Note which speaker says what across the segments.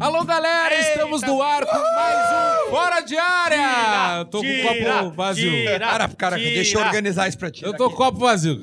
Speaker 1: Alô, galera,
Speaker 2: Eita.
Speaker 1: estamos no ar com
Speaker 3: uh!
Speaker 1: mais um Fora de Área!
Speaker 2: Tira,
Speaker 1: Tô com o
Speaker 2: tira,
Speaker 1: copo vazio.
Speaker 2: tira.
Speaker 4: Para, cara,
Speaker 2: Tira.
Speaker 4: deixa eu organizar isso pra ti. tá
Speaker 1: Eu tô com o copo vazio.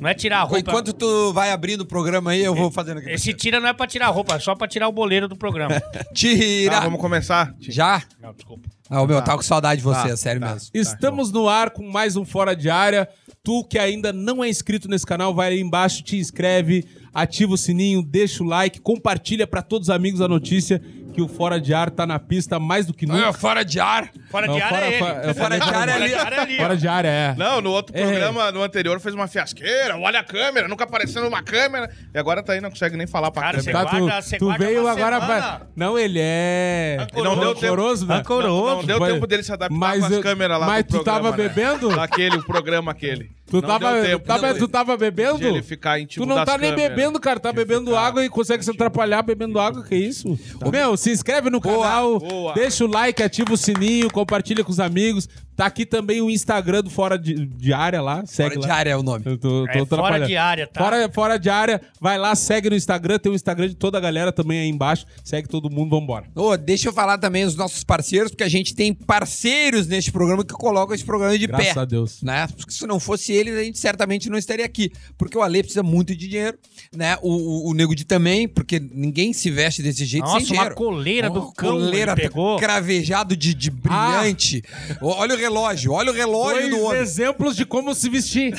Speaker 2: Não é tirar a roupa.
Speaker 4: Enquanto tu vai abrindo o programa aí, eu vou fazendo aqui. pra
Speaker 2: Esse
Speaker 4: ti.
Speaker 2: tira não é pra tirar a roupa, é só pra tirar o boleiro do programa.
Speaker 4: Tira!
Speaker 3: Tá, vamos começar.
Speaker 4: Já?
Speaker 2: não, desculpa.
Speaker 4: Ah, o meu, tava com saudade de você,
Speaker 3: Tá,
Speaker 4: é sério
Speaker 3: tá.
Speaker 4: mesmo.
Speaker 1: Estamos no ar com mais um Fora de Área. Tu que ainda não é inscrito nesse canal, vai aí embaixo, te inscreve, ativa o sininho, deixa o like, compartilha pra todos os amigos a notícia que o Fora de Ar tá na pista mais do que nunca.
Speaker 4: Ah, fora de ar!
Speaker 2: Fora
Speaker 1: Não,
Speaker 2: de área
Speaker 1: fora-
Speaker 2: é
Speaker 1: fora-
Speaker 2: ele.
Speaker 1: eu falei
Speaker 4: fora de área
Speaker 2: Fora
Speaker 4: ali.
Speaker 2: de área é ali.
Speaker 1: Fora de área, é.
Speaker 3: Não, no outro
Speaker 1: É.
Speaker 3: programa, no anterior, fez uma fiasqueira. Olha a câmera, nunca aparecendo uma câmera. E agora tá aí, não consegue nem falar pra
Speaker 2: Cara,
Speaker 3: câmera.
Speaker 1: Tá,
Speaker 2: Você guarda-
Speaker 1: tu,
Speaker 2: você
Speaker 1: tu
Speaker 2: guarda
Speaker 1: veio
Speaker 2: uma
Speaker 1: agora
Speaker 2: semana.
Speaker 1: pra... Não, ele é...
Speaker 3: Ele não deu tempo.
Speaker 1: Rancoroso, né?
Speaker 2: Rancoroso.
Speaker 3: Não, não deu
Speaker 1: Vai-
Speaker 3: tempo dele se adaptar
Speaker 1: Mas
Speaker 3: com as
Speaker 1: eu-
Speaker 3: câmeras lá
Speaker 1: mas
Speaker 3: do
Speaker 1: tu tava
Speaker 3: programa, né?
Speaker 1: bebendo?
Speaker 3: Aquele, o programa aquele.
Speaker 1: Tu
Speaker 3: Não
Speaker 1: tava,
Speaker 3: deu tempo
Speaker 1: tava-
Speaker 3: de-
Speaker 1: tu tava bebendo?
Speaker 3: de ele ficar íntimo
Speaker 1: tu não
Speaker 3: das
Speaker 1: tá nem
Speaker 3: câmeras.
Speaker 1: bebendo, cara. Tá bebendo água e consegue se atrapalhar bebendo água. Que isso? Ô, meu, se inscreve no canal,
Speaker 3: Tá. boa.
Speaker 1: deixa o like, ativa o sininho, compartilha com os amigos. Tá aqui também o Instagram do Fora de, de Área lá. Segue
Speaker 4: Fora de
Speaker 1: lá.
Speaker 4: ar é o nome.
Speaker 1: Eu tô, tô
Speaker 2: É, fora
Speaker 1: atrapalhando.
Speaker 2: de área, tá?
Speaker 1: Fora, fora de área, vai lá, segue no Instagram, tem o Instagram de toda a galera também aí embaixo. Segue todo mundo, vambora.
Speaker 4: Ô, deixa eu falar também os nossos parceiros, porque a gente tem parceiros neste programa que colocam esse programa de
Speaker 1: Graças
Speaker 4: pé.
Speaker 1: a Deus.
Speaker 4: Né? Porque se não fosse eles, a gente certamente não estaria aqui. Porque o Ale precisa muito de dinheiro, né? O, o, o Nego de também, porque ninguém se veste desse jeito sem
Speaker 2: Nossa,
Speaker 4: dinheiro.
Speaker 2: uma coleira do
Speaker 4: Uma
Speaker 2: cão
Speaker 4: coleira
Speaker 2: ele pegou. Ah.
Speaker 4: cravejado de, de brilhante. Ó, Olha o relógio, olha o relógio do
Speaker 1: Dois
Speaker 4: homem.
Speaker 1: exemplos de como se vestir.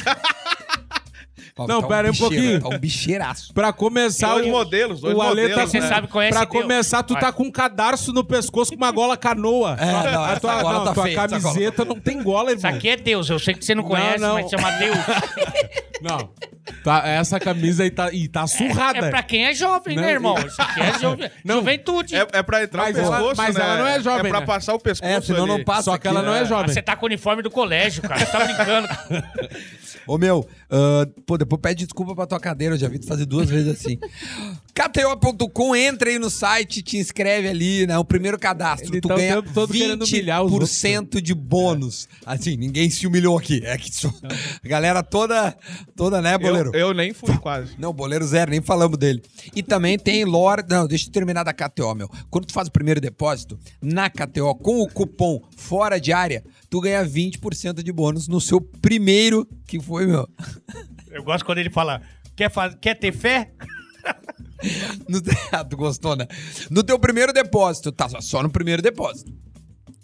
Speaker 4: Ó,
Speaker 1: Não, pera aí um
Speaker 4: bicheiro,
Speaker 1: pouquinho.
Speaker 4: Tá um bicheiraço.
Speaker 1: Pra começar,
Speaker 3: Dois
Speaker 1: o,
Speaker 3: modelos, dois
Speaker 1: o Ale tá
Speaker 3: modelos,
Speaker 1: com-
Speaker 3: né? Você
Speaker 2: sabe, conhece
Speaker 1: Pra
Speaker 2: Deus.
Speaker 1: começar, tu tá
Speaker 2: Vai.
Speaker 1: com um cadarço no pescoço com uma gola canoa.
Speaker 4: É, não,
Speaker 1: a
Speaker 4: essa
Speaker 1: tua,
Speaker 4: gola
Speaker 1: não,
Speaker 4: tá
Speaker 1: tua
Speaker 4: feia, essa
Speaker 1: camiseta não tem gola,
Speaker 2: Isso
Speaker 1: irmão.
Speaker 2: aqui é Deus, eu sei que você não conhece,
Speaker 1: não.
Speaker 2: mas chama Deus.
Speaker 1: Não. Tá, essa camisa aí tá, e tá surrada.
Speaker 2: É pra quem é jovem,
Speaker 1: Não,
Speaker 2: né, irmão? Isso aqui é jovem.
Speaker 1: Não.
Speaker 2: Juventude.
Speaker 3: É, é pra entrar
Speaker 1: Mas
Speaker 3: o
Speaker 1: ela-
Speaker 3: pescoço,
Speaker 1: mas
Speaker 3: né?
Speaker 1: ela não é jovem,
Speaker 3: É pra
Speaker 1: né?
Speaker 3: passar o pescoço
Speaker 4: É, senão não
Speaker 3: ali.
Speaker 4: passa
Speaker 1: Só que
Speaker 4: aqui,
Speaker 1: ela não é
Speaker 2: Ah,
Speaker 4: né?
Speaker 1: jovem.
Speaker 2: Você tá com o uniforme do colégio, cara. Você tá brincando.
Speaker 4: Ô meu, ah, pô, depois pede desculpa pra tua cadeira, eu já vi tu fazer duas vezes assim. KTO.com, entra aí no site, te inscreve ali, né? O primeiro cadastro,
Speaker 1: Ele
Speaker 4: tu
Speaker 1: tá o
Speaker 4: ganha
Speaker 1: tempo todo querendo humilhar os É. outros.
Speaker 4: 20% de bônus. Assim, ninguém se humilhou aqui. É que só... a galera toda, toda, né, boleiro?
Speaker 3: Eu, eu nem fui quase.
Speaker 4: Não, boleiro zero, nem falamos dele. E também tem lore. Não, deixa eu terminar da KTO, meu. Quando tu faz o primeiro depósito, na KTO, com o cupom fora de área, tu ganha 20% de bônus no seu primeiro, que foi, meu.
Speaker 2: Eu gosto quando ele fala, quer, faz... quer ter fé?
Speaker 4: No... Ah, tu gostou, né? No teu primeiro depósito, tá? só- Só no primeiro depósito.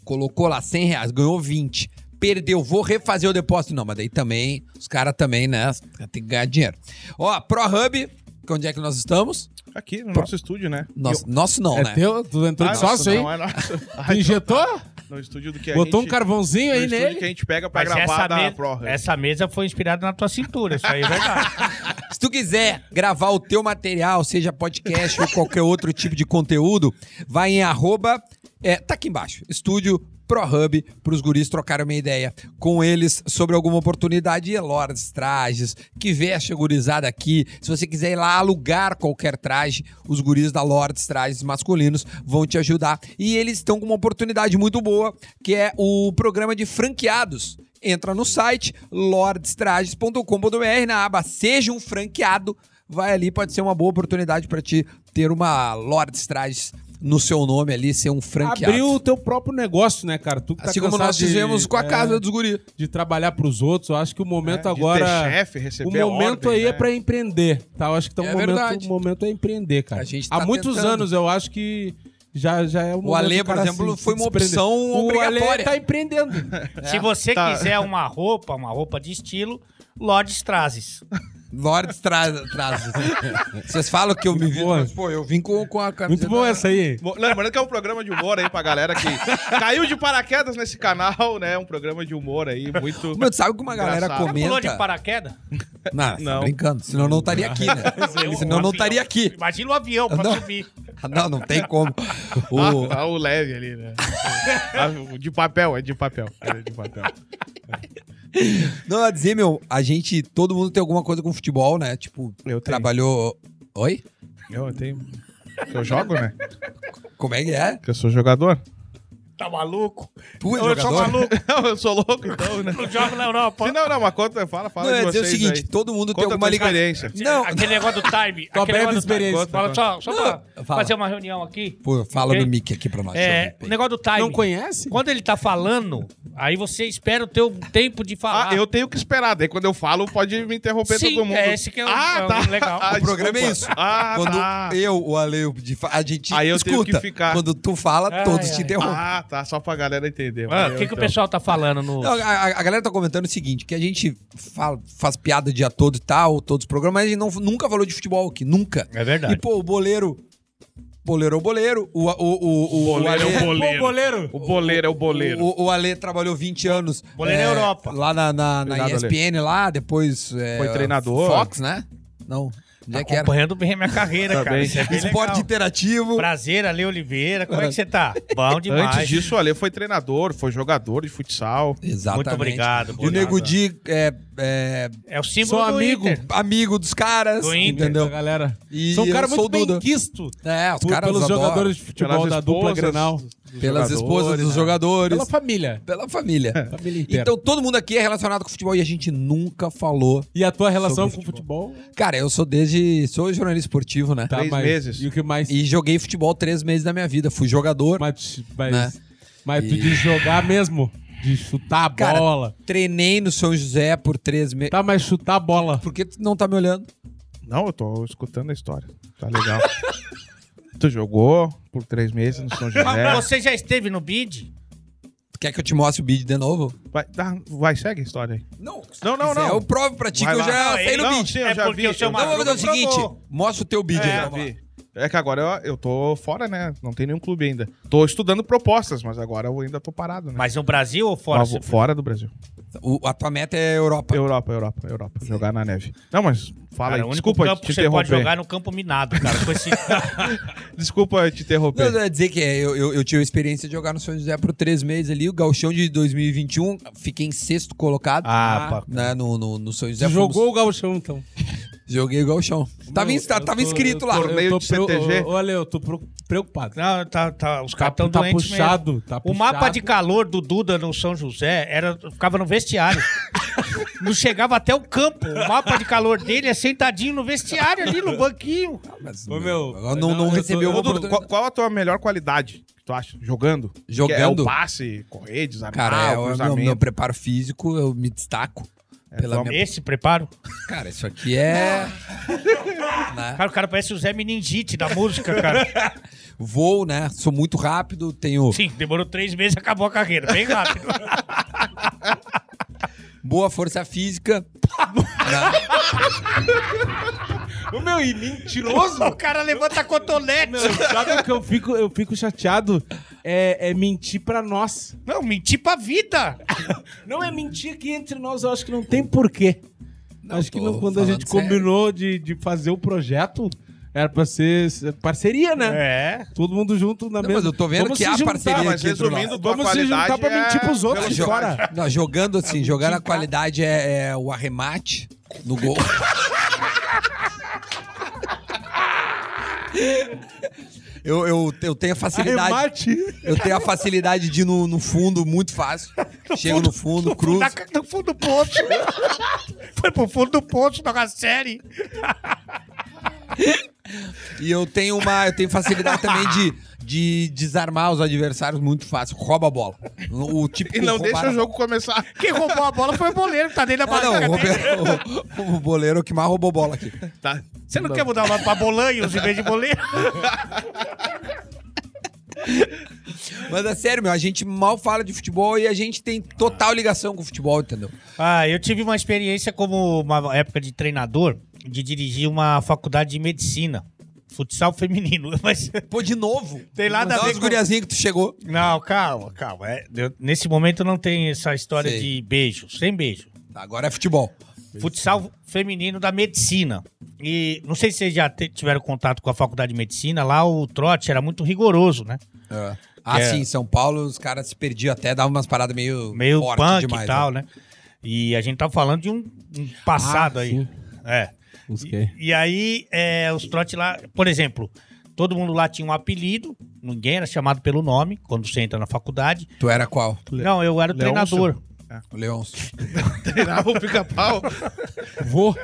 Speaker 4: Colocou lá 100 reais, ganhou 20. Perdeu, vou refazer o depósito. Não, mas daí também, os caras também, né? Tem que ganhar dinheiro. Ó, ProHub, que é onde é que nós estamos?
Speaker 3: Aqui, no nosso estúdio, né?
Speaker 4: Nosso, nosso não,
Speaker 1: É
Speaker 4: né?
Speaker 1: teu? Tu entrou
Speaker 3: Ah,
Speaker 1: de sócio
Speaker 3: não,
Speaker 1: aí?
Speaker 3: é nosso.
Speaker 1: Tu injetou?
Speaker 3: No estúdio do que a
Speaker 1: Botou um
Speaker 3: gente-
Speaker 1: carvãozinho aí
Speaker 3: no estúdio
Speaker 1: nele?
Speaker 3: que a gente pega pra
Speaker 2: Mas
Speaker 3: gravar
Speaker 2: essa,
Speaker 3: da
Speaker 2: me-
Speaker 3: Pro.
Speaker 2: essa mesa foi inspirada na tua cintura, isso aí é verdade.
Speaker 4: Se tu quiser gravar o teu material, seja podcast ou qualquer outro tipo de conteúdo, vai em arroba, é, tá aqui embaixo, estúdio ProHub, pros guris trocarem uma ideia com eles sobre alguma oportunidade e é Lords Trajes, que veste a gurizada aqui. Se você quiser ir lá alugar qualquer traje, os guris da Lords Trajes Masculinos vão te ajudar. E eles estão com uma oportunidade muito boa, que é o programa de franqueados entra no site lordstrajes.com.br na aba Seja um Franqueado. Vai ali, pode ser uma boa oportunidade para ti ter uma Lords Trajes no seu nome ali, ser um franqueado.
Speaker 1: Abriu o teu próprio negócio, né, cara? Tu que tá
Speaker 4: assim como
Speaker 1: cansado
Speaker 4: nós
Speaker 1: de-
Speaker 4: fizemos com a
Speaker 1: é,
Speaker 4: casa dos guri.
Speaker 1: de trabalhar pros outros. Eu acho que o momento
Speaker 3: É, de
Speaker 1: agora.
Speaker 3: ter chefe, receber
Speaker 1: O momento
Speaker 3: ordem,
Speaker 1: aí é
Speaker 3: né?
Speaker 1: pra empreender. Tá? Eu acho que tá um
Speaker 4: É
Speaker 1: momento,
Speaker 4: verdade.
Speaker 1: o momento é empreender, cara.
Speaker 4: A gente
Speaker 1: Há
Speaker 4: tá
Speaker 1: muitos
Speaker 4: tentando.
Speaker 1: anos eu acho que já, já é o momento.
Speaker 4: Ale,
Speaker 1: do cara
Speaker 4: por exemplo, foi uma
Speaker 1: desprender.
Speaker 4: opção
Speaker 1: o Ale
Speaker 4: obrigatória.
Speaker 1: tá empreendendo.
Speaker 2: Se você
Speaker 3: Tá.
Speaker 2: quiser uma roupa, uma roupa de estilo, Lorde Trazes.
Speaker 4: Lords Trajes. Vocês falam que eu me
Speaker 1: Muito
Speaker 4: vi,
Speaker 1: boa.
Speaker 4: mas, pô, eu vim com, com a
Speaker 1: Muito
Speaker 4: camiseta.
Speaker 1: bom é. essa aí.
Speaker 3: Bom, Lembrando que é um programa de humor aí pra galera que caiu de paraquedas nesse canal, né? Um programa de humor aí muito.
Speaker 4: Mas sabe que uma galera
Speaker 3: Engraçado.
Speaker 2: Já pulou de
Speaker 4: comenta...
Speaker 2: paraquedas?
Speaker 4: Não, tá
Speaker 3: Não.
Speaker 4: brincando. Senão eu não estaria aqui, né?
Speaker 2: Eu-
Speaker 4: Senão eu
Speaker 2: um
Speaker 4: não
Speaker 2: avião.
Speaker 4: estaria aqui.
Speaker 2: Imagina o avião pra
Speaker 4: Não.
Speaker 2: subir.
Speaker 4: Não, não tem como. O,
Speaker 3: Ah, ah, o leve ali, né? Ah, de papel, é de papel. É de papel.
Speaker 4: Não, eu ia dizer, meu, a gente, todo mundo tem alguma coisa com futebol, né? Tipo,
Speaker 3: Eu tenho.
Speaker 4: trabalhou. Oi?
Speaker 3: Eu tenho. Eu jogo, né?
Speaker 4: Como é que é?
Speaker 3: Porque eu sou jogador.
Speaker 2: Tá maluco?
Speaker 4: Tu é
Speaker 2: eu sou
Speaker 4: jogador?
Speaker 2: maluco.
Speaker 3: Não, eu sou louco, então, né?
Speaker 2: Não jogo na Europa.
Speaker 3: Se não, não, mas conta, fala, fala
Speaker 4: Não,
Speaker 3: de
Speaker 4: é dizer o
Speaker 3: vocês
Speaker 4: seguinte,
Speaker 3: aí.
Speaker 4: todo mundo
Speaker 3: Conta
Speaker 4: tem alguma
Speaker 3: a tua
Speaker 4: ligação.
Speaker 3: experiência.
Speaker 4: Não,
Speaker 2: Aquele negócio do time.
Speaker 1: Tua
Speaker 2: aquele
Speaker 1: breve
Speaker 2: negócio do time.
Speaker 1: experiência.
Speaker 2: Fala, só só
Speaker 4: Não,
Speaker 2: pra
Speaker 4: fala.
Speaker 2: fazer uma reunião aqui.
Speaker 4: Pô, fala
Speaker 2: Ok?
Speaker 4: no mic aqui pra nós.
Speaker 2: É,
Speaker 4: deixa
Speaker 2: o
Speaker 4: eu ver.
Speaker 2: negócio do time.
Speaker 1: Não conhece?
Speaker 2: Quando ele tá falando, aí você espera o teu tempo de falar.
Speaker 3: Ah, eu tenho que esperar. Daí quando eu falo, pode me interromper
Speaker 2: Sim,
Speaker 3: todo mundo.
Speaker 2: é esse que é o- é o legal.
Speaker 3: Ah,
Speaker 4: O programa é isso.
Speaker 3: desculpa. Ah,
Speaker 4: quando
Speaker 3: tá.
Speaker 4: eu, o Ale, o Di- a gente
Speaker 3: Aí eu
Speaker 4: escuta.
Speaker 3: tenho que ficar. É,
Speaker 4: Quando tu fala,
Speaker 2: Ai,
Speaker 4: todos
Speaker 2: ai.
Speaker 4: te um- interrompem.
Speaker 3: Ah, tá. Só pra galera entender.
Speaker 2: Ah,
Speaker 3: Valeu,
Speaker 2: o que, que o
Speaker 3: então.
Speaker 2: pessoal tá falando no.
Speaker 4: Não, a, a- a galera tá comentando o seguinte, que a gente fala- faz piada o dia todo e tal, todos os programas, mas a gente não- nunca falou de futebol aqui, nunca.
Speaker 2: É verdade.
Speaker 4: E, pô, o boleiro... Boleiro é o boleiro, o, o, o, o,
Speaker 3: Boleiro é
Speaker 4: Ale-
Speaker 3: o boleiro.
Speaker 1: goleiro.
Speaker 3: O boleiro é o boleiro.
Speaker 4: O, o Ale trabalhou 20 anos. é,
Speaker 2: Boleiro na Europa.
Speaker 4: Lá na, na, na
Speaker 3: Obrigado, Ale.
Speaker 4: ESPN, lá, depois. é,
Speaker 3: Foi treinador.
Speaker 4: Fox, né? Não. Onde é que era?
Speaker 2: Acompanhando bem a minha carreira,
Speaker 3: Tá
Speaker 2: cara.
Speaker 3: bem.
Speaker 2: Isso é bem
Speaker 4: Esporte
Speaker 2: legal.
Speaker 4: interativo.
Speaker 2: Prazer, Ale Oliveira. Como é que você tá? Bom demais.
Speaker 3: Antes disso, o Ale foi treinador, foi jogador de futsal.
Speaker 4: Exatamente.
Speaker 2: Muito obrigado,
Speaker 4: O
Speaker 2: obrigado.
Speaker 4: Nego Di é, é
Speaker 2: É o símbolo
Speaker 1: Sou
Speaker 2: do
Speaker 1: amigo.
Speaker 2: Inter.
Speaker 4: amigo dos caras.
Speaker 2: Do Inter.
Speaker 1: Entendeu?
Speaker 4: Entendeu?
Speaker 1: Galera.
Speaker 4: E
Speaker 1: São um cara
Speaker 4: eu sou
Speaker 1: muito
Speaker 4: o Duda.
Speaker 1: bem quisto
Speaker 4: É, os
Speaker 1: por-
Speaker 4: caras
Speaker 1: pelos
Speaker 4: adoram.
Speaker 1: jogadores de futebol
Speaker 3: Pelas
Speaker 1: da dupla
Speaker 3: esposas
Speaker 1: Grenal.
Speaker 3: dos
Speaker 4: Pelas esposas
Speaker 3: jogadores,
Speaker 4: dos
Speaker 3: né?
Speaker 4: jogadores.
Speaker 1: Pela
Speaker 4: Pela,
Speaker 1: família.
Speaker 4: família.
Speaker 1: Família inteira.
Speaker 4: Então todo mundo aqui é relacionado com futebol e a gente nunca falou.
Speaker 1: E a tua relação com
Speaker 4: Sobre
Speaker 1: o futebol? Tá,
Speaker 4: Cara, eu sou desde. Sou jornalista esportivo, né?
Speaker 3: Três
Speaker 1: mas-
Speaker 3: meses.
Speaker 1: E o que mais?
Speaker 4: E joguei futebol três meses da minha vida. Fui jogador.
Speaker 1: Mas, mas,
Speaker 4: Né?
Speaker 1: mas tu
Speaker 4: E-
Speaker 1: de jogar mesmo? De chutar a
Speaker 4: Cara,
Speaker 1: bola.
Speaker 4: Treinei no São José por três meses.
Speaker 1: Tá, mas chutar a bola.
Speaker 4: Por que tu não tá me olhando?
Speaker 3: Não, eu tô escutando a história. Tá legal. tu jogou por três meses no São
Speaker 2: Mas
Speaker 3: José.
Speaker 2: Você já esteve no BID?
Speaker 4: Tu quer que eu te mostre o vídeo de novo?
Speaker 3: Vai, dá- vai, segue a história aí.
Speaker 4: Não,
Speaker 3: Não, não, não.
Speaker 4: Eu provo pra ti
Speaker 3: Vai
Speaker 4: que eu
Speaker 3: lá.
Speaker 4: já
Speaker 3: Não,
Speaker 4: sei no
Speaker 3: não,
Speaker 4: vídeo.
Speaker 3: sim, eu
Speaker 2: é
Speaker 3: já
Speaker 2: porque
Speaker 3: vi,
Speaker 2: o seu
Speaker 3: eu
Speaker 4: Então vamos
Speaker 2: Madruga
Speaker 4: fazer o
Speaker 2: travou.
Speaker 4: seguinte: mostra o teu vídeo
Speaker 3: É,
Speaker 4: aí. vamos lá.
Speaker 3: vi. É que agora eu, eu tô fora, né? Não tem nenhum clube ainda. Tô estudando propostas, mas agora eu ainda tô parado, né?
Speaker 2: Mas no Brasil ou fora?
Speaker 3: Mas vou- fora do Brasil.
Speaker 4: O- a tua meta é Europa.
Speaker 3: Europa, Europa, Europa. Jogar na neve. Não, mas
Speaker 2: Cara,
Speaker 3: fala
Speaker 2: o
Speaker 3: aí.
Speaker 2: único
Speaker 3: Desculpa
Speaker 2: campo
Speaker 3: te
Speaker 2: que você pode jogar é
Speaker 3: interromper.
Speaker 2: no campo minado, cara. Com esse...
Speaker 3: Desculpa te
Speaker 4: Não,
Speaker 3: interromper.
Speaker 4: eu ia dizer que é, eu, eu, eu tive a experiência de jogar no São José por três meses ali, o Gauchão de 2021, fiquei em sexto colocado.
Speaker 3: Ah, pá.
Speaker 4: né, no, no, no São José.
Speaker 1: Tu
Speaker 4: fomos-
Speaker 1: jogou o galchão, então.
Speaker 4: Joguei o Gauchão. Tava,
Speaker 1: Meu,
Speaker 4: ins- tá-
Speaker 1: eu
Speaker 4: tava
Speaker 1: tô-
Speaker 4: inscrito
Speaker 1: eu
Speaker 4: lá.
Speaker 1: tô-
Speaker 3: Torneio
Speaker 1: eu tô
Speaker 3: de
Speaker 1: preo-
Speaker 3: CTG.
Speaker 1: ô, Olha, eu tô pro- preocupado.
Speaker 2: Não, tá, tá, os caras
Speaker 1: Tá-
Speaker 2: estão
Speaker 1: tá
Speaker 2: doentes
Speaker 1: puxado,
Speaker 2: mesmo.
Speaker 1: tá
Speaker 2: o mapa
Speaker 1: puxado.
Speaker 2: de calor do Duda no São José era, ficava no vestiário. Não chegava até o campo. O mapa de calor dele é sentadinho no vestiário ali, no banquinho.
Speaker 4: Mas,
Speaker 1: Ô, meu,
Speaker 4: eu não, não,
Speaker 1: não, eu tô-
Speaker 4: recebeu
Speaker 1: eu
Speaker 4: uma
Speaker 3: Ô, Dudu, qual,
Speaker 4: oportunidade.
Speaker 3: qual a tua melhor qualidade que tu acha? Jogando?
Speaker 4: Jogando?
Speaker 3: É o passe, correr, desarmar,
Speaker 4: Cara,
Speaker 3: Ah, o
Speaker 4: é, o meu, meu
Speaker 3: cruzamento.
Speaker 4: preparo físico, eu me destaco. pela
Speaker 3: só-
Speaker 4: minha...
Speaker 2: Esse preparo.
Speaker 4: Cara, isso aqui é. né?
Speaker 2: Cara, o cara parece o Zé Meningite da música, cara.
Speaker 4: Voo, né? Sou muito rápido, tenho
Speaker 2: Sim, demorou três meses e acabou a carreira. Bem rápido.
Speaker 4: boa força física. né?
Speaker 1: O meu, e mentiroso?
Speaker 2: o cara levanta cotonete.
Speaker 1: Meu, sabe o que eu fico, eu fico chateado? É, é mentir pra nós.
Speaker 2: Não, menti pra vida.
Speaker 1: Não é mentir que entre nós, eu acho que não tem porquê. acho que
Speaker 4: tô
Speaker 1: não- quando a gente
Speaker 4: falando sério.
Speaker 1: combinou de, de fazer o projeto, era pra ser ser parceria, né?
Speaker 2: É.
Speaker 1: Todo mundo junto na
Speaker 4: Não,
Speaker 1: mesma.
Speaker 4: mas eu tô vendo que há parceria
Speaker 3: mas
Speaker 4: aqui entre
Speaker 3: resumindo,
Speaker 4: nós.
Speaker 3: tua
Speaker 1: Tá, Vamos se juntar
Speaker 3: qualidade
Speaker 1: pra mentir
Speaker 3: é
Speaker 1: pros outros
Speaker 3: velocidade.
Speaker 1: fora.
Speaker 4: Não, jogando assim, jogando a qualidade é, é o arremate no gol. Eu, eu, eu tenho a facilidade.
Speaker 1: Arremate.
Speaker 4: Eu tenho a facilidade de ir no, no fundo muito fácil. Chego no fundo, cruzo.
Speaker 2: Na- Tá no fundo do poço. Foi pro fundo do poço da série.
Speaker 4: E eu tenho uma. Eu tenho facilidade também de, de desarmar os adversários muito fácil. Rouba a bola. O tipo
Speaker 3: E não deixa o jogo começar.
Speaker 2: Quem roubou a bola foi o goleiro, que tá dentro da
Speaker 4: Ah,
Speaker 2: barriga
Speaker 4: não, o,
Speaker 2: dele.
Speaker 4: Roberto- o, o boleiro que mais roubou bola aqui.
Speaker 3: Tá.
Speaker 2: Você não quer mudar o nome pra Bolanhos em vez de goleiro?
Speaker 4: Mas é sério, meu, a gente mal fala de futebol e a gente tem total ligação com o futebol, entendeu?
Speaker 2: Ah, eu tive uma experiência como uma época de treinador, de dirigir uma faculdade de medicina. Futsal feminino, mas...
Speaker 4: Pô, de novo.
Speaker 2: Tem nada
Speaker 4: Dá
Speaker 2: a ver
Speaker 4: umas
Speaker 2: com-
Speaker 4: guriazinhas que tu chegou.
Speaker 2: Não, calma, calma. É, eu- nesse momento não tem essa história
Speaker 4: Sei.
Speaker 2: de beijo, sem beijo.
Speaker 4: Tá, agora é futebol.
Speaker 2: Futsal feminino da medicina. E não sei se vocês já te- tiveram contato com a faculdade de medicina, lá o trote era muito rigoroso, né?
Speaker 4: É. Ah,
Speaker 2: É.
Speaker 4: sim, em São Paulo os caras se perdiam até, davam umas paradas meio,
Speaker 2: meio
Speaker 4: forte
Speaker 2: punk
Speaker 4: demais.
Speaker 2: e tal, né? E a gente tá falando de um, um passado
Speaker 1: Ah,
Speaker 2: aí.
Speaker 1: sim.
Speaker 2: É.
Speaker 1: Busquei.
Speaker 2: E aí, é, os trotes lá, por exemplo, Todo mundo lá tinha um apelido, ninguém era chamado pelo nome quando você entra na faculdade.
Speaker 4: Tu era qual?
Speaker 2: Não, eu era o
Speaker 3: Leôncio?
Speaker 2: treinador.
Speaker 4: O Leôncio.
Speaker 3: Treinava o pica-pau.
Speaker 1: Vou.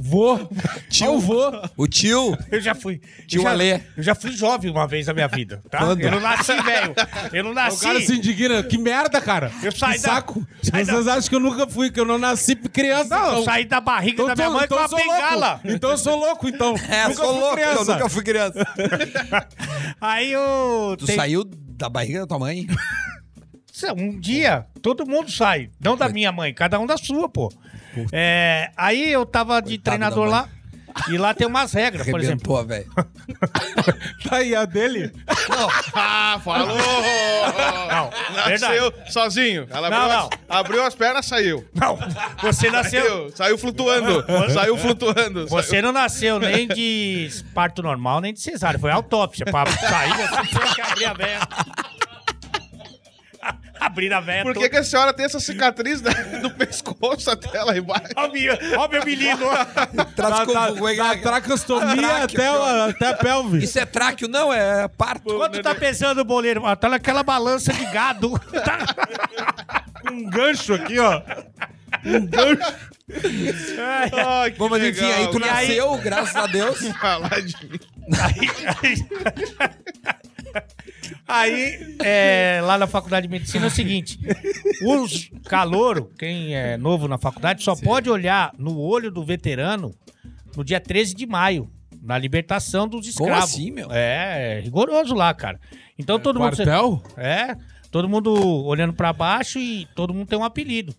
Speaker 1: Vou. Tio, vou.
Speaker 4: O tio?
Speaker 2: Eu já fui.
Speaker 4: Tio
Speaker 2: eu já,
Speaker 4: Alê.
Speaker 2: Eu já fui jovem uma vez na minha vida, tá?
Speaker 4: Quando? É
Speaker 2: Eu não nasci, velho. Eu não
Speaker 1: O cara
Speaker 4: assim,
Speaker 2: nasci.
Speaker 1: se indigna. Que merda, cara.
Speaker 2: Assim. Eu saí
Speaker 1: que
Speaker 2: da-
Speaker 1: saco.
Speaker 2: saí da-
Speaker 1: Vocês acham que eu nunca fui, que eu não nasci criança.
Speaker 2: Não, eu
Speaker 1: então.
Speaker 2: saí da barriga
Speaker 1: Então
Speaker 2: da minha
Speaker 1: tô-
Speaker 2: mãe
Speaker 1: então
Speaker 2: com uma
Speaker 1: sou louco.
Speaker 2: bengala.
Speaker 1: Então eu sou louco, então.
Speaker 4: É,
Speaker 1: Nunca
Speaker 4: sou
Speaker 1: fui
Speaker 4: louco, eu
Speaker 1: criança.
Speaker 4: nunca fui criança.
Speaker 2: Aí eu.
Speaker 4: Tu
Speaker 2: tem-
Speaker 4: saiu da barriga da tua mãe?
Speaker 2: Cê, Um dia, todo mundo sai. Não da minha mãe, cada um da sua, pô. É, aí eu tava de
Speaker 4: Coitado da
Speaker 2: treinador
Speaker 4: mãe.
Speaker 2: lá. E lá tem umas regras, por exemplo.
Speaker 4: Arrebentou, velho.
Speaker 1: Tá aí a dele.
Speaker 3: Ah, falou!
Speaker 2: Não,
Speaker 3: Nasceu sozinho. Ela
Speaker 2: Não,
Speaker 3: abriu,
Speaker 2: não.
Speaker 3: As, abriu as pernas, saiu.
Speaker 2: Não, você nasceu.
Speaker 3: Saiu, saiu flutuando. Saiu flutuando.
Speaker 2: Você não nasceu nem de parto normal, nem de cesárea. Foi autópsia. Pra sair, assim, você tinha que abrir a veia. Abrir a veia
Speaker 3: Por que,
Speaker 2: toda.
Speaker 3: que a senhora tem essa cicatriz da- do pescoço até lá embaixo?
Speaker 2: Ó, minha- ó meu menino.
Speaker 1: Da, da,
Speaker 4: Trasco-
Speaker 1: da tracostomia
Speaker 4: Traque,
Speaker 1: até, o- até a pelve.
Speaker 4: Isso é tráqueo, não, é parto.
Speaker 2: Quanto tá pesando o boleiro? Ah, Tá naquela balança de gado. Tá-
Speaker 1: Um gancho aqui, ó. Um gancho.
Speaker 2: Ai,
Speaker 3: Ai, que
Speaker 4: Bom, mas enfim,
Speaker 3: legal.
Speaker 4: aí tu
Speaker 2: E aí-
Speaker 4: nasceu, graças a Deus. é-
Speaker 3: Falar é de mim.
Speaker 2: Aí, é, lá na faculdade de medicina é o seguinte: os calouro, quem é novo na faculdade, só pode olhar no olho do veterano no dia 13 de maio, na libertação dos
Speaker 4: Como
Speaker 2: escravos.
Speaker 4: assim, meu?
Speaker 2: É, é rigoroso lá, cara. Então todo mundo.
Speaker 1: Quartel?
Speaker 2: É, todo mundo olhando pra baixo e todo mundo tem um apelido.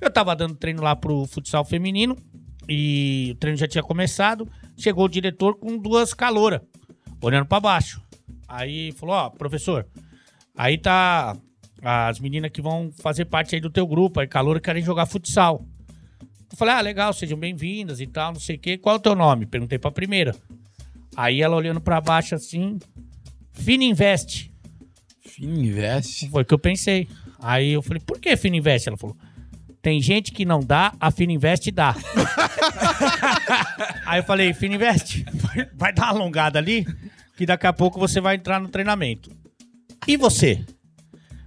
Speaker 2: Eu tava dando treino lá pro futsal feminino e o treino já tinha começado. Chegou o diretor com duas caloras, olhando pra baixo. Aí falou: Ó, professor, aí tá as meninas que vão fazer parte aí do teu grupo, aí caloura querem jogar futsal. Eu falei: Ah, legal, sejam bem-vindas e tal, não sei o quê. Qual é o teu nome? Perguntei pra primeira. Aí ela olhando pra baixo assim, Fininvest.
Speaker 4: Investe.
Speaker 2: Foi o que eu pensei. Aí eu falei, por que Fininvest? Ela falou, tem gente que não dá, a Fininvest dá. Aí eu falei, Fininvest, vai- vai dar uma alongada ali, que daqui a pouco você vai entrar no treinamento. E você?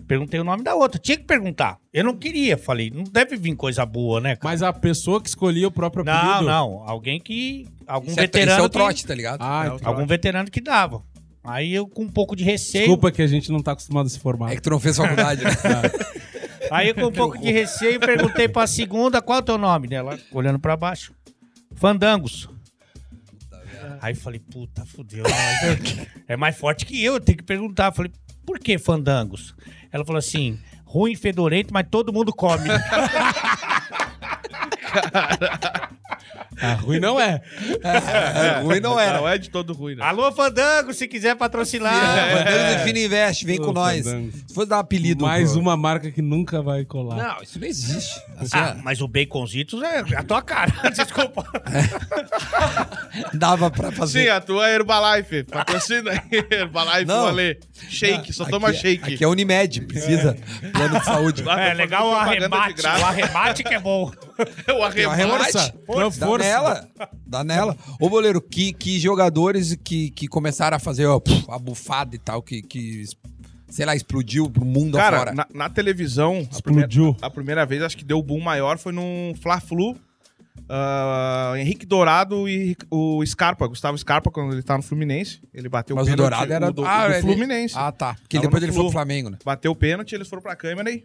Speaker 2: Perguntei o nome da outra. Tinha que perguntar. Eu não queria. Falei, não deve vir coisa boa, né? cara?
Speaker 1: Mas a pessoa que escolhia o próprio
Speaker 2: não,
Speaker 1: apelido.
Speaker 2: não. Alguém que... Algum
Speaker 4: Isso é, isso
Speaker 2: veterano
Speaker 4: é o
Speaker 2: que-
Speaker 4: trote, tá ligado?
Speaker 1: Ah, então.
Speaker 2: algum veterano que dava. Aí eu com um pouco de receio...
Speaker 1: Desculpa que a gente não tá acostumado a se formar.
Speaker 4: É que tu não fez faculdade. né?
Speaker 2: Aí com um pouco de receio, perguntei pra segunda qual é o teu nome dela, olhando pra baixo. Fandangos. Aí falei, puta, fudeu. né? É mais forte que eu, eu tenho que perguntar. Falei, por que fandangos? Ela falou assim, ruim, fedorento, mas todo mundo come.
Speaker 1: Ah, ruim não é.
Speaker 4: tá É, ruim não era.
Speaker 3: Não é de todo ruim, né?
Speaker 2: Alô, fandango, se quiser
Speaker 4: É,
Speaker 2: patrocinar.
Speaker 4: Fernando Define Invest, vem
Speaker 1: Ô,
Speaker 4: com nós.
Speaker 1: Fernando.
Speaker 4: Se fosse dar um apelido.
Speaker 1: Mais
Speaker 4: pro-
Speaker 1: uma marca que nunca vai colar.
Speaker 4: Não, isso não existe. Assim,
Speaker 2: Ah, mas o baconzitos é a tua cara, desculpa.
Speaker 4: ó, dava pra fazer.
Speaker 3: Sim, a tua é Herbalife. Patrocina aí, Herbalife,
Speaker 4: Não.
Speaker 3: valeu. é Shake, só toma
Speaker 4: aqui,
Speaker 3: shake.
Speaker 4: Aqui é Unimed, precisa. Plano de saúde.
Speaker 3: Lá
Speaker 2: É
Speaker 3: tá
Speaker 2: legal o
Speaker 3: fazendo propaganda de
Speaker 2: arrebate,
Speaker 3: graça.
Speaker 2: o arrebate que é bom.
Speaker 3: O
Speaker 4: Tem é uma
Speaker 3: arrebate.
Speaker 4: remate.
Speaker 1: Força.
Speaker 4: Dá
Speaker 1: Força.
Speaker 4: nela. Dá nela. Ô, goleiro, que, que jogadores que, que começaram a fazer ó, puf, a bufada e tal, que, que, sei lá, explodiu pro mundo
Speaker 3: Cara,
Speaker 4: afora.
Speaker 3: na, na televisão, a primeira,
Speaker 1: Explodiu.
Speaker 3: a primeira vez, acho que deu o boom maior, foi num Fla-Flu. ah, Henrique Dourado e o Scarpa, Gustavo Scarpa, quando ele tá no Fluminense. Ele bateu
Speaker 4: Mas o
Speaker 3: pênalti,
Speaker 4: Dourado era
Speaker 3: o do,
Speaker 4: Ah,
Speaker 3: do
Speaker 4: ele-
Speaker 3: Fluminense.
Speaker 4: Ah, tá. Porque
Speaker 3: Tava
Speaker 4: depois
Speaker 3: no
Speaker 4: ele foi
Speaker 3: Flu.
Speaker 4: pro Flamengo, né?
Speaker 3: Bateu o pênalti, eles foram pra câmera e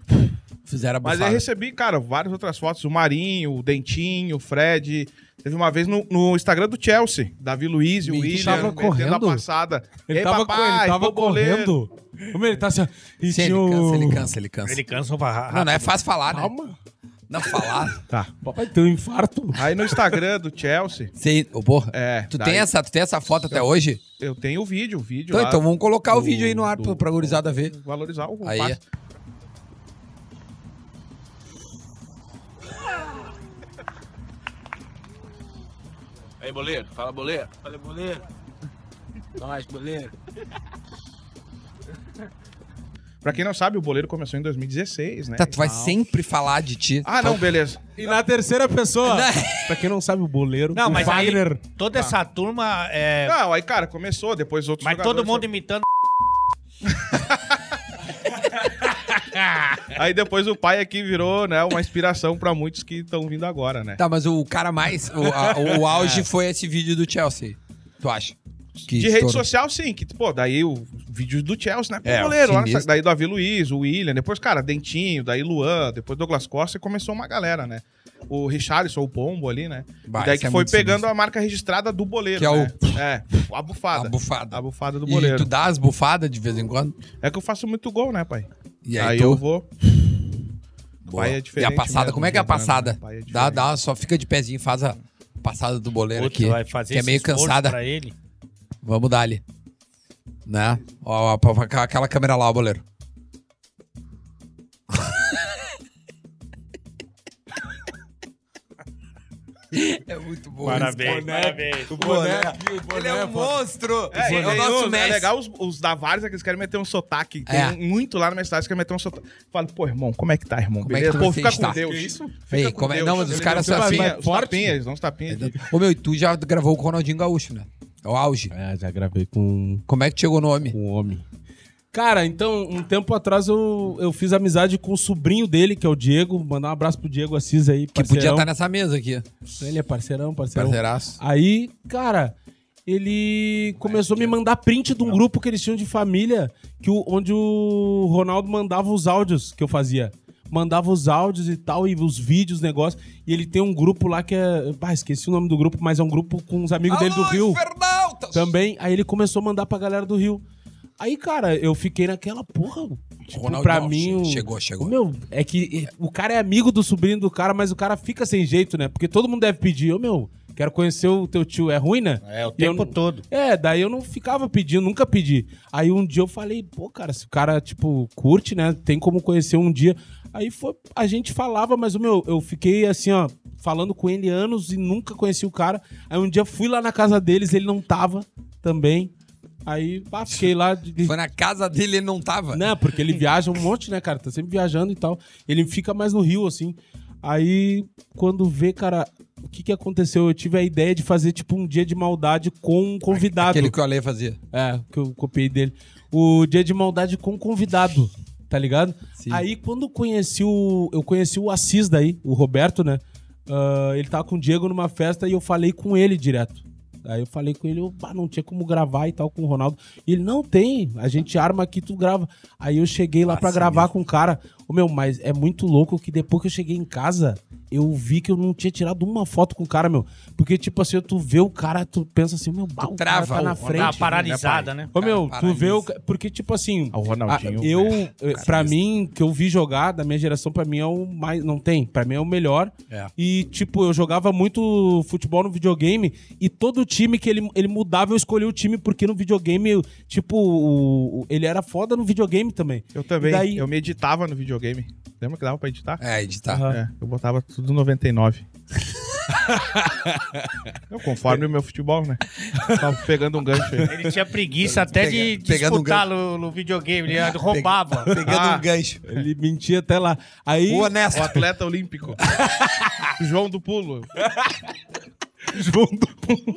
Speaker 4: Fizeram a
Speaker 3: Mas é
Speaker 4: bufada.
Speaker 3: aí recebi, cara, várias outras fotos. O Marinho, o Dentinho, o Fred. Teve uma vez no, no Instagram do Chelsea, Davi Luiz e o
Speaker 4: Mentira.
Speaker 3: William
Speaker 1: Tava
Speaker 3: metendo
Speaker 1: correndo?
Speaker 3: a passada.
Speaker 1: Ele,
Speaker 3: Ei,
Speaker 1: tava,
Speaker 3: papai,
Speaker 1: co- ele tava
Speaker 3: bobolê.
Speaker 1: correndo. Como ele tá assim. ó, E
Speaker 4: Sim,
Speaker 1: tinha
Speaker 4: ele
Speaker 1: o...
Speaker 4: cansa, ele cansa, ele cansa.
Speaker 2: Ele cansa o barra-
Speaker 4: Não, não é fácil falar, né?
Speaker 1: Calma.
Speaker 4: Não falar.
Speaker 3: Tá.
Speaker 1: Papai tem um infarto.
Speaker 3: Aí no Instagram do Chelsea,
Speaker 4: Sei, ô, porra.
Speaker 3: É,
Speaker 4: tu,
Speaker 3: daí-
Speaker 4: tem essa, tu tem essa foto até hoje?
Speaker 3: eu tenho o vídeo, o vídeo
Speaker 4: Então,
Speaker 3: lá,
Speaker 4: então vamos colocar o
Speaker 3: do-
Speaker 4: vídeo aí no ar
Speaker 3: do-
Speaker 4: pra- pra gurizada ver.
Speaker 3: valorizar o
Speaker 4: Aí.
Speaker 3: passe.
Speaker 5: Aí, boleiro, fala boleiro. Fala boleiro. Nós, boleiro.
Speaker 3: Pra quem não sabe, o boleiro começou em 2016, né?
Speaker 4: Tá, tu vai sempre falar de ti. Então,
Speaker 3: Ah, não, beleza.
Speaker 1: E na terceira pessoa, pra quem não sabe, o boleiro,
Speaker 2: Não,
Speaker 1: o
Speaker 2: mas aí
Speaker 1: Wagner.
Speaker 2: toda essa turma é.
Speaker 3: Não, aí, cara, começou, depois outros
Speaker 2: mas todo
Speaker 3: jogadores-
Speaker 2: mundo imitando.
Speaker 3: Aí depois o pai aqui virou, né, uma inspiração pra muitos que estão vindo agora, né?
Speaker 4: Tá, mas o cara mais. O, a-
Speaker 3: É.
Speaker 4: o- o auge foi esse vídeo do Chelsea. Tu acha? Que
Speaker 3: De
Speaker 4: estourou.
Speaker 3: rede social, sim. Que, pô, daí o vídeo do Chelsea, né? Pô,
Speaker 4: É,
Speaker 3: goleiro, lá nessa-
Speaker 4: sinistro.
Speaker 3: daí Davi Luiz, o William, depois, cara, Dentinho, daí Luan, depois Douglas Costa, e começou uma galera, né? O Richarlison, o Pombo ali, né?
Speaker 4: Bah,
Speaker 3: e daí
Speaker 4: isso
Speaker 3: que
Speaker 4: é
Speaker 3: foi
Speaker 4: muito
Speaker 3: pegando
Speaker 4: sinistro.
Speaker 3: a marca registrada do boleiro,
Speaker 4: Que é o-
Speaker 3: né? É, a bufada.
Speaker 4: A bufada.
Speaker 3: A bufada do
Speaker 4: E tu
Speaker 3: boleiro.
Speaker 4: dá as bufadas de vez em quando.
Speaker 3: É que eu faço muito gol, né, pai?
Speaker 4: E
Speaker 3: aí
Speaker 4: aí, tu.
Speaker 3: eu vou...
Speaker 4: Boa.
Speaker 3: Pai é
Speaker 4: e a
Speaker 3: diferente
Speaker 4: passada,
Speaker 3: mesmo,
Speaker 4: como é que é a
Speaker 3: jogando, né?
Speaker 4: passada?
Speaker 3: Pai é
Speaker 4: dá,
Speaker 3: diferente.
Speaker 4: dá, só fica de pezinho, faz a passada do boleiro
Speaker 2: Puta,
Speaker 4: aqui.
Speaker 2: vai fazer
Speaker 4: que é
Speaker 2: esse
Speaker 4: meio
Speaker 2: esforço
Speaker 4: cansada.
Speaker 2: Pra ele.
Speaker 4: Vamos dar ali. Né? Ó, ó, pra- pra- aquela- aquela câmera lá, o boleiro. é muito bom.
Speaker 2: Parabéns, parabéns. Tá
Speaker 1: O
Speaker 4: boné.
Speaker 1: boné, aqui, o boné.
Speaker 4: Ele é um
Speaker 1: foda.
Speaker 4: monstro.
Speaker 3: É,
Speaker 4: é o
Speaker 3: e
Speaker 4: nosso
Speaker 3: tem os- é
Speaker 4: Messi.
Speaker 3: legal os, os da Varsa que eles querem meter um sotaque. Tem
Speaker 4: É.
Speaker 3: um- muito lá na minha cidade que querem meter um sotaque. Fala, pô, irmão, como é que tá, irmão?
Speaker 4: Como é que
Speaker 3: Beleza?
Speaker 4: tu
Speaker 3: pô,
Speaker 4: fez,
Speaker 3: fica com
Speaker 4: tá?
Speaker 3: Deus.
Speaker 1: Que isso?
Speaker 4: Ei,
Speaker 3: Fica com
Speaker 4: como é-
Speaker 3: Deus.
Speaker 4: não, mas os
Speaker 3: Eles
Speaker 4: caras
Speaker 3: dão
Speaker 4: são assim,
Speaker 3: tapinha,
Speaker 1: é
Speaker 3: Os
Speaker 1: forte.
Speaker 3: tapinhas, eles dão uns tapinhas. aqui.
Speaker 4: Ô meu, e tu já gravou com o Ronaldinho Gaúcho, né? É o auge.
Speaker 1: É, já gravei com
Speaker 4: Como é que chegou o nome?
Speaker 1: um homem. Cara, então, um tempo atrás eu, eu fiz amizade com o sobrinho dele, que é o Diego. Mandar um abraço pro Diego Assis aí,
Speaker 4: Que podia tá
Speaker 1: parceirão.
Speaker 4: estar nessa mesa aqui.
Speaker 1: Ele é parceirão, parceirão.
Speaker 4: Parceiraço.
Speaker 1: Aí, cara, ele começou a me mandar print de um grupo que eles tinham de família, que o- onde o Ronaldo mandava os áudios que eu fazia. Mandava os áudios e tal, e os vídeos, negócio. E ele tem um grupo lá que é. Ah, esqueci o nome do grupo, mas é um grupo com os amigos dele do
Speaker 4: Alô,
Speaker 1: Rio.
Speaker 4: Infernautas!
Speaker 1: Também. Aí ele começou a mandar pra galera do Rio. Aí, cara, eu fiquei naquela porra. Tipo,
Speaker 4: Ronaldo,
Speaker 1: pra
Speaker 4: não,
Speaker 1: mim. o-
Speaker 4: chegou, chegou.
Speaker 1: o Meu, é que é, o cara é amigo do sobrinho do cara, mas o cara fica sem jeito, né? Porque todo mundo deve pedir. Ô, meu, quero conhecer o teu tio. É ruim, né?
Speaker 2: É, o
Speaker 1: E eu
Speaker 2: tempo
Speaker 1: não-
Speaker 2: todo.
Speaker 1: É, daí eu não ficava pedindo, nunca pedi. Aí um dia eu falei, pô, cara, se o cara, tipo, curte, né? Tem como conhecer um dia. Aí foi, a gente falava, mas o meu, eu fiquei assim, ó, falando com ele anos e nunca conheci o cara. Aí um dia fui lá na casa deles, ele não tava também. Aí, pá, fiquei lá. de- de-
Speaker 4: Foi na casa dele ele não tava.
Speaker 1: Não, porque ele viaja um monte, né, cara? Tá sempre viajando e tal. Ele fica mais no Rio, assim. Aí, quando vê, cara, o que que aconteceu? Eu tive a ideia de fazer, tipo, um dia de maldade com um convidado.
Speaker 4: Aquele que o Ale fazia.
Speaker 1: É, que eu copiei dele. O Dia de Maldade com convidado, tá ligado?
Speaker 4: Sim.
Speaker 1: Aí quando eu conheci o. Eu conheci o Assis daí, o Roberto, né? Ah, ele tava com o Diego numa festa e eu falei com ele direto. Aí eu falei com ele, eu "Bah, não tinha como gravar e tal com o Ronaldo. E ele, não tem, a gente arma aqui, tu grava. Aí eu cheguei lá pra gravar com o cara. Ô meu, mas é muito louco que depois que eu cheguei em casa, eu vi que eu não tinha tirado uma foto com o cara, meu. Porque, tipo assim, tu vê o cara, tu pensa assim, meu, bah, o cara
Speaker 4: trava,
Speaker 1: tá na
Speaker 4: ô,
Speaker 1: frente.
Speaker 2: Dá uma paralisada, né?
Speaker 1: Ô, meu,
Speaker 4: Cara,
Speaker 1: tu vê o.
Speaker 4: paralisa.
Speaker 1: ca- Porque, tipo assim.
Speaker 3: Ah, o Ronaldinho,
Speaker 1: a- eu.
Speaker 3: né?
Speaker 1: eh, Pra mim, que eu vi jogar, da minha geração, pra mim é o mais. Não tem. Pra mim é o melhor.
Speaker 4: É.
Speaker 1: E, tipo, eu jogava muito futebol no videogame. E todo time que ele, ele mudava, eu escolhi o time, porque no videogame, eu- tipo, o- o- ele era foda no videogame também.
Speaker 3: Eu também,
Speaker 1: E daí-
Speaker 3: eu me editava no videogame. Lembra que dava pra editar?
Speaker 4: É, editar.
Speaker 1: Aham.
Speaker 3: É, eu botava tudo 99. eu, conforme o meu futebol, né? Tava pegando um gancho aí.
Speaker 2: Ele tinha preguiça até de
Speaker 4: Pega- pegando
Speaker 2: disputar no, no videogame, ele roubava. É
Speaker 4: Pegando
Speaker 3: Ah.
Speaker 4: um gancho.
Speaker 1: Ele mentia até lá. Aí.
Speaker 4: O
Speaker 3: O
Speaker 4: honesto.
Speaker 3: atleta olímpico. João do Pulo.
Speaker 1: João do Pulo.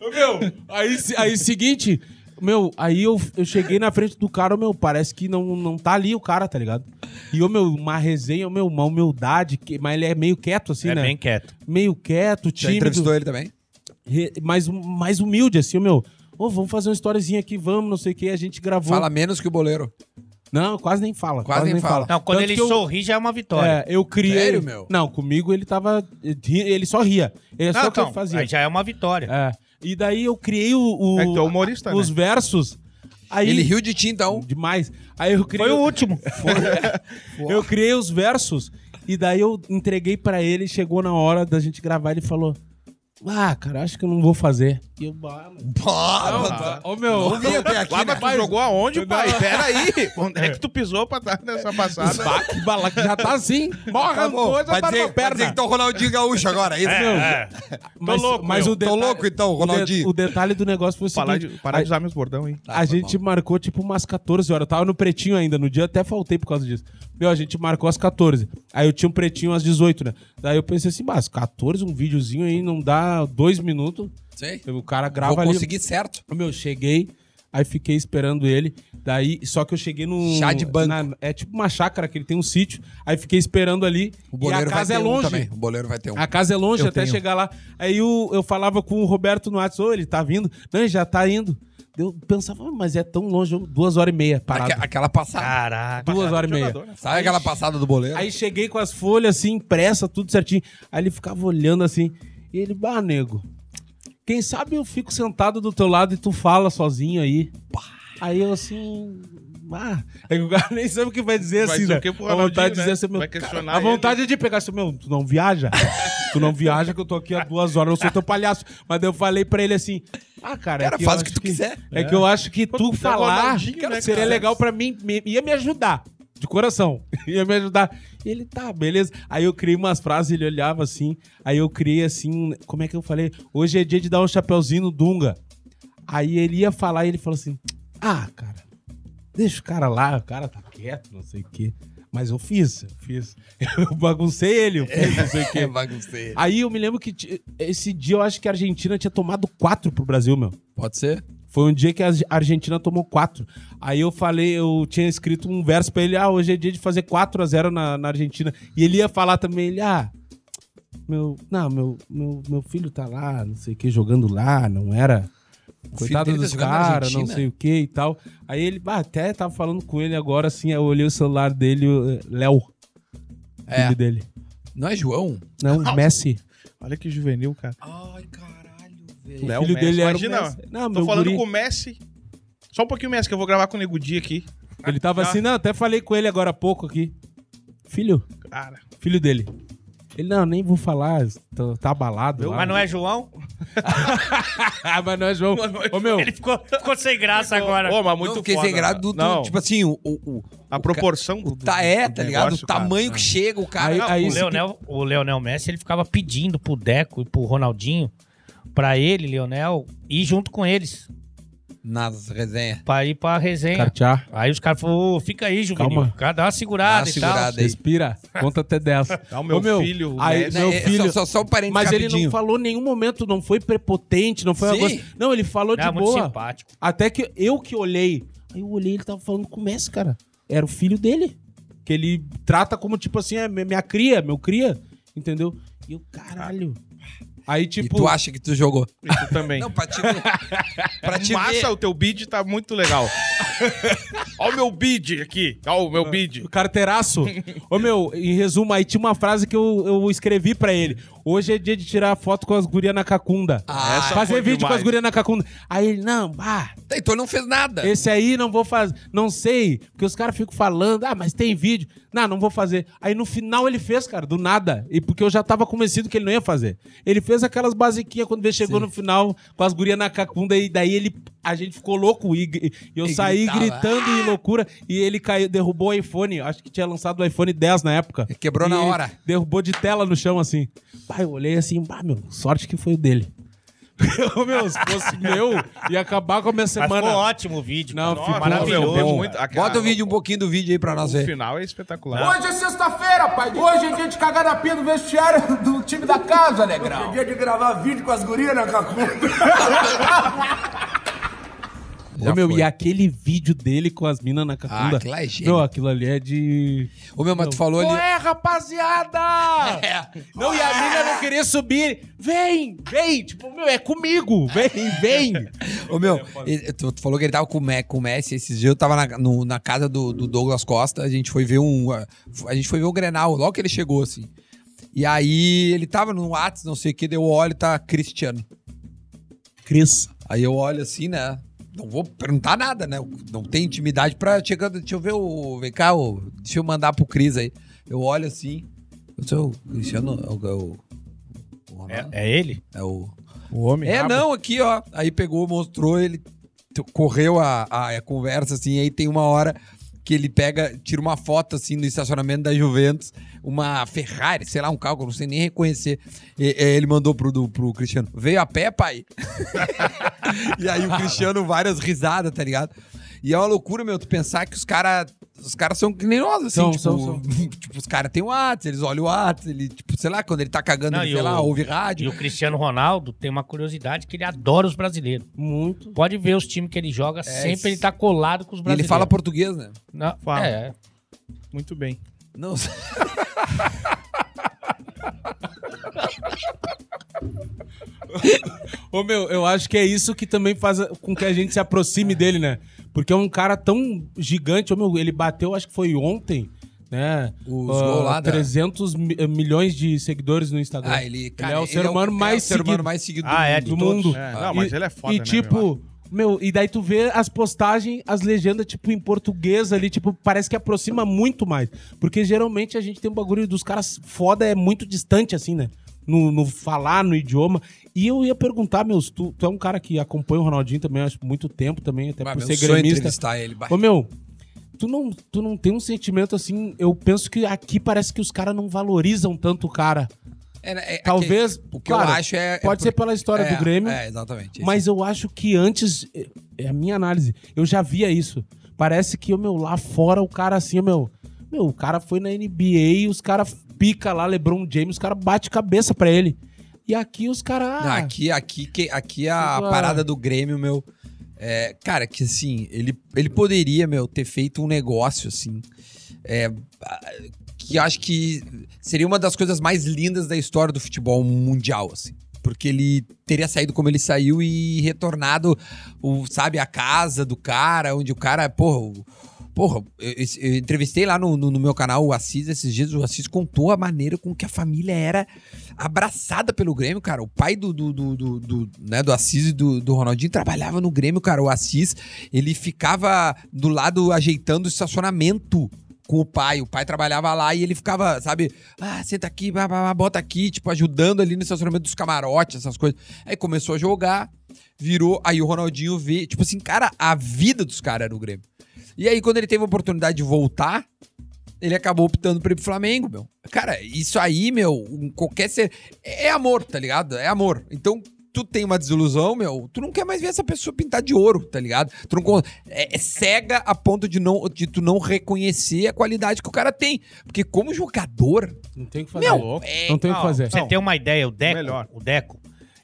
Speaker 1: Ô, meu, aí, se- aí seguinte, meu, aí eu, eu cheguei na frente do cara, ô, meu, parece que não, não tá ali o cara, tá ligado? E o meu, uma resenha, ô, meu, uma humildade, que, mas ele é meio quieto assim,
Speaker 2: é
Speaker 1: né?
Speaker 2: bem quieto.
Speaker 1: Meio quieto,
Speaker 4: Já
Speaker 1: tímido
Speaker 4: entrevistou ele também?
Speaker 1: re- mais, hum- mais humilde, assim, o meu. Ô, vamos fazer uma historiezinha aqui, vamos, não sei o que, a gente gravou.
Speaker 4: Fala menos que o boleiro.
Speaker 1: Não, quase nem fala.
Speaker 4: Quase
Speaker 1: Quase,
Speaker 4: nem
Speaker 1: nem fala.
Speaker 4: fala.
Speaker 2: Não, quando
Speaker 1: Tanto
Speaker 2: ele
Speaker 1: que eu-
Speaker 2: sorri já é uma vitória.
Speaker 1: É, eu criei.
Speaker 4: Sério, meu?
Speaker 1: Não, comigo ele tava. Ele só ria. Ele
Speaker 2: Não,
Speaker 1: só que
Speaker 2: então,
Speaker 1: ele fazia.
Speaker 2: aí já é uma vitória.
Speaker 1: É. E daí eu criei o, o-
Speaker 3: É que tu é humorista,
Speaker 1: os versos. Aí,
Speaker 4: Ele riu de ti, então.
Speaker 1: demais. Aí eu criei,
Speaker 2: Foi o último.
Speaker 1: eu criei os versos e daí eu entreguei pra ele, chegou na hora da gente gravar, ele falou: Ah, cara, acho que eu não vou fazer. E eu, ah, mano. Ô, meu.
Speaker 4: Vamos vir tá. até aqui,
Speaker 3: Lá,
Speaker 4: né?
Speaker 3: mas tu jogou aonde, pai? Pera aí. Onde é que tu pisou pra estar nessa passada?
Speaker 1: Bah, que bala, que já tá assim. Morra
Speaker 4: Tá bom.
Speaker 1: arrancou, já
Speaker 4: Vai
Speaker 1: tá na
Speaker 4: dizer, vai dizer
Speaker 1: perna.
Speaker 4: que tá o Ronaldinho Gaúcho agora, é isso?
Speaker 1: Meu, mas,
Speaker 3: louco,
Speaker 1: mas
Speaker 3: meu.
Speaker 1: o
Speaker 4: Tô
Speaker 1: detalhe-
Speaker 4: louco, então,
Speaker 1: o de-
Speaker 4: Ronaldinho.
Speaker 1: O detalhe do negócio foi o
Speaker 3: Parar
Speaker 1: seguinte.
Speaker 3: de, parar
Speaker 1: a-
Speaker 3: de usar meus bordão, hein?
Speaker 4: Ah,
Speaker 1: a gente marcou tipo umas 14 horas. Eu tava no pretinho ainda, no dia eu até faltei por causa disso. Meu, a gente marcou às 14. Aí eu tinha um pretinho às 18, né? Daí eu pensei assim, mas 14, um videozinho aí não dá dois minutos.
Speaker 4: Sei.
Speaker 1: O cara grava
Speaker 4: Vou
Speaker 1: ali.
Speaker 4: conseguir certo.
Speaker 1: Meu, cheguei, aí fiquei esperando ele. Daí, só que eu cheguei no.
Speaker 4: Chá de banco.
Speaker 1: na- é tipo uma chácara que ele tem um sítio. Aí fiquei esperando ali.
Speaker 4: O
Speaker 1: e a
Speaker 4: boleiro vai
Speaker 1: casa
Speaker 4: ter
Speaker 1: é
Speaker 4: um
Speaker 1: longe.
Speaker 4: também. O boleiro vai ter um.
Speaker 1: A casa é longe
Speaker 4: Eu
Speaker 1: até
Speaker 4: tenho.
Speaker 1: chegar lá. Aí eu, eu falava com o Roberto no WhatsApp, ô, ele tá vindo? Não, ele já tá indo. Eu pensava, "Ah, mas é tão longe, eu- duas horas e meia parado.
Speaker 4: Aque- Aquela passada.
Speaker 2: Caraca.
Speaker 1: duas horas e meia.
Speaker 3: Jogador, né?
Speaker 4: Sabe aquela passada do boleiro?
Speaker 1: Ah, Aí cheguei com as folhas assim, impressa, tudo certinho. Aí ele ficava olhando assim. E ele, bah, nego, quem sabe eu fico sentado do teu lado e tu fala sozinho aí. Aí eu assim. Ah, aí o cara nem sabe o que vai dizer
Speaker 3: Vai
Speaker 1: assim,
Speaker 3: dizer
Speaker 1: né?
Speaker 3: o quê pro
Speaker 1: a vontade
Speaker 3: Ronaldinho,
Speaker 1: de dizer
Speaker 3: né?
Speaker 1: assim, meu,
Speaker 3: Vai
Speaker 1: cara,
Speaker 3: questionar
Speaker 1: a
Speaker 3: ele.
Speaker 1: vontade é de pegar assim, meu, tu não viaja? tu não viaja que eu tô aqui há duas horas, eu sou teu palhaço. Mas daí eu falei pra ele assim, ah, cara...
Speaker 4: Cara,
Speaker 1: é que
Speaker 4: faz
Speaker 1: eu
Speaker 4: o que
Speaker 1: acho
Speaker 4: tu quiser.
Speaker 1: É que eu acho que tu
Speaker 3: tu é
Speaker 1: falar
Speaker 3: Ronaldinho, né,
Speaker 1: seria
Speaker 3: cara?
Speaker 1: legal pra mim, me- ia me ajudar. De coração, ia me ajudar. Ele tá, beleza. Aí eu criei umas frases, ele olhava assim. Aí eu criei assim, como é que eu falei? Hoje é dia de dar um chapeuzinho no Dunga. Aí ele ia falar e ele falou assim: Ah, cara, deixa o cara lá, o cara tá quieto, não sei o quê. Mas eu fiz, eu fiz. Eu baguncei ele, eu fiz, não sei o
Speaker 4: É
Speaker 1: quê.
Speaker 4: bagunceiro.
Speaker 1: Aí eu me lembro que ti- esse dia eu acho que a Argentina tinha tomado quatro pro Brasil, meu.
Speaker 4: Pode ser?
Speaker 1: Foi um dia que a Argentina tomou quatro. Aí eu falei, eu tinha escrito um verso pra ele, ah, hoje é dia de fazer 4 a 0 na, na Argentina. E ele ia falar também, ele, ah, meu, não, meu, meu, meu filho tá lá, não sei o que, jogando lá, não era. Coitado
Speaker 4: dele tá
Speaker 1: dos
Speaker 4: jogando na
Speaker 1: caras,
Speaker 4: Argentina?
Speaker 1: não sei o que e tal. Aí ele, ah, até tava falando com ele agora, assim, eu olhei o celular dele, o, eh, Léo,
Speaker 4: É.
Speaker 1: filho dele.
Speaker 4: Não é João?
Speaker 1: Não, Messi.
Speaker 3: Olha que juvenil, cara.
Speaker 4: Ai, caralho,
Speaker 1: O
Speaker 4: velho.
Speaker 3: Léo
Speaker 1: filho
Speaker 3: Messi.
Speaker 4: é
Speaker 1: dele era o
Speaker 3: Imagina,
Speaker 1: Messi. Não,
Speaker 3: Tô
Speaker 1: meu
Speaker 3: falando
Speaker 1: guri,
Speaker 3: com o Messi. Só um pouquinho, Messi, que eu vou gravar com o Nego Di aqui.
Speaker 4: Ah,
Speaker 1: Ele tava assim, não, até falei com ele agora há pouco aqui. Filho,
Speaker 3: Cara,
Speaker 1: Filho dele. Ele, não, nem vou falar, tá, tá abalado. lá.
Speaker 2: Mas não é João?
Speaker 1: Ah, mas não é João. Ô, meu,
Speaker 2: Ele ficou, ficou sem graça agora.
Speaker 3: Ô, mas
Speaker 4: Muito
Speaker 3: muito
Speaker 4: não, fiquei
Speaker 3: foda.
Speaker 4: sem grado do, do-
Speaker 3: Não,
Speaker 4: tipo assim, o, o, o,
Speaker 3: a proporção do,
Speaker 4: o tá é, tá
Speaker 3: do
Speaker 4: ligado?
Speaker 3: negócio,
Speaker 4: o tamanho
Speaker 3: cara.
Speaker 4: que chega o cara.
Speaker 1: Aí-
Speaker 3: Não,
Speaker 1: aí-
Speaker 2: o,
Speaker 1: isso
Speaker 2: Leonel, o Leonel Messi, ele ficava pedindo pro Deco e pro Ronaldinho, pra ele, Leonel, ir junto com eles,
Speaker 4: Nas resenhas.
Speaker 2: pra ir pra resenha.
Speaker 1: Cartear,
Speaker 2: Aí os caras falaram, "Ô, fica aí, Juvenil.
Speaker 1: Calma.
Speaker 2: Cara, dá uma segurada
Speaker 4: Dá uma
Speaker 2: e tal.
Speaker 4: segurada. Daí.
Speaker 1: respira, conta até 10.
Speaker 3: Ah, o meu
Speaker 1: Ô,
Speaker 3: filho, o
Speaker 1: aí,
Speaker 3: Messi.
Speaker 1: meu
Speaker 4: É, é,
Speaker 1: filho.
Speaker 4: Só, só, só um parênteses
Speaker 1: mas ele
Speaker 4: rapidinho.
Speaker 1: não falou em nenhum momento, não foi prepotente, não foi
Speaker 4: Sim.
Speaker 1: uma coisa. Não, ele falou
Speaker 2: Não,
Speaker 1: de
Speaker 2: muito
Speaker 1: boa.
Speaker 2: simpático.
Speaker 1: Até que eu que olhei. Aí eu olhei, ele tava falando com o Messi, cara. Era o filho dele. Que ele trata como, tipo assim, é minha cria, meu cria. Entendeu? E eu, caralho. Aí,
Speaker 4: E
Speaker 1: tipo.
Speaker 4: tu acha que tu jogou?
Speaker 3: Isso também.
Speaker 4: Não, pra te ver. pra te
Speaker 3: Massa,
Speaker 4: ver.
Speaker 3: o teu bid tá muito legal. Ó o meu bid aqui. Ó o meu bid.
Speaker 1: O Carteiraço. Ô, meu, em resumo, aí tinha uma frase que eu, eu escrevi pra ele. Hoje é dia de tirar foto com as gurias na cacunda.
Speaker 4: Ah, essa
Speaker 1: Fazer
Speaker 3: foi
Speaker 1: vídeo com
Speaker 3: demais.
Speaker 1: as gurias na cacunda. Aí ele, não, ah,
Speaker 4: Tá, então ele não fez nada.
Speaker 1: esse aí não vou fazer. Não sei, porque os caras ficam falando, ah, mas tem vídeo. Não, não vou fazer. Aí no final ele fez, cara, do nada. E porque eu já tava convencido que ele não ia fazer. Ele fez aquelas basiquinhas quando ele chegou no final com as gurias na cacunda e daí ele a gente ficou louco e, e eu
Speaker 4: E
Speaker 1: saí
Speaker 4: gritava, Ah!
Speaker 1: gritando e loucura e ele caiu, derrubou o iPhone, acho que tinha lançado o iPhone 10 na época.
Speaker 4: Quebrou na
Speaker 1: E
Speaker 4: hora.
Speaker 1: Derrubou de tela no chão assim. Pai, eu olhei assim, bah, meu, sorte que foi o dele. meu, se fosse meu, ia acabar com a minha
Speaker 2: Mas
Speaker 1: semana.
Speaker 2: ficou ótimo o vídeo.
Speaker 1: Não,
Speaker 2: cara.
Speaker 1: ficou,
Speaker 3: meu, teve
Speaker 2: maravilhoso.
Speaker 3: muito- aquela-
Speaker 4: Bota o vídeo, um pouquinho do vídeo aí pra nós
Speaker 3: O
Speaker 4: ver.
Speaker 3: final é espetacular.
Speaker 6: Hoje é sexta-feira, pai. Hoje é dia de cagar na pia do vestiário do time da casa, Negrão. Dia de gravar vídeo com as gurias na cacunda.
Speaker 1: Ô, meu, e aquele vídeo dele com as minas na cacunda.
Speaker 4: aquilo é gênio.
Speaker 1: Meu, aquilo ali é de.
Speaker 4: Ô meu, mas tu falou
Speaker 1: Qual
Speaker 4: ali. É.
Speaker 1: é, rapaziada? Não, e a mina não queria subir. Vem, vem. Tipo, meu, é comigo. Vem, vem.
Speaker 4: Ô meu, ele- tu, tu falou que ele tava com o, Me- com o Messi. Esses dias eu tava na, no- na casa do, do Douglas Costa. A gente foi ver um. uh, A gente foi ver o Grenal, logo que ele chegou, assim. E aí ele tava no Whats, não sei o que, deu olho, tá Cristiano.
Speaker 1: Cris.
Speaker 4: Aí eu olho assim, né? Não vou perguntar nada, né? Não tem intimidade pra chegar. Deixa eu ver o. Vem cá, o, deixa eu mandar pro Cris aí. Eu olho assim. Eu sou é o Cristiano. O, o, Ronaldo.
Speaker 2: É ele?
Speaker 4: É, o...
Speaker 3: O homem.
Speaker 4: é
Speaker 3: rabo.
Speaker 4: não, aqui, ó. Aí pegou, mostrou, ele t- correu a, a, a conversa, assim, aí tem uma hora que ele pega, tira uma foto, assim, no estacionamento da Juventus, uma Ferrari, sei lá, um carro que eu não sei nem reconhecer. E- e ele mandou pro, do- pro Cristiano, veio a pé, pai? e aí o Cristiano, várias risadas, tá ligado? E é uma loucura, meu, tu pensar que os caras... Os caras são que nem nós, assim,
Speaker 1: São,
Speaker 4: tipo,
Speaker 1: são, são.
Speaker 4: tipo, os caras têm o WhatsApp, eles olham o WhatsApp, ele, tipo, sei lá, quando ele tá cagando,
Speaker 2: Não,
Speaker 4: ele,
Speaker 2: e
Speaker 4: sei
Speaker 2: o-
Speaker 4: lá, ouve rádio.
Speaker 2: E o Cristiano Ronaldo tem uma curiosidade que ele adora os brasileiros.
Speaker 1: Muito.
Speaker 2: Pode ver os times que ele joga, sempre ele tá colado com os
Speaker 4: E ele
Speaker 2: brasileiros.
Speaker 4: fala português, né?
Speaker 2: Não,
Speaker 3: Fala.
Speaker 2: É.
Speaker 3: Muito bem. Tá
Speaker 4: Não.
Speaker 1: Ô, meu, eu acho que é isso que também faz com que a gente se aproxime dele, né? Porque é um cara tão gigante. Ô, meu, ele bateu, acho que foi ontem, né?
Speaker 4: Os
Speaker 1: Ah,
Speaker 4: gol lá da-
Speaker 1: 300 mi- eh, milhões de seguidores no Instagram.
Speaker 4: Ah, ele, cara,
Speaker 1: é o ser humano
Speaker 4: é o
Speaker 1: mais
Speaker 4: ser humano
Speaker 1: seguido
Speaker 4: mais seguido
Speaker 2: Ah, é,
Speaker 4: do
Speaker 2: de
Speaker 1: do
Speaker 4: mundo.
Speaker 1: mundo.
Speaker 3: É, não, mas ele é foda,
Speaker 1: E
Speaker 3: né,
Speaker 1: tipo, meu, e daí tu vê as postagens, as legendas, tipo, em português ali, tipo, parece que aproxima muito mais. Porque geralmente a gente tem um bagulho dos caras foda, é muito distante, assim, né? No, no falar, no idioma. E eu ia perguntar, meus, tu, tu é um cara que acompanha o Ronaldinho também, acho, por muito tempo também, até
Speaker 4: Bah,
Speaker 1: por né?
Speaker 4: meu
Speaker 1: ser
Speaker 4: sonho é
Speaker 1: gremista.
Speaker 4: entrevistar ele. bah.
Speaker 1: Ô, meu, tu não, tu não tem um sentimento assim, eu penso que aqui parece que os caras não valorizam tanto o cara.
Speaker 4: É, é, é que-
Speaker 1: Talvez,
Speaker 4: o que
Speaker 1: claro,
Speaker 4: eu acho é... é
Speaker 1: pode ser
Speaker 4: porque-
Speaker 1: pela história
Speaker 4: é,
Speaker 1: do Grêmio,
Speaker 4: É, exatamente.
Speaker 1: mas eu acho que antes, é- é a minha análise, eu já via isso. Parece que, ô, meu, lá fora o cara assim, ô, meu, meu, o cara foi na NBA, os caras pica lá, LeBron James, os caras bate cabeça pra ele. E aqui os ah, caras.
Speaker 4: Não,
Speaker 3: Ah,
Speaker 4: aqui, aqui, que- aqui é a
Speaker 1: Agora-
Speaker 4: parada do Grêmio, meu. é, cara, que assim, ele, ele poderia, meu, ter feito um negócio, assim. é, ah, que eu acho que seria uma das coisas mais lindas da história do futebol mundial, assim. Porque ele teria saído como ele saiu e retornado, o, sabe, a casa do cara, onde o cara, porra. o- Porra, eu, eu- eu entrevistei lá no, no- no meu canal o Assis esses dias. O Assis contou a maneira com que a família era abraçada pelo Grêmio, cara. O pai do, do, do, do, do, né, do Assis e do, do Ronaldinho trabalhava no Grêmio, cara. O Assis, ele ficava do lado ajeitando o estacionamento com o pai. O pai trabalhava lá e ele ficava, sabe, ah, senta aqui, blá, blá, blá, bota aqui, tipo, ajudando ali no estacionamento dos camarotes, essas coisas. Aí começou a jogar, virou, aí o Ronaldinho vê, tipo assim, cara, a vida dos caras era o Grêmio. E aí, quando ele teve a oportunidade de voltar, ele acabou optando por ir pro Flamengo, meu. Cara, isso aí, meu, um- qualquer ser. É amor, tá ligado? É amor. Então, tu tem uma desilusão, meu, tu não quer mais ver essa pessoa pintar de ouro, tá ligado? Tu não con- é, é cega a ponto de, não, de tu não reconhecer a qualidade que o cara tem. Porque como jogador,
Speaker 1: Não tem o que fazer.
Speaker 4: meu, é,
Speaker 1: não tem o que
Speaker 2: Não,
Speaker 1: fazer.
Speaker 2: Pra você ter uma ideia, o Deco,
Speaker 3: Melhor.
Speaker 2: o Deco,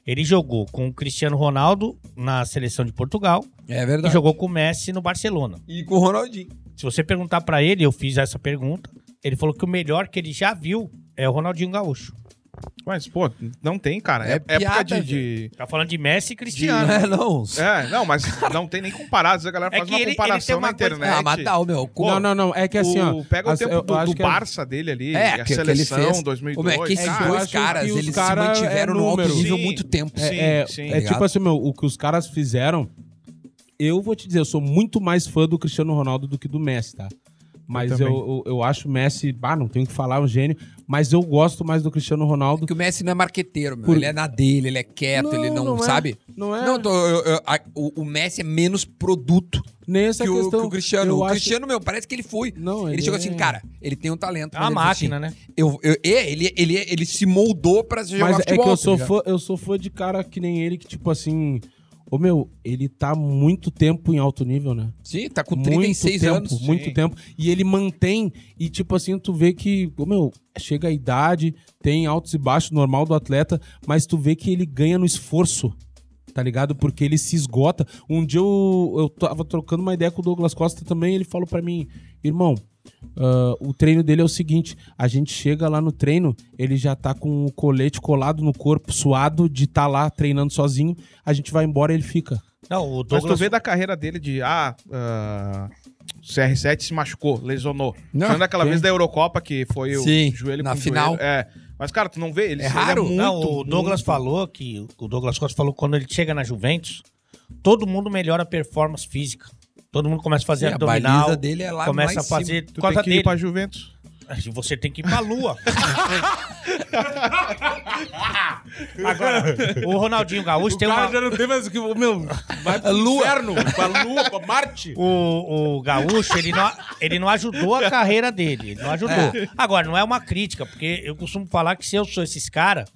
Speaker 2: ele jogou com o Cristiano Ronaldo na seleção de Portugal
Speaker 4: é
Speaker 2: e
Speaker 4: verdade.
Speaker 2: jogou com o Messi no Barcelona.
Speaker 4: E com o Ronaldinho.
Speaker 2: Se você perguntar pra ele, eu fiz essa pergunta, ele falou que o melhor que ele já viu é o Ronaldinho Gaúcho.
Speaker 3: Mas, pô, não tem, cara.
Speaker 4: É
Speaker 3: É, época
Speaker 4: piada,
Speaker 3: de- de...
Speaker 2: Tá falando de Messi e
Speaker 4: De,
Speaker 2: Cristiano.
Speaker 4: é, não.
Speaker 3: É, não, mas não tem nem comparado. Às vezes A galera
Speaker 2: É
Speaker 3: faz
Speaker 2: que
Speaker 3: uma
Speaker 2: ele- ele tem
Speaker 3: comparação
Speaker 2: uma
Speaker 3: na
Speaker 2: coisa-
Speaker 3: internet.
Speaker 4: Ah, mas tá, ô, meu. com-
Speaker 1: não, não, não. É que assim, ó.
Speaker 3: O- Pega o
Speaker 1: as-
Speaker 3: tempo
Speaker 1: eu- eu
Speaker 3: do,
Speaker 1: acho
Speaker 3: do
Speaker 1: que as-
Speaker 3: Barça dele ali,
Speaker 4: um É,
Speaker 3: a
Speaker 4: que- que ele
Speaker 3: seleção,
Speaker 4: fez. Ô,
Speaker 3: 2002.
Speaker 4: meu, é que esses
Speaker 1: É que eu
Speaker 4: dois
Speaker 1: acho que
Speaker 4: caras,
Speaker 1: os
Speaker 4: eles
Speaker 1: cara
Speaker 4: se mantiveram
Speaker 1: é
Speaker 4: no alto
Speaker 1: número.
Speaker 4: nível
Speaker 3: Sim,
Speaker 4: muito tempo.
Speaker 3: sim.
Speaker 1: É, é, é
Speaker 3: ligado?
Speaker 1: tipo assim, meu, o que os caras fizeram. Eu vou te dizer, eu sou muito mais fã do Cristiano Ronaldo do que do Messi, tá? Mas eu,
Speaker 3: também.
Speaker 1: eu, eu acho o Messi, ah, não tenho o que falar, é um gênio. Mas eu gosto mais do Cristiano Ronaldo.
Speaker 4: Porque o Messi não é marqueteiro, meu.
Speaker 1: Por-
Speaker 4: Ele é na dele, ele é quieto,
Speaker 1: Não,
Speaker 4: ele não,
Speaker 1: não é.
Speaker 4: sabe?
Speaker 1: Não é.
Speaker 4: Não, tô- eu- eu- a- o, o Messi é menos produto
Speaker 1: Nessa
Speaker 4: que o,
Speaker 1: questão.
Speaker 4: que o Cristiano.
Speaker 1: eu
Speaker 4: O
Speaker 1: acho-
Speaker 4: Cristiano, meu, parece que ele foi.
Speaker 1: Não,
Speaker 4: ele,
Speaker 1: ele
Speaker 4: chegou
Speaker 1: é-
Speaker 4: assim, cara, ele tem um talento.
Speaker 2: É uma
Speaker 4: mas ele
Speaker 2: máquina,
Speaker 4: falou
Speaker 2: né?
Speaker 4: assim, Eu, eu, é, ele, ele, ele se moldou pra jogar
Speaker 1: Mas é
Speaker 4: futebol.
Speaker 1: que eu
Speaker 4: tá
Speaker 1: sou,
Speaker 4: ligado?
Speaker 1: fã, eu sou fã de cara que nem ele, que tipo assim. Ô meu, ele tá muito tempo em alto nível, né?
Speaker 4: Sim, tá com
Speaker 1: muito
Speaker 4: 36
Speaker 1: tempo,
Speaker 4: anos.
Speaker 1: Muito tempo. E ele mantém. E, tipo assim, tu vê que, ô, meu, chega a idade, tem altos e baixos, normal do atleta, mas tu vê que ele ganha no esforço. Tá ligado? Porque ele se esgota. Um dia eu, eu tava trocando uma ideia com o Douglas Costa também, ele falou pra mim, irmão. ah, o treino dele é o seguinte: a gente chega lá no treino, ele já tá com o colete colado no corpo, suado, de tá lá treinando sozinho. A gente vai embora e ele fica.
Speaker 2: Não, o
Speaker 3: Mas tu
Speaker 2: Douglas
Speaker 3: vê da carreira dele de, ah, ah, CR7 se machucou, lesionou.
Speaker 4: Não,
Speaker 3: Não, daquela
Speaker 1: sim.
Speaker 3: vez da Eurocopa que foi o
Speaker 4: Sim,
Speaker 3: joelho
Speaker 4: na
Speaker 3: com
Speaker 4: final.
Speaker 3: joelho. É, mas cara, tu não vê ele.
Speaker 4: É
Speaker 3: ele
Speaker 4: raro.
Speaker 3: muito,
Speaker 2: Não, o Douglas
Speaker 3: muito-
Speaker 2: falou que o Douglas Costa falou que quando ele chega na Juventus, todo mundo melhora a performance física. Todo mundo começa a fazer
Speaker 4: Sim, a
Speaker 2: abdominal,
Speaker 4: baliza dele é lá
Speaker 2: começa
Speaker 4: lá em
Speaker 2: a fazer
Speaker 3: Tu
Speaker 2: por causa
Speaker 3: tem que ir
Speaker 2: dele.
Speaker 3: pra Juventus.
Speaker 2: Aí Você tem que ir pra lua. Agora, o Ronaldinho Gaúcho
Speaker 1: o
Speaker 2: tem
Speaker 1: cara
Speaker 2: uma...
Speaker 1: já não tem mais o que. Meu, vai pro
Speaker 4: É Lua.
Speaker 1: É inferno, pra lua, pra Marte.
Speaker 2: O, o Gaúcho, ele não, ele não ajudou a carreira dele. Ele não ajudou. Agora, não é uma crítica, porque eu costumo falar que se eu sou esses caras,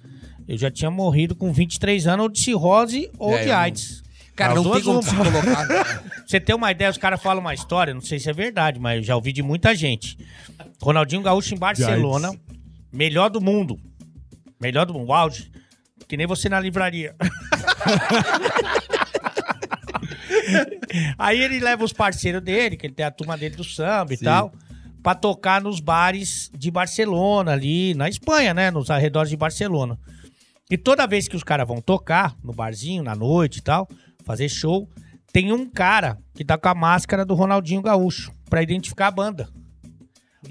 Speaker 2: eu já tinha morrido com 23 anos ou de cirrose ou
Speaker 4: É,
Speaker 2: de
Speaker 4: eu não-
Speaker 2: AIDS.
Speaker 4: Cara,
Speaker 1: Tá,
Speaker 2: As
Speaker 4: não tem
Speaker 2: duas,
Speaker 4: como
Speaker 2: uma.
Speaker 4: se colocar. né?
Speaker 2: Você tem uma ideia, os caras falam uma história, não sei se é verdade, mas eu já ouvi de muita gente. Ronaldinho Gaúcho em Barcelona, melhor do mundo. Melhor do mundo, auge. Que nem você na livraria. Aí ele leva os parceiros dele, que ele tem a turma dele do samba e tal, pra tocar nos bares de Barcelona ali, na Espanha, né? Nos arredores de Barcelona. E toda vez que os caras vão tocar no barzinho, na noite e tal, fazer show, tem um cara que tá com a máscara do Ronaldinho Gaúcho pra identificar a banda.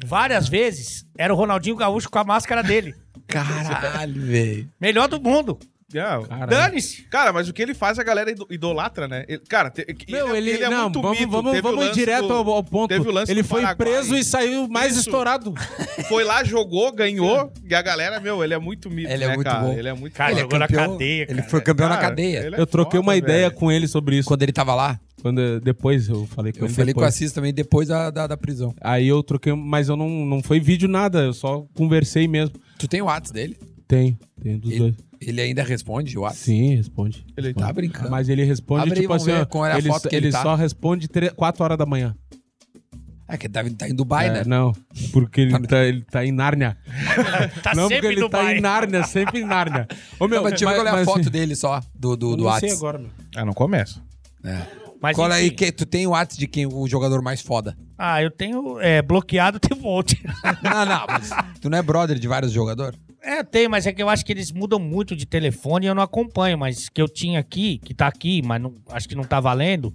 Speaker 2: Várias vezes era o Ronaldinho Gaúcho com a máscara dele.
Speaker 4: Caralho, velho.
Speaker 2: Melhor do mundo.
Speaker 3: É,
Speaker 2: Dane-se.
Speaker 3: Cara, mas o que ele faz, a galera ido- idolatra, né? Ele- cara, te-
Speaker 1: Meu, ele,
Speaker 3: é
Speaker 1: não,
Speaker 3: muito
Speaker 1: vamos,
Speaker 3: mito.
Speaker 1: vamos,
Speaker 3: Teve o
Speaker 1: vamos ir
Speaker 3: lance
Speaker 1: direto
Speaker 3: do-
Speaker 1: ao, ao ponto.
Speaker 3: teve o lance
Speaker 1: ele
Speaker 3: do
Speaker 1: foi
Speaker 3: Paraguai.
Speaker 1: preso e saiu mais
Speaker 3: Isso.
Speaker 1: estourado.
Speaker 3: Foi lá, jogou, ganhou. e a galera, meu, ele é muito mito,
Speaker 4: Ele é
Speaker 3: né,
Speaker 4: muito
Speaker 3: cara?
Speaker 4: bom.
Speaker 3: Ele é muito
Speaker 2: Cara,
Speaker 3: foda.
Speaker 2: ele jogou na cadeia,
Speaker 4: Ele
Speaker 2: cara. é
Speaker 4: foi campeão na
Speaker 3: Cara,
Speaker 4: cadeia.
Speaker 3: ele é
Speaker 1: Eu troquei
Speaker 3: foda,
Speaker 1: uma ideia
Speaker 3: velho.
Speaker 1: com ele sobre isso.
Speaker 4: Quando ele tava lá,
Speaker 1: Quando, depois eu falei com
Speaker 4: eu
Speaker 1: ele.
Speaker 4: falei com o
Speaker 1: depois.
Speaker 4: Assis também depois da, da, da prisão.
Speaker 1: Aí eu troquei, mas eu não, não foi vídeo nada, eu só conversei mesmo.
Speaker 4: Tu tem o WhatsApp dele?
Speaker 1: Tem, tem dos
Speaker 4: Ele,
Speaker 1: dois.
Speaker 4: ele ainda responde o WhatsApp?
Speaker 1: Sim, responde.
Speaker 3: Ele
Speaker 1: Responde.
Speaker 4: tá brincando.
Speaker 1: Mas ele responde,
Speaker 4: Abre aí,
Speaker 1: tipo
Speaker 4: vamos
Speaker 1: assim,
Speaker 4: ver
Speaker 1: ó,
Speaker 4: qual era a
Speaker 1: ele,
Speaker 4: foto que
Speaker 1: ele
Speaker 4: ele tá.
Speaker 1: só responde 3, 4 horas da manhã.
Speaker 4: É que ele tá, tá em Dubai, né?
Speaker 1: É, não, porque ele tá, ele tá em Nárnia.
Speaker 2: Tá
Speaker 1: não, porque
Speaker 2: sempre
Speaker 1: ele
Speaker 2: no
Speaker 1: tá
Speaker 2: bar.
Speaker 1: em Nárnia, sempre em Nárnia. Ô, meu,
Speaker 4: Não, mas deixa eu ver qual é a
Speaker 1: mas-
Speaker 4: foto dele só, do, do,
Speaker 1: Eu
Speaker 4: do
Speaker 1: não sei
Speaker 4: WhatsApp.
Speaker 1: agora, meu.
Speaker 3: Ah, não começa.
Speaker 2: Mas,
Speaker 4: Qual aí,
Speaker 2: enfim.
Speaker 4: que, tu tem o WhatsApp de quem? O jogador mais foda.
Speaker 2: Ah, eu tenho é, bloqueado, tem um monte.
Speaker 4: Não, não, mas tu não é brother de vários jogadores?
Speaker 2: é, tem, mas é que eu acho que eles mudam muito de telefone e eu não acompanho. Mas que eu tinha aqui, que tá aqui, mas não- acho que não tá valendo,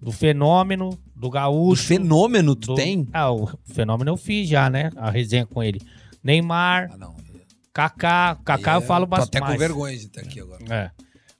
Speaker 2: do Fenômeno, do
Speaker 4: O
Speaker 2: Gaúcho.
Speaker 4: fenômeno tu
Speaker 2: do-
Speaker 4: tem?
Speaker 2: Ah, o Fenômeno eu fiz já, né? A resenha com ele. Neymar,
Speaker 4: Ah, não.
Speaker 2: Kaká. Kaká eu, falo bastante.
Speaker 4: é, Tô até com vergonha de estar aqui agora.
Speaker 2: É.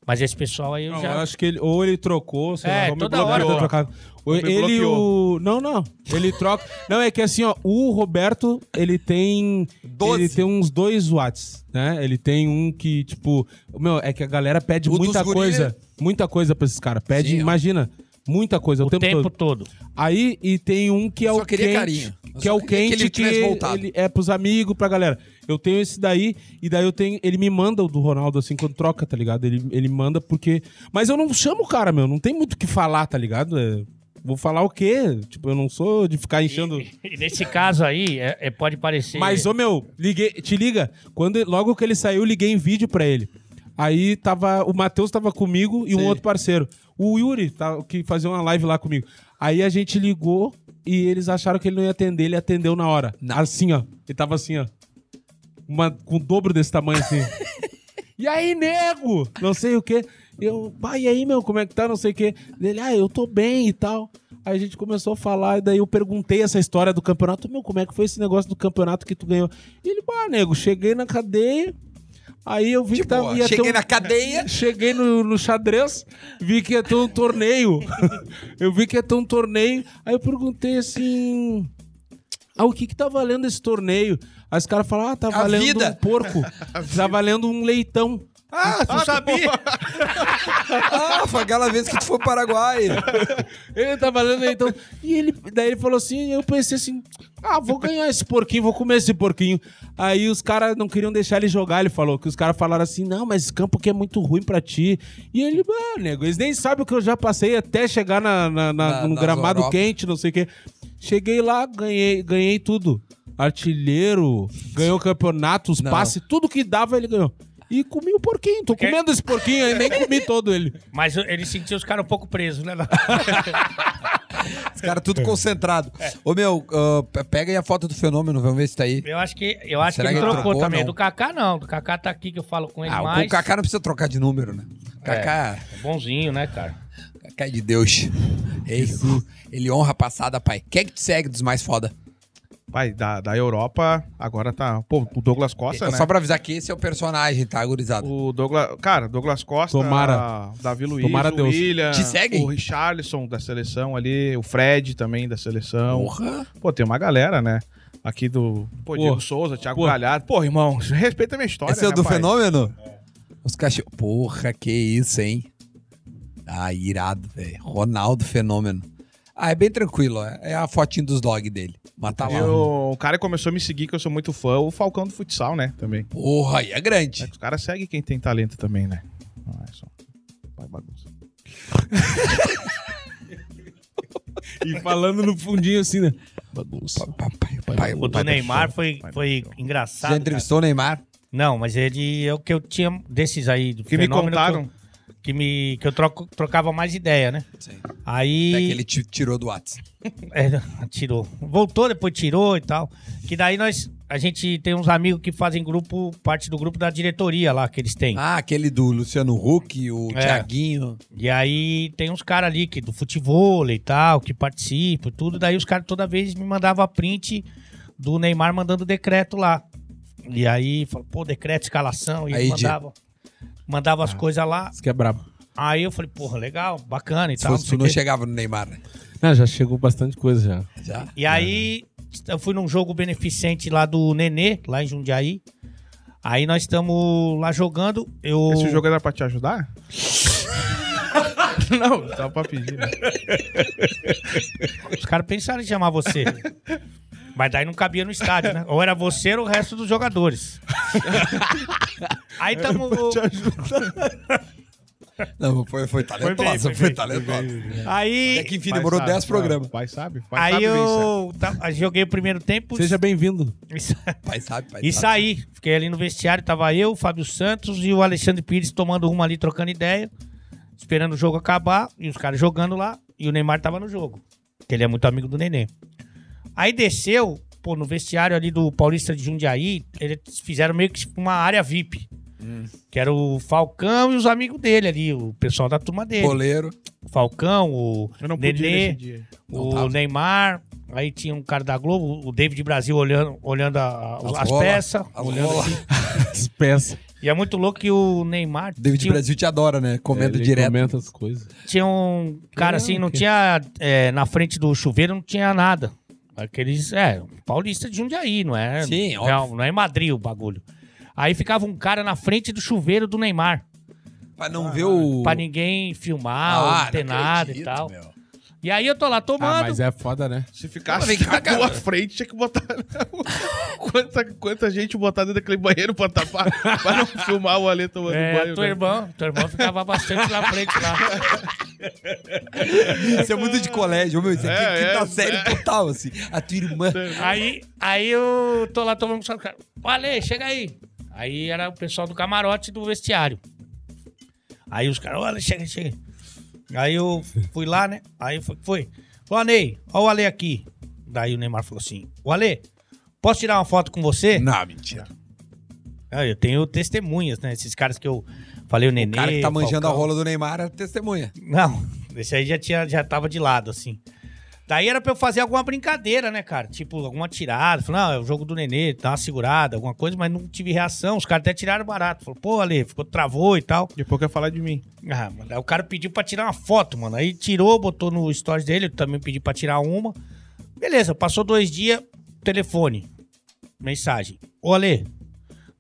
Speaker 2: Mas esse pessoal aí eu
Speaker 1: Não,
Speaker 2: já...
Speaker 1: eu acho que ele, ou ele trocou, sei
Speaker 2: É,
Speaker 1: lá, ou me
Speaker 2: toda
Speaker 1: bloqueou,
Speaker 2: hora
Speaker 1: deve
Speaker 2: troca.
Speaker 1: trocar. Ou
Speaker 3: me
Speaker 1: ele e
Speaker 3: bloqueou.
Speaker 1: o. Não, não. Ele troca. não, é que assim, ó, o Roberto, ele tem.
Speaker 4: Doze.
Speaker 1: Ele tem uns dois watts, né? Ele tem um que, tipo. Meu, é que a galera pede
Speaker 4: O dos
Speaker 1: muita
Speaker 4: guri-
Speaker 1: coisa. Muita coisa pra esses caras. Pede,
Speaker 4: Sim, ó.
Speaker 1: imagina. Muita coisa, o,
Speaker 2: o tempo,
Speaker 1: tempo, todo.
Speaker 2: todo.
Speaker 1: Aí, e tem um que é
Speaker 4: Eu só
Speaker 1: o
Speaker 4: queria
Speaker 1: quente.
Speaker 4: carinho. Eu
Speaker 1: Que
Speaker 4: só
Speaker 1: é o
Speaker 4: queria que ele
Speaker 1: quente que,
Speaker 4: tivesse voltado.
Speaker 1: ele é pros amigos, pra galera. Eu tenho esse daí, e daí eu tenho. Ele me manda o do Ronaldo, assim, quando troca, tá ligado? Ele, ele manda porque. Mas eu não chamo o cara, meu. Não tem muito o que falar, tá ligado? É, Vou falar o quê? Tipo, eu não sou de ficar enchendo.
Speaker 2: E nesse caso aí, é- é- pode parecer...
Speaker 1: Mas, ô meu, liguei, te liga. Quando, logo que ele saiu, eu liguei em vídeo pra ele. Aí tava. O Matheus tava comigo e um outro parceiro. O Yuri, tá, que fazia uma live lá comigo. Aí a gente ligou e eles acharam que ele não ia atender, ele atendeu na hora. Assim, ó. Ele tava assim, ó. Uma- com o dobro desse tamanho assim. E aí, nego? Não sei o quê. Eu, pai, e aí, meu, como é que tá? Não sei o quê. Ele, ah, eu tô bem e tal. Aí a gente começou a falar, e daí eu perguntei essa história do campeonato. Meu, como é que foi esse negócio do campeonato que tu ganhou? E ele, bah, nego, cheguei na cadeia. Aí eu vi
Speaker 4: Tipo,
Speaker 1: que tava,
Speaker 4: ó,
Speaker 1: ia ter
Speaker 4: cheguei
Speaker 1: um-
Speaker 4: na cadeia.
Speaker 1: Cheguei no, no xadrez, vi que ia ter um torneio. eu vi que ia ter um torneio. Aí eu perguntei assim. Ah, o que que tá valendo esse torneio? Aí os caras falaram, ah, tá valendo
Speaker 4: vida.
Speaker 1: um porco. tá valendo um leitão.
Speaker 4: Ah, tu
Speaker 3: tá
Speaker 4: sabia? ah, foi aquela vez que tu foi pro Paraguai.
Speaker 1: Ele tá valendo um leitão. E ele, daí ele falou assim, eu pensei assim, ah, vou ganhar esse porquinho, vou comer esse porquinho. Aí os caras não queriam deixar ele jogar, ele falou, que os caras falaram assim, não, mas esse campo aqui é muito ruim pra ti. E ele, ah, nego, eles nem sabem o que eu já passei até chegar na, na- na-
Speaker 4: Na-
Speaker 1: no
Speaker 4: nas
Speaker 1: gramado
Speaker 4: Europa.
Speaker 1: quente, não sei o quê. Cheguei lá, ganhei, ganhei tudo. Artilheiro, ganhou campeonatos,
Speaker 4: Não.
Speaker 1: passe, tudo que dava ele ganhou. E comi o porquinho, tô comendo esse porquinho aí, nem comi todo ele.
Speaker 2: Mas ele sentiu os caras um pouco presos, né?
Speaker 4: Os caras tudo concentrado. Ô, meu, ah, pe- pega aí a foto do fenômeno, vamos ver se tá aí.
Speaker 2: Eu acho que, eu acho
Speaker 4: Será
Speaker 2: que ele
Speaker 4: que ele
Speaker 2: trocou,
Speaker 4: trocou,
Speaker 2: também.
Speaker 4: não?
Speaker 2: Do Kaká, não. Do Kaká tá aqui que eu falo com ele
Speaker 4: Ah,
Speaker 2: mais.
Speaker 4: o Kaká não precisa trocar de número, né? Kaká,
Speaker 2: É bonzinho, né, cara?
Speaker 4: Kaká é de Deus. Ei, ele honra a passada, pai. Quem é que te segue dos mais foda?
Speaker 3: Vai, da, da Europa, agora tá. Pô, o Douglas Costa, né?
Speaker 4: Só pra avisar que esse é o personagem, tá, gurizada?
Speaker 3: O Douglas. Cara, Douglas Costa,
Speaker 1: Tomara.
Speaker 3: Davi Luiz,
Speaker 1: Tomara
Speaker 3: o
Speaker 1: Deus.
Speaker 3: William,
Speaker 4: Te seguem?
Speaker 3: o Richarlison da seleção ali, o Fred também da seleção.
Speaker 4: Porra.
Speaker 3: Pô, tem uma galera, né? Aqui do pô,
Speaker 1: Pô.
Speaker 3: Diego Souza, Thiago
Speaker 1: Pô.
Speaker 3: Galhardo. Pô, irmão, respeita a minha história.
Speaker 4: Esse é o
Speaker 3: né,
Speaker 4: do
Speaker 3: pai?
Speaker 4: fenômeno? Os cachorros. Porra, que isso, hein? Ah, irado, velho. Ronaldo Fenômeno. Ah, é bem tranquilo. ó. É a fotinha dos dog dele. Mas tá lá.
Speaker 3: Ah, Eu, o cara começou a me seguir, que eu sou muito fã, o Falcão do futsal, né? Também.
Speaker 4: Porra, aí é
Speaker 3: É
Speaker 4: grande.
Speaker 3: que os caras seguem quem tem talento também, né? Não é só. Vai bagunça.
Speaker 1: E falando no fundinho assim, né?
Speaker 4: Pa- pa- pa- pa-
Speaker 2: O do
Speaker 4: pa-
Speaker 2: Neymar né? foi, foi engraçado.
Speaker 4: Já
Speaker 2: cara.
Speaker 4: entrevistou o Neymar?
Speaker 2: Não, mas ele é o que eu tinha desses aí do
Speaker 3: Que me
Speaker 2: fenômeno
Speaker 3: contaram.
Speaker 2: que, eu, que me que eu troco- trocava mais ideia, né?
Speaker 4: Sim.
Speaker 2: Aí
Speaker 4: Até É que ele te tirou do WhatsApp.
Speaker 2: É, tirou. Voltou, depois tirou e tal. Que daí nós. A gente tem uns amigos que fazem grupo, parte do grupo da diretoria lá que eles têm.
Speaker 4: Ah, aquele do Luciano Huck, o
Speaker 2: É.
Speaker 4: Thiaguinho.
Speaker 2: E aí tem uns caras ali que, do futebol e tal, que participam, e tudo. Daí os caras toda vez me mandavam print do Neymar mandando decreto lá. E aí, falou, pô, decreto, escalação, e
Speaker 4: Aí, Ah.
Speaker 2: mandava, mandava as coisas lá.
Speaker 1: Isso que é brabo.
Speaker 2: Aí eu falei, porra, legal, bacana e
Speaker 4: Se
Speaker 2: tal.
Speaker 4: fosse tu,
Speaker 2: não
Speaker 4: não
Speaker 2: sei o quê.
Speaker 4: chegava no Neymar, né?
Speaker 1: Ah, já chegou bastante coisa já.
Speaker 4: Já.
Speaker 2: E aí eu fui num jogo beneficente lá do Nenê, lá em Jundiaí. Aí nós estamos lá jogando. Eu...
Speaker 3: Esse jogo era pra te ajudar? Não, só pra pedir. né?
Speaker 2: Os caras pensaram em chamar você. Mas daí não cabia no estádio, né? Ou era você ou o resto dos jogadores. aí tamo.
Speaker 4: Não, foi, foi
Speaker 2: bem,
Speaker 4: talentosa,
Speaker 2: foi
Speaker 4: foi,
Speaker 2: bem.
Speaker 4: talentosa.
Speaker 2: Aí.
Speaker 4: Até que enfim,
Speaker 3: Pai
Speaker 4: demorou
Speaker 3: sabe,
Speaker 4: 10 programas.
Speaker 3: Pai sabe? Pai
Speaker 2: Aí
Speaker 3: sabe, Vincent.
Speaker 2: eu ta- joguei o primeiro tempo.
Speaker 1: Seja bem-vindo.
Speaker 2: e sa-
Speaker 4: Pai sabe, pai
Speaker 2: E
Speaker 4: sabe.
Speaker 2: saí. Fiquei ali no vestiário, tava eu, o Fábio Santos e o Alexandre Pires tomando uma ali, trocando ideia, esperando o jogo acabar, e os caras jogando lá, e o Neymar tava no jogo. Que ele é muito amigo do Nenê. Aí desceu, pô, no vestiário ali do Paulista de Jundiaí, eles fizeram meio que tipo uma área VIP. Que era o Falcão e os amigos dele ali, o pessoal da turma dele.
Speaker 4: Goleiro.
Speaker 2: O Falcão, o
Speaker 3: Eu não podia nesse
Speaker 2: Nenê,
Speaker 3: dia.
Speaker 2: o
Speaker 4: tava.
Speaker 2: Neymar. Aí tinha um cara da Globo, o David Brasil olhando, olhando a-
Speaker 4: As
Speaker 2: as
Speaker 4: bola,
Speaker 2: peças.
Speaker 4: as
Speaker 2: olhando
Speaker 4: bola.
Speaker 2: assim.
Speaker 1: As peças.
Speaker 2: E é muito louco que o Neymar
Speaker 4: David
Speaker 2: tinha, um
Speaker 4: Brasil te adora, né? Comendo
Speaker 1: Ele
Speaker 4: direto.
Speaker 1: Comenta as coisas.
Speaker 2: tinha um cara assim, não tinha é, na frente do chuveiro, não tinha nada. Aqueles, é, paulista de Jundiaí, não é?
Speaker 4: Sim,
Speaker 2: não,
Speaker 4: óbvio.
Speaker 2: não é em Madrid o bagulho. Aí ficava um cara na frente do chuveiro do Neymar,
Speaker 4: Pra não ver o... Ah,
Speaker 2: pra ninguém filmar, ou não ter
Speaker 4: não
Speaker 2: nada
Speaker 4: acredito,
Speaker 2: e tal.
Speaker 4: meu.
Speaker 2: E aí eu tô lá tomando.
Speaker 1: Ah, mas é foda, né?
Speaker 3: Se ficasse
Speaker 4: Vem cá,
Speaker 3: na tua
Speaker 4: cara.
Speaker 3: frente, tinha que botar. né? quanta, quanta gente botar dentro daquele banheiro pra tapar, pra não filmar o Ale tomando
Speaker 2: É,
Speaker 3: banho.
Speaker 2: teu
Speaker 3: né?
Speaker 2: irmão, teu irmão ficava bastante na frente lá.
Speaker 4: Isso é muito de colégio, meu. Isso aqui
Speaker 3: É,
Speaker 4: é, quinta
Speaker 3: é,
Speaker 4: série
Speaker 3: é.
Speaker 4: total, assim. A tua irmã.
Speaker 2: Aí, aí eu tô lá tomando com o cara. Ô, Ale, chega aí. Aí era o pessoal do camarote e do vestiário. Aí os caras, ô, Ale, chega, chega. Aí eu fui lá, né? Aí foi. foi. Falou, Ney, ó o Ale aqui. Daí o Neymar falou assim: Ô, Ale, posso tirar uma foto com você?
Speaker 4: Não, mentira.
Speaker 2: Ah, eu tenho testemunhas, né? Esses caras que eu falei, o Nenê.
Speaker 4: O cara que tá manjando
Speaker 2: Falcão.
Speaker 4: a rola do Neymar é testemunha.
Speaker 2: Não, esse aí já, tinha, já tava de lado, assim. Daí era pra eu fazer alguma brincadeira, né, cara? Tipo, alguma tirada. Falei, não, é o jogo do Nenê, tá uma segurada, alguma coisa, mas não tive reação. Os caras até tiraram barato. Falou, pô, Ale, ficou, travou e tal.
Speaker 3: Depois quer falar de mim.
Speaker 2: Ah, mano, aí o cara pediu pra tirar uma foto, mano. Aí tirou, botou no stories dele, eu também pedi pra tirar uma. Beleza, passou dois dias, telefone, mensagem. Ô, Ale,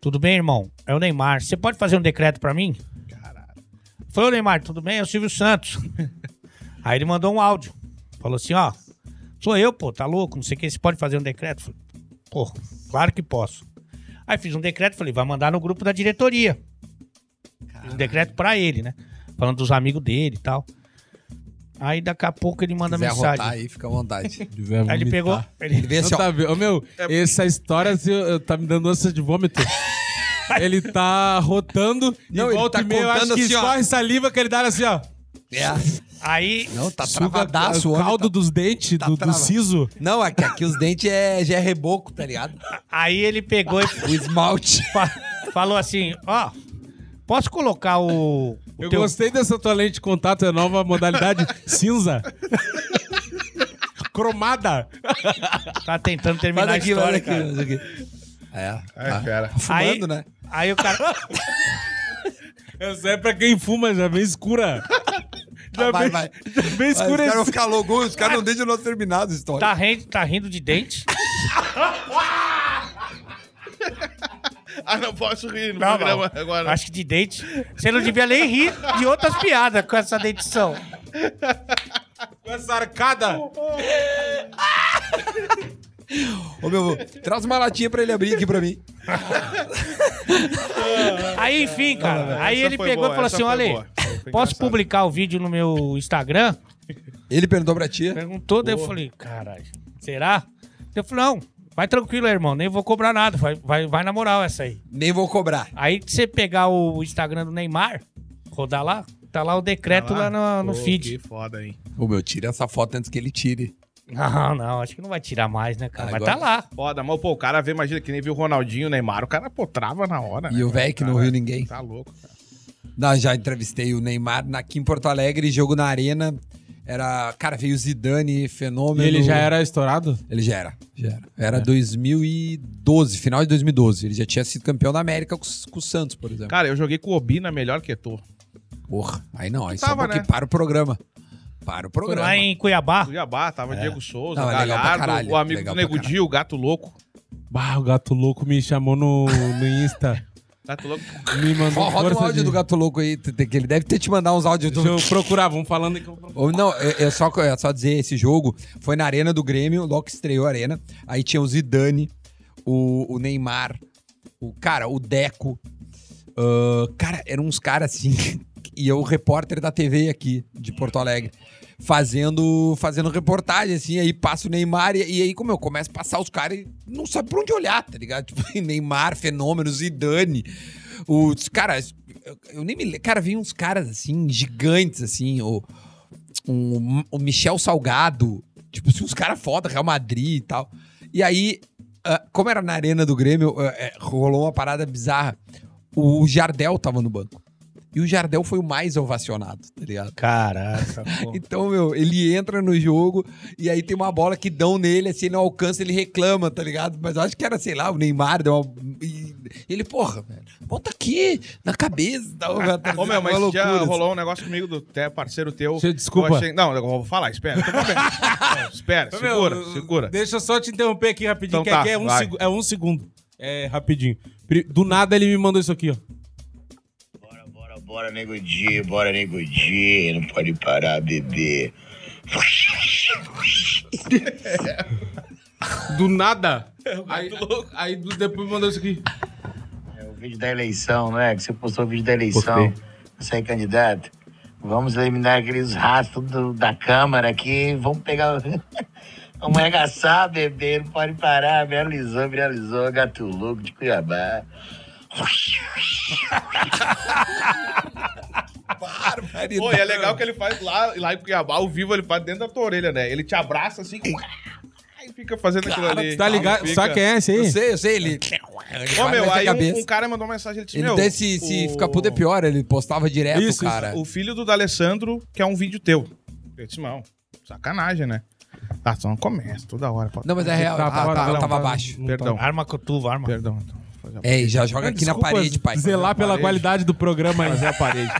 Speaker 2: tudo bem, irmão? É o Neymar. Você pode fazer um decreto pra mim? Caralho. Foi, ô Neymar, tudo bem? É o Silvio Santos. aí ele mandou um áudio. Falou assim, ó, sou eu, pô, tá louco, não sei o que, você pode fazer um decreto? Falei, pô, claro que posso. Aí fiz um decreto, falei, vai mandar no grupo da diretoria. Fiz um decreto pra ele, né? Falando dos amigos dele e tal. Aí daqui a pouco ele manda
Speaker 4: Se quiser
Speaker 2: mensagem.
Speaker 4: arrotar aí, fica à vontade.
Speaker 2: Aí ele pegou.
Speaker 4: Ele
Speaker 2: Ele,
Speaker 4: vê assim,
Speaker 1: Não
Speaker 4: ó.
Speaker 1: tá vi- Ô, meu,
Speaker 4: É
Speaker 1: essa história se- eu- tá me dando ânsia de vômito. ele tá rotando
Speaker 4: Não,
Speaker 1: e
Speaker 4: ele
Speaker 1: volta
Speaker 4: tá
Speaker 1: e meia, eu acho
Speaker 4: contando
Speaker 1: que
Speaker 4: assim, ó.
Speaker 1: escorre saliva que ele dá assim, ó.
Speaker 4: É.
Speaker 2: aí.
Speaker 4: Não, tá
Speaker 1: Suga
Speaker 4: travadaço.
Speaker 1: o
Speaker 4: homem,
Speaker 1: caldo
Speaker 4: tá-
Speaker 1: dos dentes,
Speaker 4: tá
Speaker 1: do, do
Speaker 4: travado.
Speaker 1: siso.
Speaker 4: Não, aqui, aqui os dentes é, já é reboco, tá ligado?
Speaker 2: Aí ele pegou e
Speaker 4: O esmalte.
Speaker 2: fa- falou assim: Ó, posso colocar o. o
Speaker 1: Eu
Speaker 2: teu-
Speaker 1: gostei dessa tua lente de contato, é nova modalidade cinza. Cromada.
Speaker 2: Tá tentando
Speaker 4: Faz
Speaker 2: terminar a
Speaker 4: aqui,
Speaker 2: história,
Speaker 4: faz aqui,
Speaker 2: cara.
Speaker 4: faz aqui. É,
Speaker 3: É,
Speaker 4: tá
Speaker 3: cara.
Speaker 4: fumando,
Speaker 2: aí,
Speaker 4: né?
Speaker 2: Aí o cara.
Speaker 1: Essa é pra quem fuma, já vem escura. Já
Speaker 4: vai,
Speaker 1: vem,
Speaker 4: vai.
Speaker 1: Já vem
Speaker 4: Mas Os
Speaker 1: escura
Speaker 4: caras vão ficar loucos, os caras não deixam nós terminar a história.
Speaker 2: Tá rindo, tá rindo de dente.
Speaker 3: Ah, não posso rir no
Speaker 2: Não,
Speaker 3: programa
Speaker 2: não.
Speaker 3: agora.
Speaker 2: Acho que de dente. Você não devia nem rir de outras piadas com essa dentição.
Speaker 1: Com essa arcada.
Speaker 4: Ô, meu avô, traz uma latinha pra ele abrir aqui pra mim.
Speaker 2: Aí, enfim, cara. aí
Speaker 3: essa
Speaker 2: ele
Speaker 3: foi
Speaker 2: pegou
Speaker 3: boa,
Speaker 2: e falou
Speaker 3: essa
Speaker 2: assim:
Speaker 3: foi
Speaker 2: olha,
Speaker 3: boa. Foi
Speaker 2: aí,
Speaker 3: engraçado.
Speaker 2: posso publicar o vídeo no meu Instagram?
Speaker 4: Ele perguntou pra tia.
Speaker 2: Perguntou, daí eu falei, caralho, será? Eu falei, não, vai tranquilo, irmão, nem vou cobrar nada, vai, vai, vai na moral essa aí.
Speaker 4: Nem vou cobrar.
Speaker 2: Aí você pegar o Instagram do Neymar, rodar lá, tá lá o decreto lá, no, no
Speaker 3: Pô,
Speaker 2: feed.
Speaker 3: Que foda, hein?
Speaker 4: Ô, meu, tira essa foto antes que ele tire.
Speaker 2: Não, não, acho que não vai tirar mais, né, cara?
Speaker 4: Ah,
Speaker 2: Mas
Speaker 4: agora-
Speaker 2: tá lá.
Speaker 3: Foda, mas pô, o cara vê, imagina, que nem viu o Ronaldinho, o Neymar, o cara, pô, trava na hora.
Speaker 4: E
Speaker 3: né,
Speaker 4: o
Speaker 3: cara?
Speaker 4: velho que não
Speaker 3: Cara,
Speaker 4: viu ninguém.
Speaker 3: Tá louco. cara.
Speaker 4: Não, já entrevistei o Neymar na- aqui em Porto Alegre, jogo na arena. Era, cara, veio o Zidane,
Speaker 1: E
Speaker 4: fenômeno.
Speaker 1: ele já era estourado?
Speaker 4: Ele já era. Já era. Era 2012, final de 2012. Ele já tinha sido campeão da América com, com o Santos, por exemplo.
Speaker 3: Cara, eu joguei com o Obina melhor que tu.
Speaker 4: Porra, aí não, aí
Speaker 3: Tava,
Speaker 4: só um pouquinho
Speaker 3: né?
Speaker 4: para o programa. Para o
Speaker 2: Foi
Speaker 4: programa.
Speaker 2: lá em Cuiabá.
Speaker 3: Do Jabá, tava Diego Souza,
Speaker 4: Não,
Speaker 3: o
Speaker 4: é legal pra
Speaker 3: Galhardo,
Speaker 4: caralho,
Speaker 3: o amigo
Speaker 4: legal
Speaker 3: do
Speaker 4: pra
Speaker 3: Nego
Speaker 4: caralho.
Speaker 3: Di, o Gato Louco.
Speaker 1: Bah, o gato louco me chamou no, no Insta.
Speaker 3: Gato Louco.
Speaker 1: Me mandou
Speaker 4: Ó, roda um
Speaker 1: força
Speaker 4: áudio
Speaker 1: de-
Speaker 4: do Gato Louco aí, t- t- que ele deve ter te mandado uns áudios do...
Speaker 1: Deixa eu procurar, vamos falando aí que eu vou procurar.
Speaker 4: Ou não, é, é só, é só dizer, esse jogo foi na Arena do Grêmio, logo que estreou a Arena. Aí tinha o Zidane, o, o Neymar, o cara, o Deco. Ah, cara, eram uns caras assim, e eu, repórter da TV aqui, de Porto Alegre, fazendo, fazendo reportagem, assim, aí passa o Neymar, e, e aí como eu começo a passar os caras, e não sabe pra onde olhar, tá ligado? Tipo, Neymar, fenômeno, Zidane, os caras, eu, eu nem me lembro, cara, vi uns caras, assim, gigantes, assim, o um, o Michel Salgado, tipo, assim, uns caras foda, Real Madrid e tal. E aí, ah, como era na arena do Grêmio, ah, eh, rolou uma parada bizarra. O Jardel tava no banco. E o Jardel foi o mais ovacionado, tá ligado?
Speaker 2: Caraca,
Speaker 4: Então, meu, ele entra no jogo e aí tem uma bola que dão nele, assim, ele não alcança, ele reclama, tá ligado? Mas eu acho que era, sei lá, o Neymar deu uma. e Ele, porra, velho, volta aqui na cabeça. Tá,
Speaker 3: Ô, meu, mas
Speaker 4: Uma
Speaker 3: esse dia
Speaker 4: loucura, assim.
Speaker 3: rolou um negócio comigo do até parceiro teu.
Speaker 1: Deixa eu- desculpa.
Speaker 3: Eu achei- Não, eu vou falar, espera. Tô com medo. Não, espera,
Speaker 1: Ô, meu,
Speaker 3: segura,
Speaker 1: eu-
Speaker 3: segura.
Speaker 1: Deixa eu só te interromper aqui rapidinho,
Speaker 3: Então
Speaker 1: que
Speaker 3: tá,
Speaker 1: aqui é um,
Speaker 3: vai.
Speaker 1: segu- é um segundo. É rapidinho. Pri- Do nada ele me mandou isso aqui, ó.
Speaker 7: Bora, bora, bora, nego Di, bora, nego Di, não pode parar, bebê.
Speaker 1: Do nada. Aí, aí do- depois mandou isso aqui.
Speaker 7: É o vídeo da eleição, não é? Que você postou o vídeo da eleição, você é candidato. Vamos eliminar aqueles rastros do- da Câmara aqui, vamos pegar... o- Vamos arregaçar, bebê, não pode parar, viralizou, viralizou, gato louco de Cuiabá.
Speaker 4: assim.
Speaker 3: Pô, e é legal que ele faz lá, lá em Cuiabá, ao vivo, ele faz dentro da tua orelha, né? Ele te abraça assim e fica fazendo aquilo ali.
Speaker 1: Tá ligado?
Speaker 3: Fica.
Speaker 1: Sabe quem é esse aí?
Speaker 4: Eu sei, eu sei, ele. ele
Speaker 3: Ô,
Speaker 4: vai
Speaker 3: meu,
Speaker 4: meter a
Speaker 3: aí um-
Speaker 4: cabeça.
Speaker 3: um, cara mandou uma mensagem, ele disse,
Speaker 4: Ele
Speaker 3: meu...
Speaker 4: desse- se, se
Speaker 3: o-
Speaker 4: ficar puto é pior, ele postava direto,
Speaker 1: Isso, isso,
Speaker 4: cara.
Speaker 3: O filho do D'Alessandro quer um vídeo teu. Eu disse, não, sacanagem, né? Tá, só não começa toda hora. Fala,
Speaker 4: Não, mas é real,
Speaker 1: Tá,
Speaker 4: ah,
Speaker 1: tá,
Speaker 4: tava,
Speaker 1: não,
Speaker 4: tava
Speaker 1: tá.
Speaker 4: abaixo.
Speaker 3: Perdão,
Speaker 2: Arma cotuva, arma.
Speaker 3: perdão. então. Fazer a-
Speaker 4: É, e já joga aqui
Speaker 1: Desculpa
Speaker 4: na parede, pai.
Speaker 1: Zelar pela
Speaker 3: Parede.
Speaker 1: qualidade do programa aí. a parede.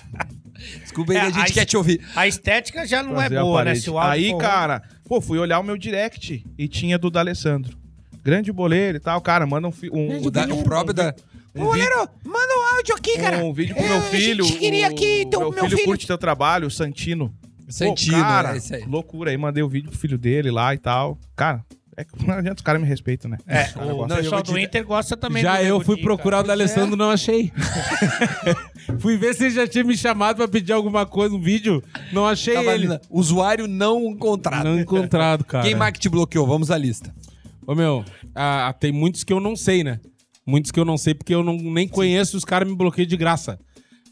Speaker 4: Desculpa aí,
Speaker 2: É,
Speaker 4: a gente
Speaker 2: aí-
Speaker 4: quer te ouvir.
Speaker 2: A estética já não
Speaker 3: Fazer
Speaker 2: é
Speaker 3: a
Speaker 2: boa, né?
Speaker 3: parede.
Speaker 2: Se o áudio
Speaker 3: Aí,
Speaker 2: for-
Speaker 3: cara, pô, fui olhar o meu direct e tinha do D'Alessandro. Grande boleiro e tal, cara, manda um... fi- um,
Speaker 4: O, da- o próprio da.
Speaker 3: um vídeo-
Speaker 4: manda um áudio aqui,
Speaker 3: um vídeo
Speaker 1: É,
Speaker 3: pro meu filho. o,
Speaker 1: então,
Speaker 3: meu, filho, curte teu trabalho, o Santino.
Speaker 4: Santino,
Speaker 3: Pô, cara,
Speaker 4: é isso aí.
Speaker 3: loucura. Aí mandei o vídeo pro filho dele lá e tal. Cara, é que não adianta, os caras me respeitam, né?
Speaker 2: É,
Speaker 3: Os caras
Speaker 2: o
Speaker 3: gostam.
Speaker 2: pessoal do Inter gosta também
Speaker 1: Já
Speaker 4: é
Speaker 2: do
Speaker 1: eu
Speaker 2: Nego
Speaker 1: fui
Speaker 2: Di,
Speaker 1: procurar
Speaker 2: cara.
Speaker 1: o da Alessandro, não achei. fui ver se ele já tinha me chamado pra pedir alguma coisa, um vídeo. Não achei
Speaker 4: Tava
Speaker 1: ele.
Speaker 4: ali, usuário não encontrado.
Speaker 1: Não encontrado, cara.
Speaker 4: Quem mais que te bloqueou? Vamos à lista.
Speaker 1: Ô, meu, ah, tem muitos que eu não sei, né? Muitos que eu não sei porque eu não, nem conheço, os caras me bloqueiam de graça.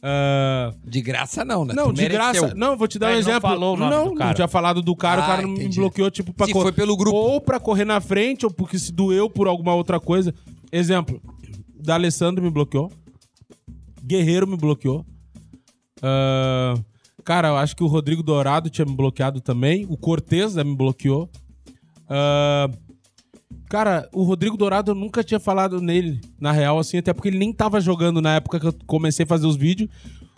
Speaker 1: Ah,
Speaker 4: De graça, não, né?
Speaker 1: não,
Speaker 4: Tu
Speaker 1: de
Speaker 4: mereceu.
Speaker 1: graça. Não, vou te dar
Speaker 2: Mas
Speaker 1: um
Speaker 2: ele não
Speaker 1: exemplo.
Speaker 2: falou o nome
Speaker 1: não,
Speaker 2: do cara.
Speaker 1: não tinha falado do cara,
Speaker 4: Ah,
Speaker 1: o cara não me
Speaker 4: entendi.
Speaker 1: bloqueou, tipo, pra
Speaker 4: Se
Speaker 1: cor-
Speaker 4: foi pelo grupo.
Speaker 1: Ou pra correr na frente, ou porque se doeu por alguma outra coisa. Exemplo, da Alessandro me bloqueou. Guerreiro me bloqueou. Ah, cara, eu acho que o Rodrigo Dourado tinha me bloqueado também. O Cortez né, me bloqueou. Ah, cara, o Rodrigo Dourado eu nunca tinha falado nele, na real, assim, até porque ele nem tava jogando na época que eu comecei a fazer os vídeos.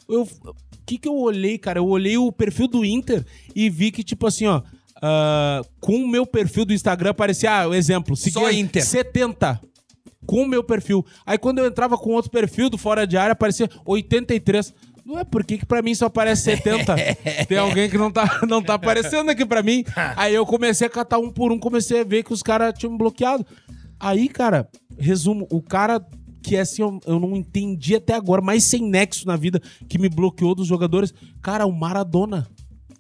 Speaker 1: Eu. O que, que eu olhei, cara? Eu olhei o perfil do Inter e vi que, tipo assim, ó. um ah, com o meu perfil do Instagram aparecia, ah, o exemplo,
Speaker 4: Só Inter.
Speaker 1: 70. com o meu perfil. Aí quando eu entrava com outro perfil do Fora de Área, aparecia 83. Não é por que que pra mim só aparece 70? Tem alguém que não tá, não tá aparecendo aqui pra mim. Aí eu comecei a catar um por um, comecei a ver que os caras tinham me bloqueado. Aí, cara, resumo, o cara que é assim, eu, eu não entendi até agora, mas sem nexo na vida, que me bloqueou dos jogadores. Cara, o Maradona.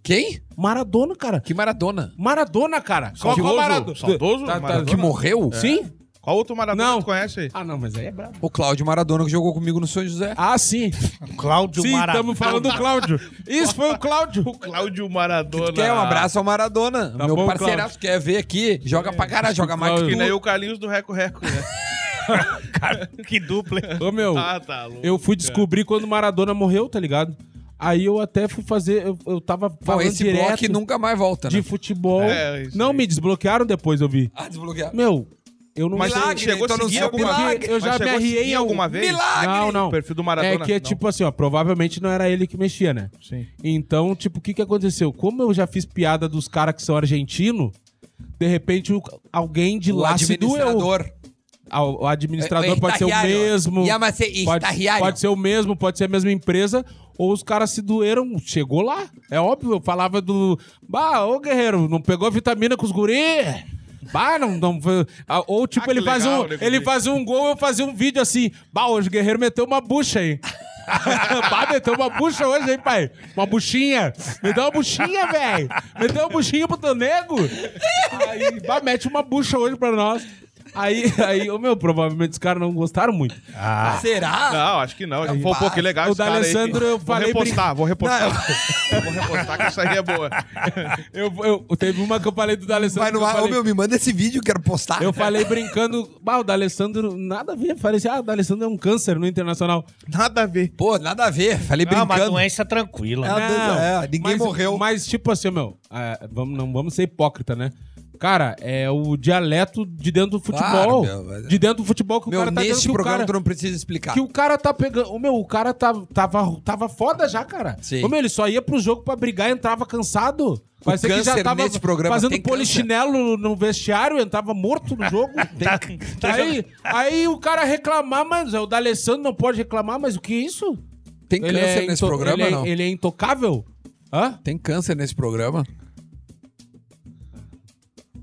Speaker 4: Quem?
Speaker 1: Maradona, cara.
Speaker 4: Que Maradona?
Speaker 1: Maradona, cara. Qual, qual
Speaker 3: Saudoso,
Speaker 1: Maradona?
Speaker 3: saudoso
Speaker 1: Tá, tá,
Speaker 3: Maradona.
Speaker 4: Que morreu?
Speaker 1: Sim?
Speaker 3: Qual outro Maradona
Speaker 1: Não.
Speaker 3: que tu conhece aí?
Speaker 1: né? Ah, não, mas aí é brabo.
Speaker 4: O Cláudio Maradona que jogou comigo no São José.
Speaker 1: Ah, sim.
Speaker 2: Cláudio
Speaker 1: Sim,
Speaker 2: Maradona.
Speaker 1: estamos falando do Cláudio. Isso foi o Cláudio.
Speaker 3: Então tá. Cláudio Maradona.
Speaker 4: Quer um abraço ao Maradona.
Speaker 1: Tá
Speaker 4: Meu
Speaker 1: bom,
Speaker 4: parceiraço quer ver aqui. Joga pra caralho, joga mais que
Speaker 1: Cláudio.
Speaker 3: Que
Speaker 4: tu.
Speaker 3: nem o Carlinhos do Reco Reco, né?
Speaker 2: Que dupla. hein?
Speaker 1: Ô, meu.
Speaker 3: Ah, tá louco.
Speaker 1: Eu fui descobrir quando Maradona morreu, tá ligado? Aí eu até fui fazer. Eu, eu tava
Speaker 4: Bom,
Speaker 1: falando
Speaker 4: esse
Speaker 1: direto
Speaker 4: bloco nunca mais volta, né?
Speaker 1: de futebol.
Speaker 3: É, isso
Speaker 1: não,
Speaker 3: aí.
Speaker 1: me desbloquearam depois, eu vi.
Speaker 4: Ah, desbloquear.
Speaker 1: Meu, eu não
Speaker 3: Mas
Speaker 1: sei-
Speaker 4: Milagre,
Speaker 3: chegou
Speaker 4: então
Speaker 3: a
Speaker 4: não
Speaker 3: seguir
Speaker 4: sei,
Speaker 3: alguma
Speaker 1: milagre. Eu
Speaker 3: Mas
Speaker 1: já me
Speaker 3: chegou a seguir
Speaker 1: arriei em
Speaker 3: alguma vez?
Speaker 4: Milagre!
Speaker 1: Não, não.
Speaker 3: O perfil do Maradona,
Speaker 1: É que é
Speaker 3: não.
Speaker 1: tipo assim, ó, provavelmente não era ele que mexia, né?
Speaker 3: Sim.
Speaker 1: Então, tipo, o que que aconteceu? Como eu já fiz piada dos caras que são argentino, de repente o- alguém de
Speaker 4: O
Speaker 1: lá se doeu.
Speaker 4: administrador.
Speaker 1: Ah, O o administrador
Speaker 4: É, é
Speaker 1: pode ser o
Speaker 4: estagiário.
Speaker 1: mesmo.
Speaker 4: Llámase
Speaker 1: Pode,
Speaker 4: estagiário.
Speaker 1: pode ser o mesmo, pode ser a mesma empresa. Ou os caras se doeram, chegou lá. É óbvio, eu falava do. Bah, ô guerreiro, não pegou vitamina com os guri? Bah, não. não Ah, Ou tipo,
Speaker 3: Ah, que
Speaker 1: ele, faz
Speaker 3: legal,
Speaker 1: um,
Speaker 3: né,
Speaker 1: ele
Speaker 3: guri?
Speaker 1: faz um gol, eu fazia um vídeo assim. Bah, hoje o guerreiro meteu uma bucha aí. bah, meteu uma bucha hoje, hein, pai? Uma buchinha. Me dá uma buchinha, velho. Me dá uma buchinha pro teu nego. Aí, bah, mete uma bucha hoje pra nós. Aí, aí, ô meu, provavelmente os caras não gostaram muito.
Speaker 4: Ah,
Speaker 1: Ah.
Speaker 4: Será?
Speaker 3: Não, acho que não. Pô, pô, que legal
Speaker 1: O
Speaker 3: esse cara aí.
Speaker 1: D'Alessandro, eu falei
Speaker 3: Vou repostar, vou repostar. vou repostar que essa aí é boa.
Speaker 1: Eu, eu, teve uma que eu falei do D'Alessandro.
Speaker 4: Vai no
Speaker 1: que eu
Speaker 4: ar. Ô,
Speaker 1: falei-
Speaker 4: meu, me manda esse vídeo, quero postar.
Speaker 1: Eu falei brincando, bah, o D'Alessandro, nada a ver. Falei assim, ah, o D'Alessandro é um câncer no Internacional.
Speaker 3: Nada a ver.
Speaker 4: Pô, nada a ver. Falei
Speaker 2: Não, uma
Speaker 4: brincando.
Speaker 2: Ah, doença tranquila. né?
Speaker 4: É uma doença- é, ninguém
Speaker 1: mas,
Speaker 4: morreu.
Speaker 1: Mas, tipo assim, meu, ah, vamos, não vamos ser hipócrita, né? Cara, é o dialeto de dentro do futebol.
Speaker 4: Claro, meu, mas-
Speaker 1: de dentro do futebol que
Speaker 4: Meu,
Speaker 1: o cara tá dentro
Speaker 4: neste
Speaker 1: que o
Speaker 4: programa
Speaker 1: cara...
Speaker 4: tu não precisa explicar.
Speaker 1: Que o cara tá pegando. Ô, meu, o cara tá, tava, tava foda já, cara.
Speaker 4: Sim.
Speaker 1: Ô, meu, ele só ia pro jogo pra brigar e entrava cansado. Parece que
Speaker 4: câncer
Speaker 1: já tava
Speaker 4: nesse programa
Speaker 1: fazendo
Speaker 4: tem
Speaker 1: polichinelo no vestiário, entrava morto no jogo.
Speaker 4: Tá,
Speaker 1: aí, aí o cara reclamar, mas é, o D'Alessandro não pode reclamar, mas o que é isso?
Speaker 4: Tem câncer
Speaker 1: é
Speaker 4: nesse
Speaker 1: into-
Speaker 4: programa,
Speaker 1: ele é-
Speaker 4: não?
Speaker 1: Ele é intocável? Hã?
Speaker 4: Tem câncer nesse programa?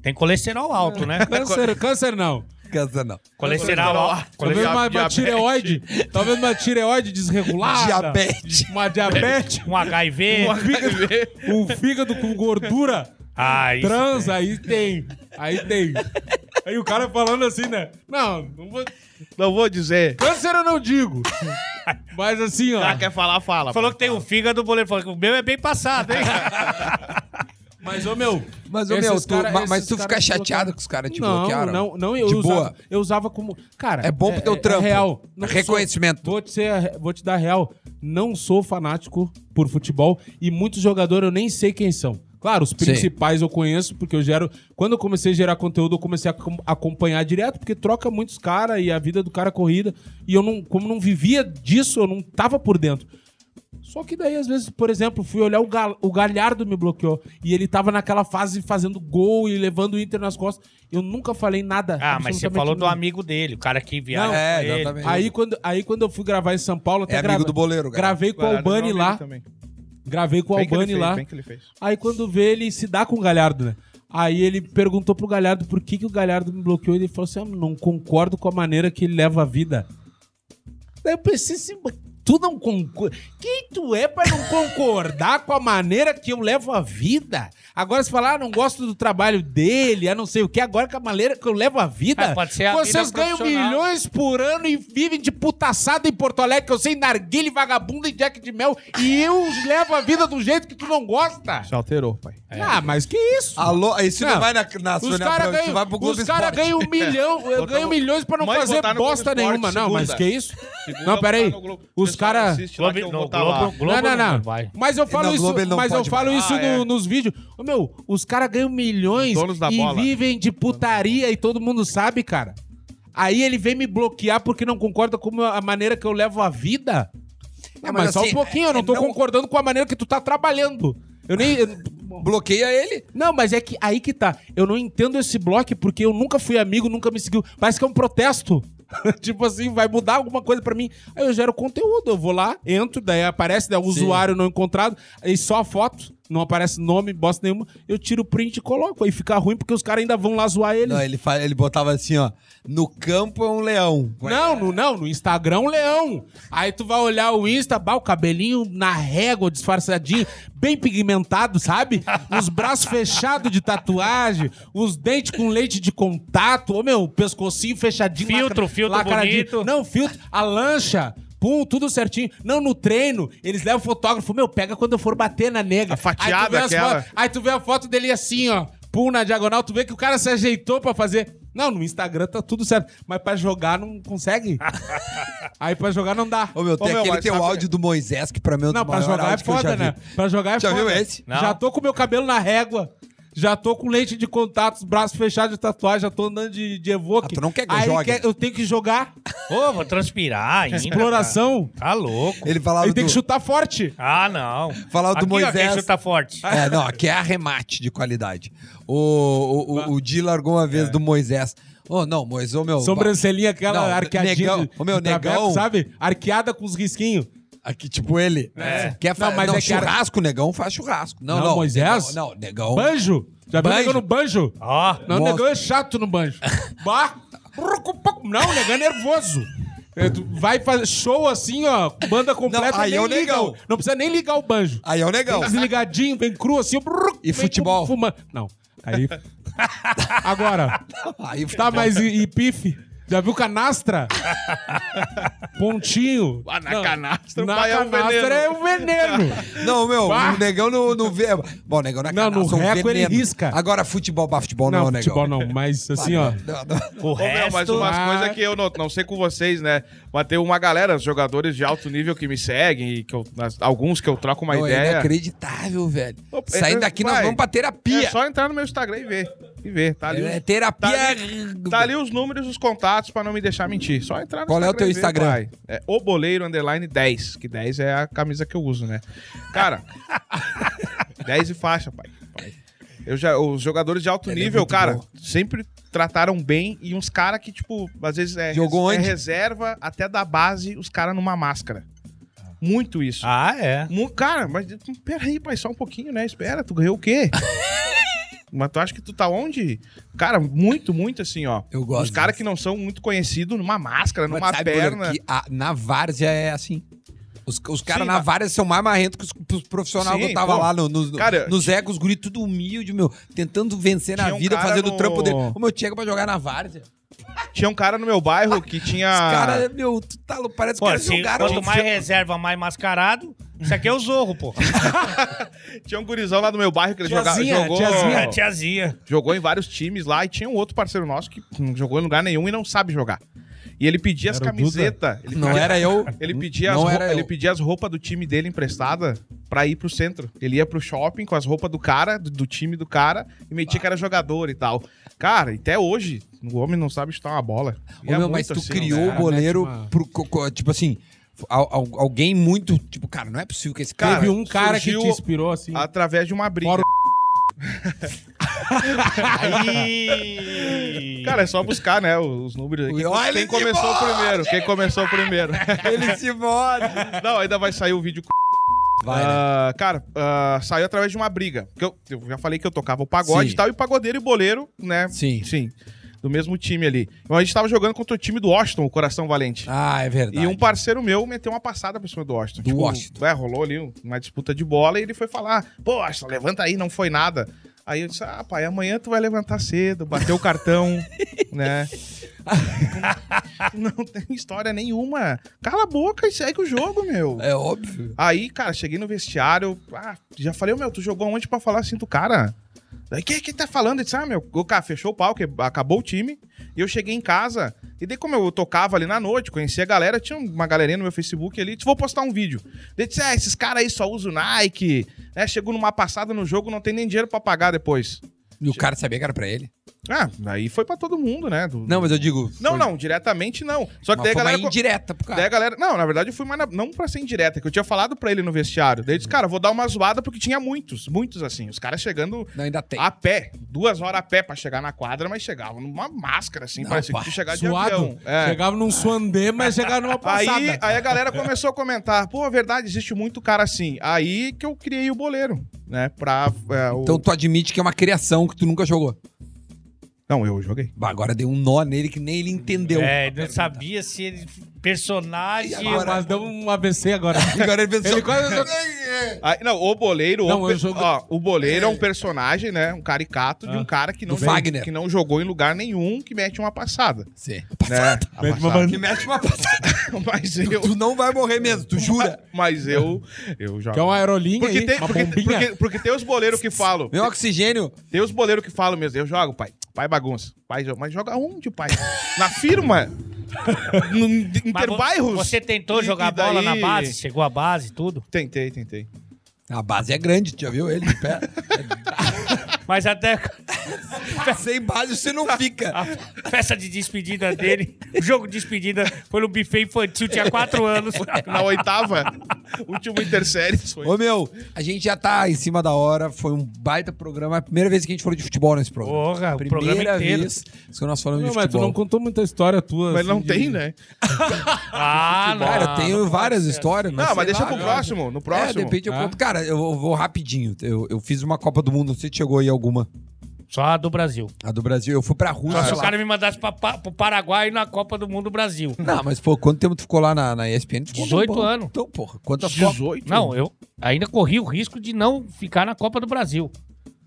Speaker 2: Tem colesterol alto, né?
Speaker 1: Câncer, câncer não.
Speaker 4: Câncer não.
Speaker 2: colesterol alto.
Speaker 1: Talvez
Speaker 2: Colesterol-
Speaker 1: uma, uma
Speaker 3: diabetes.
Speaker 1: tireoide. Talvez uma tireoide desregulada.
Speaker 4: Diabetes.
Speaker 1: Uma diabetes.
Speaker 2: Um HIV.
Speaker 1: um fígado com gordura.
Speaker 2: Ah, isso
Speaker 1: Trans, aí tem. Aí tem. Aí o cara falando assim, né? Não, não vou...
Speaker 3: Não vou dizer.
Speaker 1: câncer eu não digo. Mas assim, ó.
Speaker 3: Ah, quer falar, fala.
Speaker 2: Falou que tem um fígado, o boleiro falou que o meu é bem passado, hein?
Speaker 1: Mas, ô meu.
Speaker 4: Mas, ô,
Speaker 1: esses
Speaker 4: meu, tu-
Speaker 1: cara-
Speaker 4: ma- mas
Speaker 1: esses
Speaker 4: tu
Speaker 1: cara
Speaker 4: fica
Speaker 1: me
Speaker 4: chateado
Speaker 1: bloquearam.
Speaker 4: que os caras te
Speaker 1: não,
Speaker 4: bloquearam?
Speaker 1: Não, não, eu,
Speaker 4: De
Speaker 1: usava,
Speaker 4: boa?
Speaker 1: eu usava como. Cara.
Speaker 4: É bom pro teu trampo.
Speaker 1: real.
Speaker 4: Reconhecimento.
Speaker 1: sou- vou, te ser- vou te dar real. Não sou fanático por futebol e muitos jogadores eu nem sei quem são. Claro, os principais eu conheço, porque eu gero. Quando eu comecei a gerar conteúdo, eu comecei a acom- acompanhar direto, porque troca muitos caras e a vida do cara é corrida. E eu não, como não vivia disso, eu não tava por dentro. Só que daí, às vezes, por exemplo, fui olhar o, Gal- o Galhardo me bloqueou. E ele tava naquela fase fazendo gol e levando o Inter nas costas. Eu nunca falei nada.
Speaker 2: Ah, mas você
Speaker 1: absolutamente
Speaker 2: falou do
Speaker 1: nada.
Speaker 2: amigo dele, o cara que viaja.
Speaker 1: Não,
Speaker 2: com
Speaker 4: é,
Speaker 2: ele.
Speaker 4: exatamente.
Speaker 1: Aí quando, aí quando eu fui gravar em São Paulo, até
Speaker 4: É amigo
Speaker 1: grava-
Speaker 4: do boleiro, cara.
Speaker 1: gravei com o Albani lá. Gravei com o Albani lá.
Speaker 3: Bem que ele fez.
Speaker 1: Aí quando vê, ele se dá com o Galhardo, né? Aí ele perguntou pro Galhardo por que, que o Galhardo me bloqueou. Ele falou assim: ah, não concordo com a maneira que ele leva a vida. Daí eu pensei assim, "Mas tu não concorda. Quem tu é pra não concordar com a maneira que eu levo a vida? Agora se falar, ah, não gosto do trabalho dele, ah, não sei o que, agora com a maneira que eu levo a vida.
Speaker 2: É, pode ser a
Speaker 1: vocês
Speaker 2: vida
Speaker 1: ganham
Speaker 2: profissional. né?
Speaker 1: milhões por ano e vivem de putaçada em Porto Alegre, que eu sei narguile, vagabundo e Jack de Mel, e eu levo a vida do jeito que tu não gosta.
Speaker 3: Se alterou, pai.
Speaker 1: Ah, mas que isso?
Speaker 4: Alô, isso não,
Speaker 1: Não.
Speaker 4: vai na, na
Speaker 1: Os
Speaker 4: Sônia
Speaker 1: caras
Speaker 4: Abrão, isso vai pro
Speaker 1: ganham,
Speaker 4: Globo
Speaker 1: os cara
Speaker 4: Esporte.
Speaker 1: ganham um milhão, eu
Speaker 3: Botar
Speaker 1: ganho
Speaker 3: no-
Speaker 1: milhões pra não
Speaker 3: Mãe,
Speaker 1: fazer
Speaker 3: botar no Globo
Speaker 1: bosta
Speaker 3: Esporte,
Speaker 1: nenhuma. Não, mas
Speaker 3: segunda.
Speaker 1: que isso?
Speaker 3: Segunda
Speaker 1: Não,
Speaker 3: eu
Speaker 1: peraí.
Speaker 3: vou botar no Globo.
Speaker 1: Os
Speaker 3: O pessoal
Speaker 1: caras...
Speaker 3: assiste lá
Speaker 2: Globo,
Speaker 3: que eu
Speaker 2: não,
Speaker 3: vou tá
Speaker 2: Globo,
Speaker 3: lá.
Speaker 2: Globo
Speaker 1: não, não, não.
Speaker 2: vai.
Speaker 1: Mas eu falo
Speaker 4: Não,
Speaker 1: isso,
Speaker 4: Globo ele não
Speaker 1: mas eu
Speaker 4: pode
Speaker 1: falo
Speaker 3: mais.
Speaker 1: isso
Speaker 3: Ah,
Speaker 1: no-
Speaker 3: é.
Speaker 1: nos vídeos. Ô, meu, os caras ganham milhões
Speaker 3: Os donos da
Speaker 1: e
Speaker 3: bola.
Speaker 1: vivem de putaria e todo mundo sabe, cara. Aí ele vem me bloquear porque não concorda com a maneira que eu levo a vida.
Speaker 4: É,
Speaker 1: Não,
Speaker 4: mas
Speaker 1: mas, só
Speaker 4: assim,
Speaker 1: um pouquinho, eu não
Speaker 4: é,
Speaker 1: tô
Speaker 4: não-
Speaker 1: concordando com a maneira que tu tá trabalhando. Eu nem. eu-
Speaker 4: Bloqueia ele.
Speaker 1: Não, mas é que aí que tá. Eu não entendo esse bloco porque eu nunca fui amigo, nunca me seguiu. Parece que é um protesto. tipo assim, vai mudar alguma coisa pra mim. Aí eu gero conteúdo, eu vou lá, entro, daí aparece né, usuário não encontrado, aí só a foto, não aparece nome, bosta nenhuma. Eu tiro o print e coloco. Aí fica ruim porque os caras ainda vão lá zoar eles.
Speaker 4: Não, ele, fa- ele botava assim, ó. No campo é um leão.
Speaker 1: Não, no, não, no Instagram é um leão. Aí tu vai olhar o Insta, bah, o cabelinho na régua, disfarçadinho, bem pigmentado, sabe? Os braços fechados de tatuagem, os dentes com leite de contato, ô meu, pescocinho fechadinho.
Speaker 2: Filtro, filtro bonito.
Speaker 1: Não, filtro, a lancha. Pum, tudo certinho. Não, no treino, eles levam o fotógrafo. Meu, pega quando eu for bater na nega.
Speaker 3: A fatiada
Speaker 1: Aí tu vê as
Speaker 3: aquela.
Speaker 1: fotos- Aí tu vê a foto dele assim, ó. Pum na diagonal, tu vê que o cara se ajeitou pra fazer. Não, no Instagram tá tudo certo, mas pra jogar não consegue. Aí pra jogar não dá.
Speaker 4: Ô, meu, tem
Speaker 3: meu,
Speaker 4: aquele
Speaker 3: mas
Speaker 4: teu
Speaker 3: sabe-
Speaker 4: áudio do Moisés, que pra mim é o
Speaker 1: não,
Speaker 4: do
Speaker 1: pra
Speaker 4: maior
Speaker 1: jogar é
Speaker 4: áudio que eu já
Speaker 1: foda,
Speaker 4: vi.
Speaker 1: né? Pra jogar é
Speaker 4: Já
Speaker 1: foda.
Speaker 4: viu esse?
Speaker 2: Não.
Speaker 1: Já tô com meu cabelo na régua. Já tô com lente de contato, braço fechado de tatuagem, já tô andando de, de evoque.
Speaker 4: Ah, tu não quer que eu
Speaker 1: Aí
Speaker 4: jogue?
Speaker 1: quer- eu tenho que jogar
Speaker 2: Ô, vou transpirar ainda.
Speaker 1: exploração.
Speaker 2: cara. Tá louco.
Speaker 4: Ele falava
Speaker 1: Aí
Speaker 4: do...
Speaker 1: tem que chutar forte.
Speaker 2: Ah, não.
Speaker 4: Falar do
Speaker 2: Aqui, ó,
Speaker 4: Moisés.
Speaker 2: quem chuta forte.
Speaker 4: É, não, aqui é arremate de qualidade. O, o, o, o Di largou uma
Speaker 1: É.
Speaker 4: vez do Moisés. Ô, não, Moisés, ô, meu...
Speaker 1: Sobrancelhinha aquela
Speaker 4: Não,
Speaker 1: arqueadinha.
Speaker 4: negão.
Speaker 1: de-
Speaker 4: Ô, meu,
Speaker 1: de traveco,
Speaker 4: negão.
Speaker 1: Sabe? Arqueada com os risquinhos.
Speaker 4: Aqui, tipo ele. Quer fazer
Speaker 1: Não, mas
Speaker 4: não,
Speaker 1: é que era-
Speaker 4: churrasco, negão, faz churrasco. Não,
Speaker 1: Não,
Speaker 4: não.
Speaker 1: Moisés?
Speaker 4: Negão, não, negão.
Speaker 1: Banjo. Já viu
Speaker 4: Banjo. Ah,
Speaker 1: negão no banjo?
Speaker 2: Ó,
Speaker 1: Não, o
Speaker 4: Nossa.
Speaker 1: negão é chato no banjo. Bah! Rucupacu. Não, o negão é nervoso. É, tu Vai fazer show assim, ó, banda completa.
Speaker 4: aí
Speaker 1: nem
Speaker 4: é o
Speaker 1: liga
Speaker 4: negão.
Speaker 1: Não precisa nem ligar o banjo.
Speaker 4: Aí é o negão.
Speaker 1: Vem desligadinho, vem cru assim. brrr,
Speaker 4: E
Speaker 1: vem
Speaker 4: futebol?
Speaker 1: com Fuma... Não. Aí. Agora.
Speaker 4: Aí
Speaker 1: Tá, mas e, e pife? Já viu canastra? Pontinho.
Speaker 3: Ah, na canastra, o
Speaker 1: na
Speaker 3: pai é um
Speaker 1: canastra
Speaker 3: veneno.
Speaker 1: é um veneno.
Speaker 4: Não, meu,
Speaker 1: Bah!
Speaker 4: o negão no, no ve- Bom, o negão na
Speaker 1: Não, no
Speaker 4: canaça é um
Speaker 1: reco ele
Speaker 4: veneno.
Speaker 1: risca.
Speaker 4: Agora, futebol, bah, futebol não,
Speaker 1: Não,
Speaker 4: não negão.
Speaker 1: futebol não, mas assim,
Speaker 3: Ah.
Speaker 1: ó.
Speaker 4: Não, não.
Speaker 2: o
Speaker 3: Ô, meu,
Speaker 2: resto...
Speaker 3: mas umas
Speaker 1: Ah.
Speaker 3: coisas que eu não, não sei com vocês, né? Mas tem uma galera, jogadores de alto nível que me seguem, e que eu, nas- alguns que eu troco uma
Speaker 4: Não, É
Speaker 3: ideia.
Speaker 4: inacreditável, velho.
Speaker 3: Opa,
Speaker 4: Saindo
Speaker 3: é-
Speaker 4: daqui, nós
Speaker 3: vai.
Speaker 4: vamos pra
Speaker 3: É,
Speaker 4: terapia.
Speaker 3: só entrar no meu Instagram e ver. E ver. Tá ali,
Speaker 4: É
Speaker 3: os-
Speaker 4: terapia.
Speaker 3: tá ali, tá ali os números, os contatos, pra não me deixar mentir. Só entrar no
Speaker 4: Qual é o teu
Speaker 3: e ver,
Speaker 4: Instagram?
Speaker 3: pai. É o boleiro underline 10, que 10 é a camisa que eu uso, né? Cara, 10 e faixa, pai. pai. Eu já, os jogadores de alto
Speaker 4: Ele é
Speaker 3: nível,
Speaker 4: muito
Speaker 3: cara,
Speaker 4: bom.
Speaker 3: sempre trataram bem e uns caras que, tipo, às vezes é,
Speaker 4: Jogou
Speaker 3: res- é
Speaker 4: onde?
Speaker 3: reserva até da base, os caras numa máscara. Muito isso.
Speaker 2: Ah, é.
Speaker 3: Mu- Cara, mas tu- peraí, pai, só um pouquinho, né? Espera, tu ganhou o quê? mas tu acha que tu tá onde? Cara, muito, muito assim, ó.
Speaker 4: Eu gosto
Speaker 3: Os caras
Speaker 4: disso.
Speaker 3: que não são muito conhecidos numa máscara,
Speaker 4: Mas
Speaker 3: um- numa
Speaker 4: sabe, Bruno,
Speaker 3: perna.
Speaker 4: que a- na várzea é assim. Os, os caras
Speaker 3: Sim,
Speaker 4: na
Speaker 3: mas-
Speaker 4: várzea são mais marrentos que os, que os profissionais
Speaker 3: Sim,
Speaker 4: que eu tava
Speaker 3: pô.
Speaker 4: lá no, no,
Speaker 3: Cara,
Speaker 4: nos egos, guri, tudo humilde, meu. Tentando vencer na
Speaker 3: Tinha um
Speaker 4: vida,
Speaker 3: cara
Speaker 4: fazendo o
Speaker 3: no-
Speaker 4: trampo dele. Ô, meu, chega pra jogar na várzea.
Speaker 3: Tinha um cara no meu bairro que tinha.
Speaker 4: Os caras, meu, tu tá, lou- parece que
Speaker 2: Pô,
Speaker 4: eles
Speaker 3: assim,
Speaker 2: se,
Speaker 4: jogaram.
Speaker 2: quanto mais reserva, mais mascarado. Isso aqui é o zorro, pô.
Speaker 3: Tinha um gurizão lá do meu bairro que ele jogava.
Speaker 1: Tiazinha,
Speaker 3: Jogou,
Speaker 1: tiazinha,
Speaker 2: É, tiazinha.
Speaker 3: jogou em vários times lá e tinha um outro parceiro nosso que não jogou em lugar nenhum e não sabe jogar. E ele pedia as
Speaker 1: Era o Duda?
Speaker 3: camisetas. Ele
Speaker 4: Não
Speaker 3: pedia-
Speaker 4: era eu.
Speaker 3: Ele pedia, as
Speaker 4: Não
Speaker 3: roupa-
Speaker 4: era
Speaker 3: ele
Speaker 4: eu.
Speaker 3: pedia as roupas do time dele emprestada pra ir pro centro. Ele ia pro shopping com as roupas do cara, do, do time do cara, e metia que era jogador e tal. Cara, até hoje, o homem não sabe chutar uma bola. E
Speaker 4: Ô,
Speaker 3: é
Speaker 4: meu,
Speaker 3: muito
Speaker 4: mas tu
Speaker 3: assim,
Speaker 4: criou
Speaker 3: né?
Speaker 4: o goleiro
Speaker 1: mete uma-
Speaker 4: pro, co- co- tipo assim, al- al- alguém muito, tipo, cara, não é possível que esse cara...
Speaker 3: Cara,
Speaker 1: Teve um cara que
Speaker 3: surgiu
Speaker 1: te inspirou, assim.
Speaker 3: Através de uma briga.
Speaker 1: Fora
Speaker 2: Aí...
Speaker 3: Cara, é só buscar, né, os números. aí. Quem,
Speaker 4: Olha
Speaker 3: quem
Speaker 4: ele
Speaker 3: começou
Speaker 4: de bola!
Speaker 3: primeiro? Quem começou primeiro?
Speaker 4: Ele se morde.
Speaker 3: não, ainda vai sair o vídeo
Speaker 4: Vai, né?
Speaker 3: Ah, Cara, ah, saiu através de uma briga. Porque eu, eu já falei que eu tocava o pagode
Speaker 4: Sim.
Speaker 3: e tal, e o pagodeiro e o boleiro, né?
Speaker 4: Sim.
Speaker 3: Sim. Do mesmo time ali. Então a gente tava jogando contra o time do Washington, o Coração Valente.
Speaker 4: Ah, é verdade.
Speaker 3: E um parceiro meu meteu uma passada por cima do Washington.
Speaker 4: Do Washington.
Speaker 3: É, rolou ali uma disputa de bola e ele foi falar: Pô, Washington, levanta aí, não foi nada. Aí eu disse: Ah, pai, amanhã tu vai levantar cedo, bater o cartão, né? não tem história nenhuma. Cala a boca e segue o jogo, meu.
Speaker 4: É óbvio.
Speaker 3: Aí, cara, cheguei no vestiário. Ah, já falei, ô, meu, tu jogou onde pra falar assim do cara? Daí, quem que tá falando? Eu disse, ah, meu, o cara fechou o pau, que acabou o time. E eu cheguei em casa. E daí, como eu tocava ali na noite, conhecia a galera, tinha uma galerinha no meu Facebook ali, disse, vou postar um vídeo. Daí disse, ah, esses caras aí só usam Nike. né? chegou numa passada no jogo, não tem nem dinheiro pra pagar depois.
Speaker 4: E o cara sabia que era pra ele.
Speaker 3: Ah, aí foi pra todo mundo, né? Do-
Speaker 4: Não, mas eu digo.
Speaker 3: Não,
Speaker 4: foi
Speaker 3: não, diretamente não. Só que
Speaker 4: Uma
Speaker 3: daí a
Speaker 4: forma
Speaker 3: galera.
Speaker 4: indireta pro cara.
Speaker 3: Daí a galera. Não, na verdade eu fui mais. na- Não pra ser indireta, que eu tinha falado pra ele no vestiário. Daí eu disse, cara, vou dar uma zoada porque tinha muitos, muitos assim. Os caras chegando
Speaker 4: Não, ainda tem.
Speaker 3: a Ah, pé, duas horas a pé pra chegar na quadra, mas chegavam numa máscara assim,
Speaker 4: Não,
Speaker 3: parecia
Speaker 4: pá,
Speaker 3: que tinha chegado de
Speaker 1: Suado.
Speaker 3: avião. É.
Speaker 1: Chegava num suandê, mas chegava numa passada.
Speaker 3: Aí, aí a galera começou a comentar, pô, é verdade, existe muito cara assim. Aí que eu criei o boleiro, né? Pra. é, o-
Speaker 4: Então tu admite que é uma criação que tu nunca jogou.
Speaker 3: Não, eu joguei.
Speaker 4: Bah, agora deu um nó nele que nem ele entendeu.
Speaker 2: É, eu não sabia se ele. Personagem.
Speaker 1: Agora, mas deu um AVC agora.
Speaker 4: Agora ele pensou.
Speaker 1: Ele quase...
Speaker 3: Aí, não, o boleiro.
Speaker 1: Não,
Speaker 3: o,
Speaker 1: eu
Speaker 3: pe-
Speaker 1: jogo-
Speaker 3: ó, o boleiro é um personagem, né? Um caricato de um cara que não,
Speaker 4: Do Wagner.
Speaker 3: que não jogou em lugar nenhum, que mete uma passada.
Speaker 4: Sim.
Speaker 3: Né? A
Speaker 1: Mete uma
Speaker 3: passada.
Speaker 4: Que mexe uma passada.
Speaker 3: Mas
Speaker 4: Tu
Speaker 3: eu.
Speaker 4: não vai morrer mesmo, tu jura?
Speaker 3: Mas eu. Eu jogo.
Speaker 1: Que é uma aerolinha
Speaker 3: porque,
Speaker 1: aí,
Speaker 3: tem,
Speaker 1: uma
Speaker 3: porque,
Speaker 1: bombinha.
Speaker 3: porque, porque tem os boleiros que falam.
Speaker 4: Meu oxigênio.
Speaker 3: Tem os boleiros que falam mesmo. Eu jogo, pai. Pai é bagunça. Pai joga. Mas joga onde, pai? Na firma? no,
Speaker 2: Mas vo-
Speaker 3: interbairros?
Speaker 2: Você tentou
Speaker 3: E-
Speaker 2: jogar
Speaker 3: e daí-
Speaker 2: bola na base? Chegou a base e tudo?
Speaker 3: Tentei, tentei.
Speaker 4: A base é grande, tu já viu ele de pé.
Speaker 2: Mas até
Speaker 4: Sem base você não fica.
Speaker 2: a festa de despedida dele, o jogo de despedida foi no buffet infantil, tinha quatro anos.
Speaker 3: Na oitava, último intersérie. Foi.
Speaker 4: Ô meu, a gente já tá em cima da hora, foi um baita programa. É a primeira vez que a gente falou de futebol nesse programa. É
Speaker 2: Porra, o
Speaker 4: primeira
Speaker 2: programa inteiro.
Speaker 4: vez que nós falamos
Speaker 1: Não,
Speaker 4: de
Speaker 1: mas tu
Speaker 4: futebol.
Speaker 1: não contou muita história tua.
Speaker 3: Mas
Speaker 1: assim,
Speaker 3: não
Speaker 1: de-
Speaker 3: tem, né?
Speaker 2: Ah, não.
Speaker 4: Cara, eu tenho
Speaker 2: não
Speaker 4: várias
Speaker 2: pode ser.
Speaker 4: histórias, mas
Speaker 3: Não, mas
Speaker 4: sei
Speaker 3: deixa
Speaker 4: lá,
Speaker 3: pro
Speaker 4: cara.
Speaker 3: próximo. No
Speaker 4: É,
Speaker 3: próximo.
Speaker 4: de repente eu
Speaker 1: Ah.
Speaker 4: conto. Cara, eu vou- vou rapidinho. Eu, eu fiz uma Copa do Mundo, não sei se chegou aí alguma.
Speaker 2: Só a do Brasil.
Speaker 4: A do Brasil. Eu fui pra Rússia.
Speaker 2: Só se
Speaker 4: sei
Speaker 2: o
Speaker 4: lá.
Speaker 2: cara me mandasse pra, pa- pro Paraguai na Copa do Mundo Brasil.
Speaker 4: Não, mas pô, quanto tempo tu ficou lá na, na ESPN? Tu ficou
Speaker 2: 18
Speaker 4: bom.
Speaker 2: anos.
Speaker 4: Então, porra, quantas Copas?
Speaker 3: 18?
Speaker 2: Não, eu ainda corri o risco de não ficar na Copa do Brasil.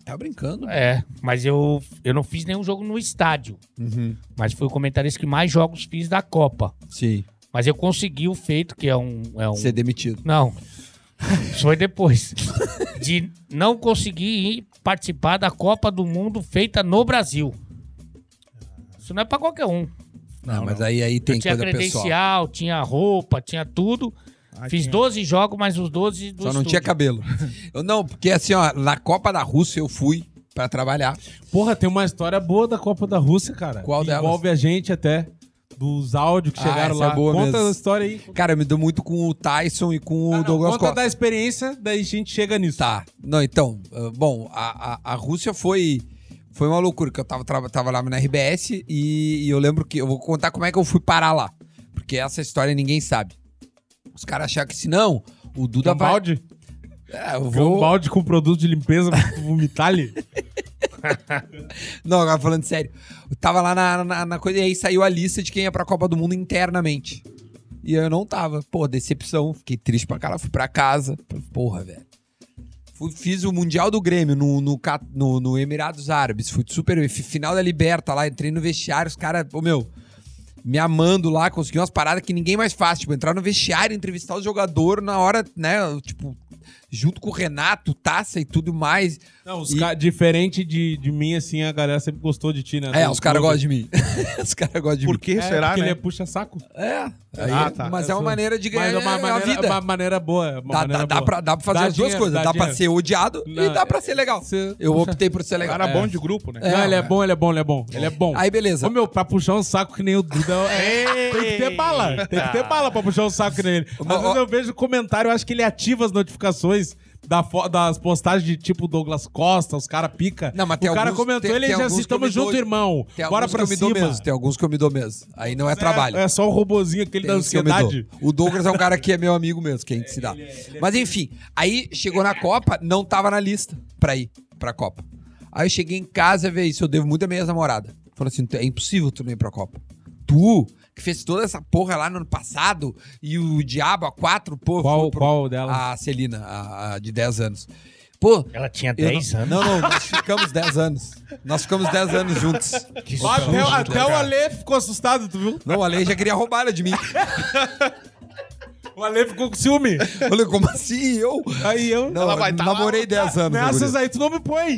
Speaker 4: Tá brincando.
Speaker 2: É, mas eu, eu não fiz nenhum jogo no estádio.
Speaker 4: Uhum.
Speaker 2: Mas foi o comentarista que mais jogos fiz da Copa.
Speaker 4: Sim,
Speaker 2: Mas eu consegui o feito, que é um. É um...
Speaker 4: ser demitido.
Speaker 2: Não. Isso foi depois. De não conseguir ir participar da Copa do Mundo feita no Brasil. Isso não é pra qualquer um.
Speaker 4: Não, mas aí, aí tem
Speaker 2: eu tinha
Speaker 4: coisa pessoal. Só
Speaker 2: credencial, tinha roupa, tinha tudo. Fiz 12 jogos, mas os 12 do
Speaker 4: não
Speaker 2: estúdio.
Speaker 4: tinha cabelo. Eu não, porque assim, ó, na Copa da Rússia eu fui pra trabalhar.
Speaker 1: Porra, tem uma história boa da Copa da Rússia, cara.
Speaker 4: Qual
Speaker 1: que
Speaker 4: delas?
Speaker 1: Envolve a gente até. Dos áudios que
Speaker 4: Ah,
Speaker 1: chegaram
Speaker 4: essa
Speaker 1: lá.
Speaker 4: é boa
Speaker 1: conta
Speaker 4: mesmo.
Speaker 1: a história aí.
Speaker 4: Cara, eu me dou muito com o Tyson e com o
Speaker 1: Ah, não,
Speaker 4: Douglas
Speaker 1: conta
Speaker 4: Costa.
Speaker 1: da experiência, daí a gente chega nisso.
Speaker 4: Tá. Não, então, ah, bom, a, a, a Rússia foi foi uma loucura, que eu tava, traba- tava lá na RBS e, e eu lembro que eu vou contar como é que eu fui parar lá, porque essa história ninguém sabe. Os caras acharam que se não, o
Speaker 1: Tem
Speaker 4: Duda
Speaker 1: um
Speaker 4: vai...
Speaker 1: balde?
Speaker 4: É, eu
Speaker 1: Tem Um
Speaker 4: vou...
Speaker 1: balde com produto de limpeza pra tu vomitar ali.
Speaker 4: Não, agora falando sério. Eu tava lá na, na, na coisa e aí saiu a lista de quem ia pra Copa do Mundo internamente. E eu não tava. Pô, decepção. Fiquei triste pra caralho. Fui pra casa. Porra, velho. Fui- fiz o Mundial do Grêmio no, no, Ca- no, no Emirados Árabes. Fui super. fi- Final da Liberta lá. Entrei no vestiário. Os caras. Ô, meu. Me amando lá, consegui umas paradas que ninguém mais faz. Tipo, entrar no vestiário, entrevistar o jogador na hora, né? Tipo, junto com o Renato, Taça e tudo mais.
Speaker 1: Não, os
Speaker 4: E-
Speaker 1: ca- diferente de, de mim, assim, a galera sempre gostou de ti, né?
Speaker 4: É, os caras gostam de mim. os caras gostam de mim.
Speaker 3: Por que
Speaker 1: É,
Speaker 3: será,
Speaker 1: porque
Speaker 3: né?
Speaker 1: ele é puxa-saco.
Speaker 4: É. aí-
Speaker 3: Ah, tá.
Speaker 4: Mas é uma
Speaker 1: Essa-
Speaker 4: maneira de ganhar
Speaker 1: Mas é uma
Speaker 4: a
Speaker 1: maneira,
Speaker 4: vida.
Speaker 1: uma maneira boa. é Uma
Speaker 4: dá, dá,
Speaker 1: maneira
Speaker 4: dá,
Speaker 1: boa.
Speaker 4: pra, dá pra fazer
Speaker 1: Dá
Speaker 4: as duas
Speaker 1: dinheiro,
Speaker 4: coisas. Dá, pra
Speaker 1: dinheiro.
Speaker 4: ser odiado e
Speaker 1: Não, é
Speaker 4: dá pra ser legal.
Speaker 1: você-
Speaker 4: Eu
Speaker 1: puxa-
Speaker 4: optei por ser legal. É.
Speaker 3: Cara bom de grupo, né?
Speaker 1: Não, ele é bom, ele é bom, ele é bom. Ele é bom.
Speaker 4: Aí, beleza.
Speaker 1: Ô, meu, pra puxar um saco que nem o Duda. é- tem que ter bala. Tem que ter bala pra puxar um saco que nem ele. Às
Speaker 4: Mas,
Speaker 1: vezes
Speaker 4: ó-
Speaker 1: eu vejo comentário, eu acho que ele ativa as notificações da fo- das postagens de tipo Douglas Costa, os caras pica.
Speaker 4: Não, mas tem
Speaker 1: o cara
Speaker 4: alguns-
Speaker 1: comentou
Speaker 4: tem-
Speaker 1: ele e
Speaker 4: tem
Speaker 1: já
Speaker 4: alguns
Speaker 1: assim,
Speaker 4: que eu
Speaker 1: tamo
Speaker 4: me
Speaker 1: junto,
Speaker 4: dou-
Speaker 1: irmão.
Speaker 4: Tem
Speaker 1: Bora
Speaker 4: alguns que
Speaker 1: pra
Speaker 4: eu me
Speaker 1: cima.
Speaker 4: dou mesmo. Tem alguns que eu me dou mesmo. Aí não é, trabalho.
Speaker 1: É, é só o robozinho aquele da
Speaker 4: Tem um uns que eu me dou.
Speaker 1: ansiedade. é,
Speaker 4: O Douglas é um cara que é meu amigo mesmo, que a gente se dá. Mas enfim, aí chegou na Copa, não tava na lista pra ir pra Copa. Aí eu cheguei em casa, veio isso, eu devo muito a minha namorada. Falou assim: é impossível tu não ir pra Copa. Tu, que fez toda essa porra lá no ano passado, e o Diabo a quatro, pô.
Speaker 1: Qual-
Speaker 4: foi pro-
Speaker 1: qual delas?
Speaker 4: A Celina, a, a de 10 anos. Pô.
Speaker 2: Ela tinha
Speaker 4: eu
Speaker 2: 10
Speaker 4: não,
Speaker 2: anos.
Speaker 4: Não, não, nós ficamos 10 anos. Nós ficamos 10 anos juntos. Que
Speaker 1: Ó, Até, até o Ale ficou assustado, tu viu?
Speaker 4: Não, a lei já queria roubar ela de mim.
Speaker 1: O Ale ficou com ciúme.
Speaker 4: Eu falei, como assim? Eu?
Speaker 1: Aí eu.
Speaker 4: Não,
Speaker 3: Ela vai tá lá-
Speaker 4: namorei 10 anos. meu
Speaker 1: Nessas
Speaker 4: guri.
Speaker 1: aí tu não me põe.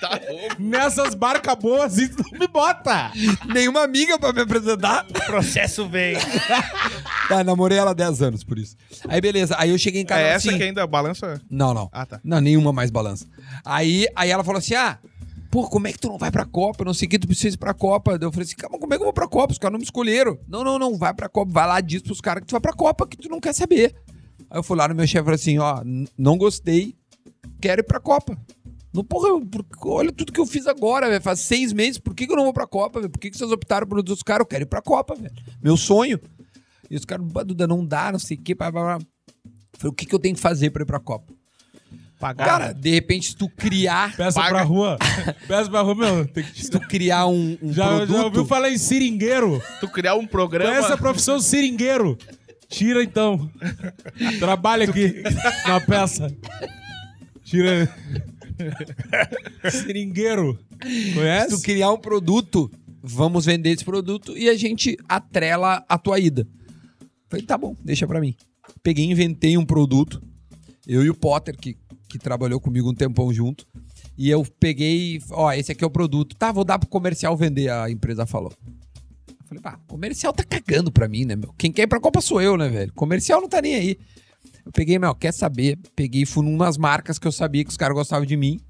Speaker 2: Tá
Speaker 1: Nessas barca boas aí tu não me bota.
Speaker 4: Nenhuma amiga pra me apresentar.
Speaker 2: O processo veio.
Speaker 4: Tá, namorei ela 10 anos, por isso. Aí, beleza. Aí eu cheguei em casa
Speaker 3: É
Speaker 4: assim...
Speaker 3: essa que ainda balança.
Speaker 4: Não, não.
Speaker 3: Ah, tá.
Speaker 4: Não, nenhuma mais balança. Aí, aí ela falou assim, ah... Pô, como é que tu não vai pra Copa? Eu não sei o que tu precisa ir pra Copa. Daí eu falei assim, calma, como é que eu vou pra Copa? Os caras não me escolheram. Não, não, não, vai pra Copa. Vai lá, diz pros caras que tu vai pra Copa, que tu não quer saber. Aí eu fui lá no meu chefe e falei assim, ó, n- não gostei, quero ir pra Copa. Não, porra, eu- por- olha tudo que eu fiz agora, velho. Faz seis meses, por que, que eu não vou pra Copa, velho? Por que, que vocês optaram por dos caras? Eu quero ir pra Copa, velho. Meu sonho. E os caras, "Bah, Duda, não dá, não sei o quê. Blá, blá, blá. Eu Falei, o que, que eu tenho que fazer pra ir pra Copa?
Speaker 3: Pagar.
Speaker 4: Cara, de repente, se tu criar,
Speaker 1: Peça
Speaker 3: Paga.
Speaker 1: pra rua. Peça pra rua, meu. Tem que te...
Speaker 4: se tu criar um, um
Speaker 1: já,
Speaker 4: produto...
Speaker 1: já ouviu falar em seringueiro?
Speaker 3: tu criar um
Speaker 1: Qual
Speaker 3: programa.
Speaker 1: é essa profissão seringueiro? Tira então. Trabalha aqui na peça. Tira. seringueiro.
Speaker 4: Se tu
Speaker 1: Conhece?
Speaker 4: criar um produto, vamos vender esse produto e a gente atrela a tua ida. Falei, tá bom, deixa pra mim. Peguei, inventei um produto. Eu e o Potter, que, que trabalhou comigo um tempão junto. E eu peguei, e, ó, esse aqui é o produto. Tá, vou dar pro comercial vender, a empresa falou. Eu falei, pá, comercial tá cagando pra mim, né, meu? Quem quer ir pra Copa sou eu, né, velho? Comercial não tá nem aí. Eu peguei, meu, quer saber? Peguei, e fui numas marcas que eu sabia que os caras gostavam de mim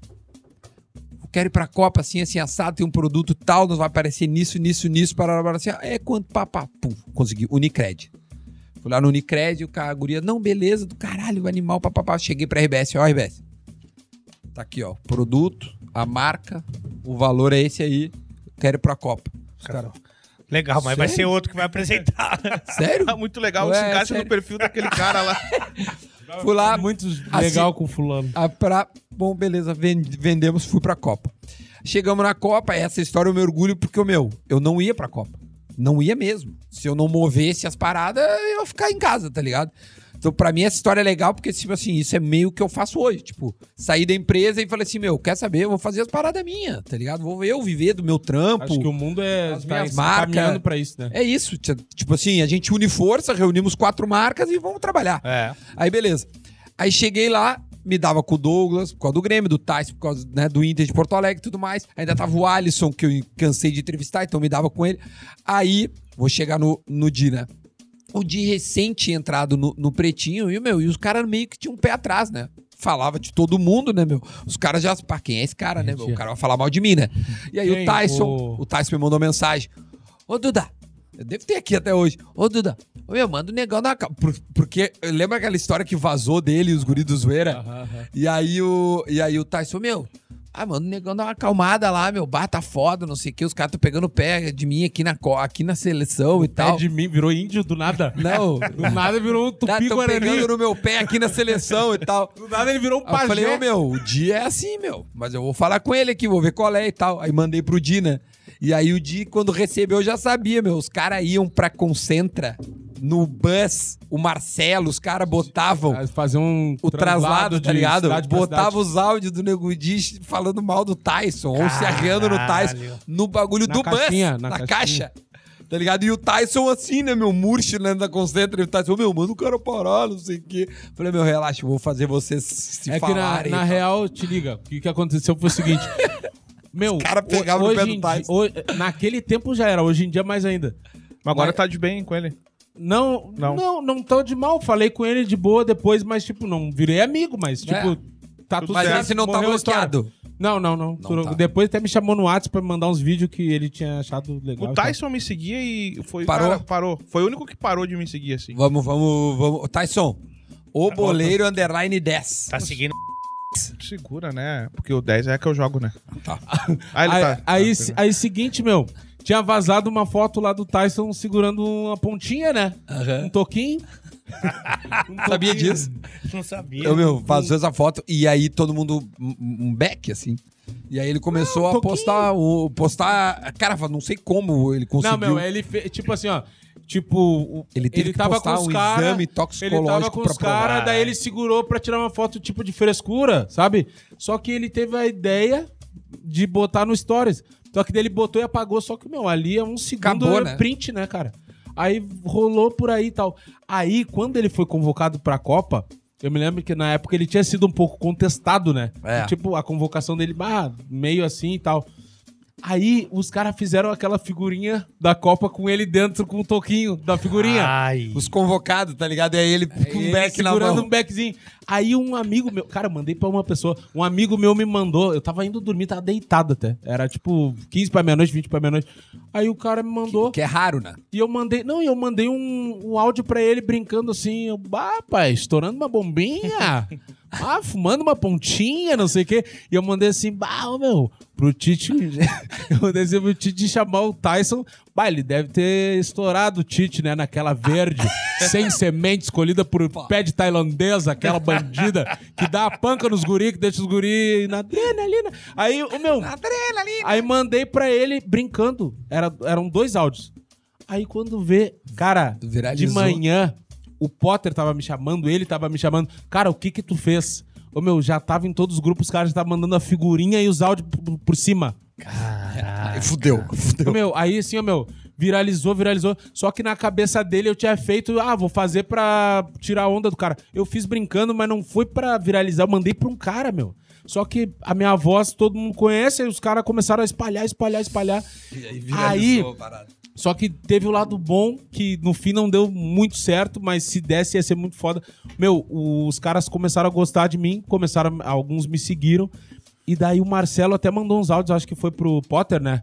Speaker 4: eu quero ir pra Copa, assim, assim, assado, tem um produto tal, nos vai aparecer nisso, nisso, nisso, parará, parará, assim, ah, é quanto, pá, pá, pum, consegui, Unicred. Fui lá no Unicred, o cara, a guria, não, beleza, do caralho, o animal, pá, pá, pá, cheguei pra RBS, ó, RBS. Tá aqui, ó, produto, a marca, o valor é esse aí, quero ir pra Copa. Os caras,
Speaker 2: Legal, mas vai ser outro que vai apresentar.
Speaker 4: sério?
Speaker 3: Ah, Muito legal,
Speaker 4: Ué,
Speaker 3: se encaixa
Speaker 4: sério.
Speaker 3: no perfil daquele cara lá.
Speaker 4: Fui lá,
Speaker 1: Tá Muito
Speaker 4: Assim-
Speaker 1: legal com fulano.
Speaker 4: Ah, pra... Bom, beleza, ven- vendemos, fui pra Copa. Chegamos na Copa, essa história eu me orgulho porque, meu, eu não ia pra Copa. Não ia mesmo. Se eu não movesse as paradas, eu ia ficar em casa, tá ligado? Então, pra mim, essa história é legal porque, tipo assim, isso é meio que eu faço hoje. Tipo, saí da empresa e falei assim, meu, quer saber? Eu vou fazer as paradas minhas, tá ligado? Vou eu viver do meu trampo.
Speaker 1: Acho que o mundo é
Speaker 4: as
Speaker 1: tá
Speaker 4: minhas
Speaker 1: se
Speaker 4: marcas-
Speaker 1: caminhando pra isso, né?
Speaker 4: É isso. tia- Tipo assim, a gente une força, reunimos quatro marcas e vamos trabalhar.
Speaker 2: É.
Speaker 4: Aí beleza. Aí cheguei lá, me dava com o Douglas, por causa do Grêmio, do Tais, por causa né, do Inter de Porto Alegre e tudo mais. Ainda tava o Alisson, que eu cansei de entrevistar, então me dava com ele. Aí, vou chegar no, no Di, né? O Di recente entrado no, no Pretinho, e, meu, e os caras meio que tinham um pé atrás, né? Falava de todo mundo, né, meu? Os caras já. Pá, quem é esse cara, né, meu? O cara vai falar mal de mim, né? E aí
Speaker 1: Quem?
Speaker 4: o Tyson.
Speaker 1: O-
Speaker 4: O Tyson me mandou mensagem. Ô, Duda, eu devo ter aqui até hoje. Ô, Duda, ô, meu, manda o negão na capa. Por- Porque lembra aquela história que vazou dele, e os guris do
Speaker 1: É.
Speaker 4: zoeira? E aí o, e aí o Tyson, meu, ah, mano, o negão dá uma acalmada lá, meu, bata foda, não sei o que, os caras tão pegando pé de mim aqui na, co- aqui na seleção e
Speaker 1: É
Speaker 4: tal.
Speaker 1: de mim, virou índio do nada.
Speaker 4: Não,
Speaker 1: Do nada virou um
Speaker 4: tá tão
Speaker 1: tupi-guarani.
Speaker 4: pegando no meu pé aqui na seleção e tal.
Speaker 1: Do nada ele virou um
Speaker 4: Aí
Speaker 1: pajé.
Speaker 4: eu falei, ô meu, o Di é assim, meu. Mas eu vou falar com ele aqui, vou ver qual é e tal. Aí mandei pro Di, né? E aí o Di, quando recebeu, já sabia, meu. Os caras iam pra Concentra, no bus, o Marcelo, os caras botavam
Speaker 1: Fazer um
Speaker 4: o traslado, tá ligado?
Speaker 1: cidade pra cidade.
Speaker 4: Botava os áudios do Nego Di falando mal do Tyson, ou se arreando no Tyson, no bagulho
Speaker 1: Na
Speaker 4: do
Speaker 1: caixinha,
Speaker 4: bus,
Speaker 1: na
Speaker 4: na,
Speaker 1: caixinha.
Speaker 4: caixa. Tá ligado? E o Tyson assim, né, meu? Murcho, né, na concentra. E o Tyson, meu, manda o cara parar, não sei o quê. Falei, meu, relaxa, eu vou fazer vocês se
Speaker 1: é que na,
Speaker 4: falarem. tá?
Speaker 1: na real, te liga, o que, que aconteceu foi o seguinte. Meu,
Speaker 4: cara pegava
Speaker 1: ho-
Speaker 4: no pé
Speaker 1: hoje
Speaker 4: do
Speaker 1: em
Speaker 4: Tyson.
Speaker 1: di- hoje- naquele tempo já era, hoje em dia mais ainda.
Speaker 3: Mas agora tá de bem com ele.
Speaker 1: Não, não,
Speaker 3: Não.
Speaker 1: não, tô de mal, falei com ele de boa depois, mas tipo, não virei amigo, mas tipo, tá tudo
Speaker 4: É. Mas
Speaker 1: certo.
Speaker 4: esse não tá
Speaker 1: morreu a história.
Speaker 4: bloqueado.
Speaker 1: Não, não, não.
Speaker 4: Não tá.
Speaker 1: Depois até me chamou no WhatsApp pra me mandar uns vídeos que ele tinha achado legal.
Speaker 3: O
Speaker 1: e tal.
Speaker 3: Tyson me seguia e foi.
Speaker 4: Parou?
Speaker 3: cara, parou. Foi o único que parou de me seguir assim.
Speaker 4: Vamos, vamos, vamos. Tyson,
Speaker 1: Tá
Speaker 4: o boleiro underline 10.
Speaker 2: Tá seguindo.
Speaker 3: Segura, né? Porque o 10 é que eu jogo, né?
Speaker 4: Tá.
Speaker 3: Aí ele
Speaker 1: aí,
Speaker 3: tá.
Speaker 1: aí,
Speaker 3: tá,
Speaker 1: se- aí seguinte, meu, tinha vazado uma foto lá do Tyson segurando uma pontinha, né?
Speaker 4: Aham.
Speaker 1: Um toquinho.
Speaker 4: Sabia disso?
Speaker 2: Não sabia.
Speaker 4: Eu, meu, vazou essa foto e aí todo mundo, um- um back, assim. E aí ele começou
Speaker 1: Ah, um
Speaker 4: a postar, o, postar, cara, não sei como ele conseguiu.
Speaker 1: Não, meu, ele fez, tipo assim, ó. Tipo, o-
Speaker 4: Ele teve que postar um exame
Speaker 1: Ele tava com
Speaker 4: toxicológico
Speaker 1: os
Speaker 4: pra provar.
Speaker 1: caras, daí ele segurou pra tirar uma foto tipo de frescura, sabe? Só que ele teve a ideia de botar no Stories. Só que daí ele botou e apagou, só que, meu, ali é um segundo
Speaker 4: Acabou,
Speaker 1: é
Speaker 4: né?
Speaker 1: print, né, cara? Aí rolou por aí e tal. Aí, quando ele foi convocado pra Copa, eu me lembro que na época ele tinha sido um pouco contestado, né?
Speaker 4: É.
Speaker 1: Tipo, a convocação dele, bah, meio assim e tal. Aí os caras fizeram aquela figurinha da Copa com ele dentro, com o toquinho da figurinha.
Speaker 2: Ai.
Speaker 4: Os convocados, tá ligado? É ele com um
Speaker 1: Ele
Speaker 4: beck Ah, na
Speaker 1: segurando
Speaker 4: mão.
Speaker 1: um beckzinho. Aí um amigo meu, cara, eu mandei pra uma pessoa, um amigo meu me mandou, eu tava indo dormir, tava deitado até. Era tipo 15 pra meia-noite, 20 pra meia-noite. Aí o cara me mandou
Speaker 4: Que é raro, né?
Speaker 1: e eu mandei, não, e eu mandei um, um áudio pra ele brincando assim, eu, "Bah, pai, estourando uma bombinha. Ah, fumando uma pontinha, não sei o quê. E eu mandei assim, bah, ô, meu, pro Tite. Eu mandei assim pro Tite chamar o Tyson. Bah, ele deve ter estourado o Tite, né? Naquela verde, sem semente, escolhida por pé de tailandesa, aquela bandida que dá a panca nos guri, que deixa os guri na adrenalina. Aí, o meu. Aí mandei pra ele brincando. Era, eram dois áudios. Aí quando vê, cara,
Speaker 4: Viralizou.
Speaker 1: de manhã, o Potter tava me chamando, ele tava me chamando. Cara, o que que tu fez? Ô meu, já tava em todos os grupos, os caras já estavam mandando a figurinha e os áudios p- p- por cima. Ah,
Speaker 4: Aí fudeu,
Speaker 1: Ô,
Speaker 4: fudeu.
Speaker 1: meu, aí assim, ô meu, viralizou, viralizou. Só que na cabeça dele eu tinha feito, ah, vou fazer pra tirar a onda do cara. Eu fiz brincando, mas não foi pra viralizar, eu mandei pra um cara, meu. Só que a minha voz todo mundo conhece, aí os caras começaram a espalhar, espalhar, espalhar. Aí,
Speaker 4: a parada.
Speaker 1: só que teve o lado bom, que no fim não deu muito certo, mas se desse ia ser muito foda. Meu, os caras começaram a gostar de mim, começaram, a- alguns me seguiram. E daí o Marcelo até mandou uns áudios, acho que foi pro Potter, né?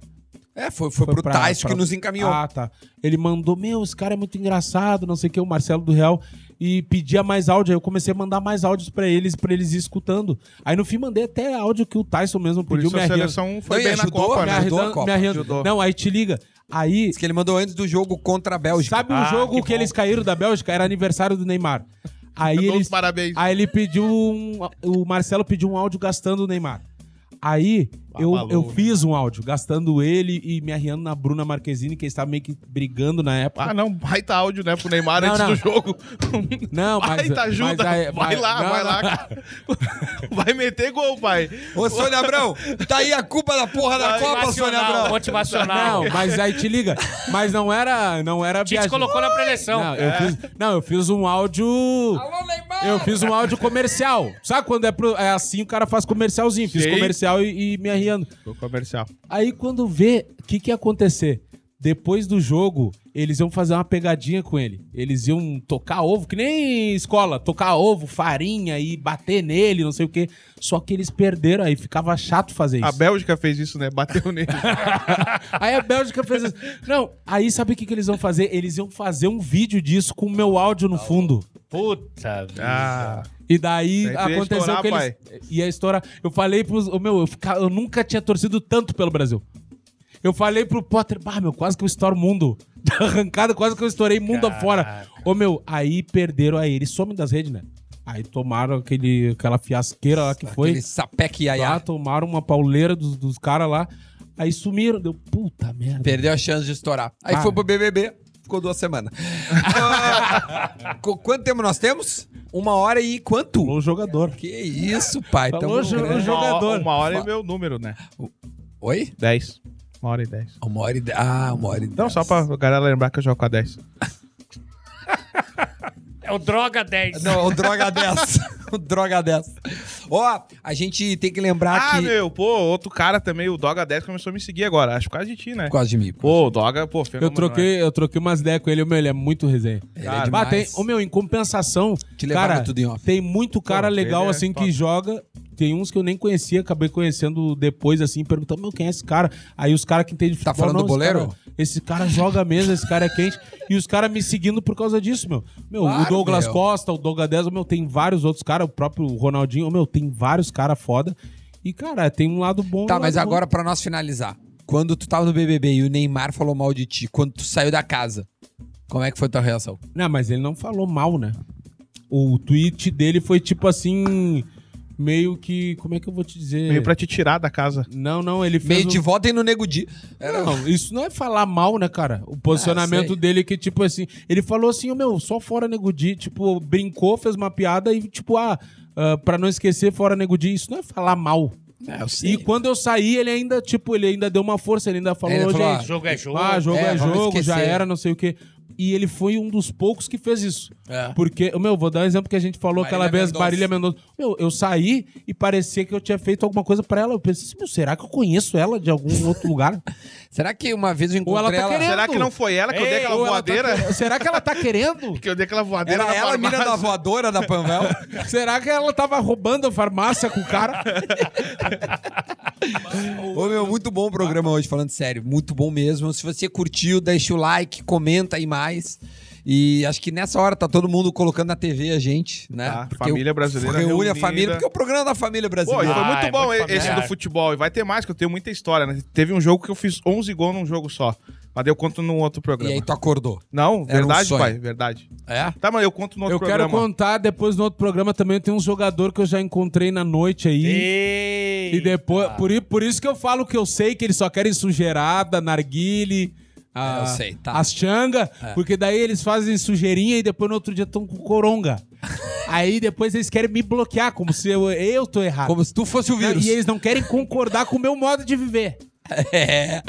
Speaker 4: É, foi, foi, pro
Speaker 1: pra-
Speaker 4: Tyson
Speaker 1: pra-
Speaker 4: que nos encaminhou.
Speaker 1: Ah, tá. Ele mandou, meu, esse cara é muito engraçado, não sei o que, o Marcelo do Real. E pedia mais áudio. Aí eu comecei a mandar mais áudios pra eles, pra eles ir escutando. Aí no fim mandei até áudio que o Tyson mesmo
Speaker 3: Por
Speaker 1: pediu.
Speaker 3: isso a
Speaker 1: arre-
Speaker 3: seleção foi
Speaker 4: Não, e
Speaker 3: bem na
Speaker 4: ajudou,
Speaker 3: Copa,
Speaker 1: me
Speaker 3: né?
Speaker 4: um ajudou.
Speaker 1: arredando-
Speaker 4: a Copa,
Speaker 1: me arredando-
Speaker 3: ajudou.
Speaker 1: Não, aí te liga. Aí
Speaker 4: Diz que ele mandou antes do jogo contra a Bélgica.
Speaker 1: Sabe
Speaker 2: Ah,
Speaker 1: o jogo
Speaker 2: que
Speaker 1: que,
Speaker 2: bom.
Speaker 1: eles caíram da Bélgica? Era aniversário do Neymar. Aí
Speaker 3: Dou os
Speaker 1: ele,
Speaker 3: parabéns.
Speaker 1: aí ele pediu um. O Marcelo pediu um áudio gastando o Neymar. Aí
Speaker 3: Ah,
Speaker 1: eu,
Speaker 2: Abalou,
Speaker 1: eu
Speaker 3: né?
Speaker 1: fiz um áudio gastando ele e me arriando na Bruna Marquezine, que eles estavam meio que brigando na época.
Speaker 3: Ah, não, baita áudio, né, pro Neymar
Speaker 1: Não,
Speaker 3: antes
Speaker 1: não.
Speaker 3: do jogo.
Speaker 1: não, mas.
Speaker 3: Baita ajuda.
Speaker 1: mas aí-
Speaker 3: vai
Speaker 1: mas-
Speaker 3: lá,
Speaker 1: não,
Speaker 3: vai
Speaker 1: não.
Speaker 3: lá. cara. vai meter gol, pai.
Speaker 4: Ô, Sônia Abrão, tá aí a culpa da porra da Copa, Sônia
Speaker 2: Motivacional,
Speaker 4: Abrão.
Speaker 2: motivacional.
Speaker 1: Não, mas aí te liga. Mas não era. Não era
Speaker 2: Tite
Speaker 1: viagem.
Speaker 2: colocou na preleção.
Speaker 1: Não, eu fiz, não, eu fiz um áudio. Eu fiz um áudio comercial. Sabe quando é, pro- é assim, o cara faz comercialzinho. Fiz
Speaker 3: Sei.
Speaker 1: comercial e, e me arriando.
Speaker 3: Gol comercial.
Speaker 1: Aí quando vê, o que, que ia acontecer? Depois do jogo, eles iam fazer uma pegadinha com ele. Eles iam tocar ovo, que nem escola, tocar ovo, farinha e bater nele, não sei o quê. Só que eles perderam, aí ficava chato fazer isso.
Speaker 3: A Bélgica fez isso, né? Bateu nele.
Speaker 1: Aí a Bélgica fez isso. Não, aí sabe o que, que eles iam fazer? Eles iam fazer um vídeo disso com o meu áudio no fundo.
Speaker 2: Puta vida.
Speaker 3: Ah,
Speaker 1: E daí
Speaker 3: Daí tu ia
Speaker 1: aconteceu
Speaker 3: estourar,
Speaker 1: que eles
Speaker 3: pai.
Speaker 1: ia estourar. Eu falei pros. ô, Meu, eu, fica- eu nunca tinha torcido tanto pelo Brasil. Eu falei pro Potter, bah, meu, quase que eu estouro o mundo. Da arrancada, quase que eu estourei mundo afora. Ô, meu, aí perderam aí. Eles somem das redes, né? Aí tomaram aquele, aquela fiasqueira lá que foi.
Speaker 4: Aquele sapeque
Speaker 1: Lá,
Speaker 4: iaia.
Speaker 1: tomaram uma pauleira dos, dos caras lá. Aí sumiram. Deu puta merda.
Speaker 4: Perdeu a chance de estourar. Aí
Speaker 1: Ah.
Speaker 4: foi pro BBB, ficou duas semanas. Ah, qu- quanto tempo nós temos? Uma hora e quanto?
Speaker 1: Falou o jogador.
Speaker 4: Que isso, pai.
Speaker 1: Falou
Speaker 4: Tamo
Speaker 1: jo-
Speaker 4: grande.
Speaker 1: jogador.
Speaker 3: Uma, hora é meu número, né?
Speaker 4: Oi?
Speaker 3: 10. Uma hora e 10.
Speaker 4: Uma hora e dez. Ah, uma hora e dez.
Speaker 3: Não, só pra galera lembrar que eu jogo com a 10.
Speaker 2: É o Droga 10.
Speaker 4: Não, o droga 10. o droga 10. Ó, a gente tem que lembrar
Speaker 3: Ah,
Speaker 4: que...
Speaker 3: meu, pô, outro cara também, o Doga 10 começou a me seguir agora. Acho que por causa de ti, né?
Speaker 4: Por causa de mim.
Speaker 3: Pô, o Doga, pô,
Speaker 1: Eu
Speaker 3: fenomenal.
Speaker 1: troquei, eu troquei umas ideias com ele, o meu, ele é muito resenha.
Speaker 4: Ele é
Speaker 1: Cara,
Speaker 4: demais.
Speaker 1: bah, tem- Ô meu, em compensação,
Speaker 4: Te levaram
Speaker 1: cara,
Speaker 4: tudo em off.
Speaker 1: tem muito cara
Speaker 3: Pô,
Speaker 1: legal
Speaker 3: ele é
Speaker 1: assim que
Speaker 3: top.
Speaker 1: joga. Tem uns que eu nem conhecia, acabei conhecendo depois assim, perguntando, meu, quem é esse cara? Aí os caras que entendem de
Speaker 4: Tá falando do
Speaker 1: esse
Speaker 4: goleiro?
Speaker 1: cara- Esse cara, joga mesmo, esse cara é quente. E os caras me seguindo por causa disso, meu. Meu,
Speaker 4: Claro,
Speaker 1: o Douglas
Speaker 4: meu.
Speaker 1: Costa, o Douglas 10, ô, meu, tem vários outros caras, o próprio Ronaldinho, ô, meu, tem vários caras foda. E, cara, tem um lado bom. e
Speaker 4: Tá,
Speaker 1: um
Speaker 4: mas
Speaker 1: lado bom.
Speaker 4: agora pra nós finalizar. Quando tu tava no BBB e o Neymar falou mal de ti, quando tu saiu da casa, como é que foi tua reação?
Speaker 1: Não, mas ele não falou mal, né? O tweet dele foi tipo assim. Meio que. Como é que eu vou te dizer?
Speaker 3: Meio pra te tirar da casa.
Speaker 1: Não, não, ele fez.
Speaker 4: Meio de
Speaker 1: um-
Speaker 4: volta e no Nego Di.
Speaker 1: Não, isso não é falar mal, né, cara? O posicionamento
Speaker 4: Ah, sei.
Speaker 1: dele que, tipo assim. Ele falou assim, ô meu, só fora Negudi. Tipo, brincou, fez uma piada e, tipo, ah, ah, pra não esquecer, fora Negudi. Isso não é falar mal.
Speaker 4: É, eu sei.
Speaker 1: E quando eu saí, ele ainda, tipo, ele ainda deu uma força, ele ainda falou,
Speaker 4: Ele falou,
Speaker 1: gente.
Speaker 4: ah,
Speaker 2: Jogo é jogo.
Speaker 1: Ah, jogo
Speaker 4: É,
Speaker 1: é,
Speaker 4: vamos
Speaker 1: jogo, já
Speaker 4: esquecer.
Speaker 1: era, não sei o quê. e ele foi um dos poucos que fez isso.
Speaker 4: É.
Speaker 1: Porque, meu, vou dar um exemplo que a gente falou aquela
Speaker 4: Marília
Speaker 1: vez,
Speaker 4: Mendonça.
Speaker 1: Marília Mendonça. Meu, eu saí e parecia que eu tinha feito alguma coisa pra ela. Eu pensei, assim, meu, será que eu conheço ela de algum outro lugar?
Speaker 4: Será que uma vez eu
Speaker 1: Ou ela
Speaker 4: encontrei
Speaker 1: tá
Speaker 4: ela...
Speaker 1: querendo.
Speaker 3: Será que não foi ela que eu dei aquela
Speaker 1: Ou ela tá
Speaker 3: voadeira?
Speaker 1: querendo- será que ela tá querendo?
Speaker 3: Que eu dei aquela voadeira
Speaker 4: Era
Speaker 3: na
Speaker 4: ela, a mina
Speaker 3: farmácia.
Speaker 4: da voadora da Panvel.
Speaker 1: será que ela tava roubando a farmácia com o cara?
Speaker 4: Ô, meu, muito bom o programa hoje, falando sério. Muito bom mesmo. Se você curtiu, deixa o like, comenta aí mais. E acho que nessa hora tá todo mundo colocando na TV a gente, né?
Speaker 3: Tá,
Speaker 4: o-
Speaker 3: família brasileira
Speaker 4: Reúne
Speaker 3: reunida.
Speaker 4: a família, porque é o programa da família
Speaker 3: Pô, e
Speaker 4: brasileira.
Speaker 3: foi
Speaker 2: Ah,
Speaker 3: muito
Speaker 2: é
Speaker 3: bom
Speaker 2: muito
Speaker 3: esse
Speaker 2: familiar.
Speaker 3: do futebol. E vai ter mais, que eu tenho muita história, né? Teve um jogo que eu fiz 11 gols num jogo só. Mas eu conto num outro
Speaker 4: e
Speaker 3: programa.
Speaker 4: aí tu acordou.
Speaker 3: Não,
Speaker 4: Era um
Speaker 3: verdade,
Speaker 4: sonho.
Speaker 3: pai, verdade.
Speaker 4: É?
Speaker 3: Tá, mas eu conto no outro
Speaker 1: eu
Speaker 3: programa.
Speaker 1: quero contar depois no outro programa também. Tem um jogador que eu já encontrei na noite aí. E depois, por, i- por isso que eu falo que eu sei que eles só querem sujeirada, narguile, a,
Speaker 4: É, eu sei, tá.
Speaker 1: as changa, porque daí eles fazem sujeirinha e depois no outro dia estão com coronga. Aí depois eles querem me bloquear, como se eu, eu tô errado.
Speaker 4: Como se tu fosse o vírus.
Speaker 1: E eles não querem concordar com o meu modo de viver.
Speaker 4: É.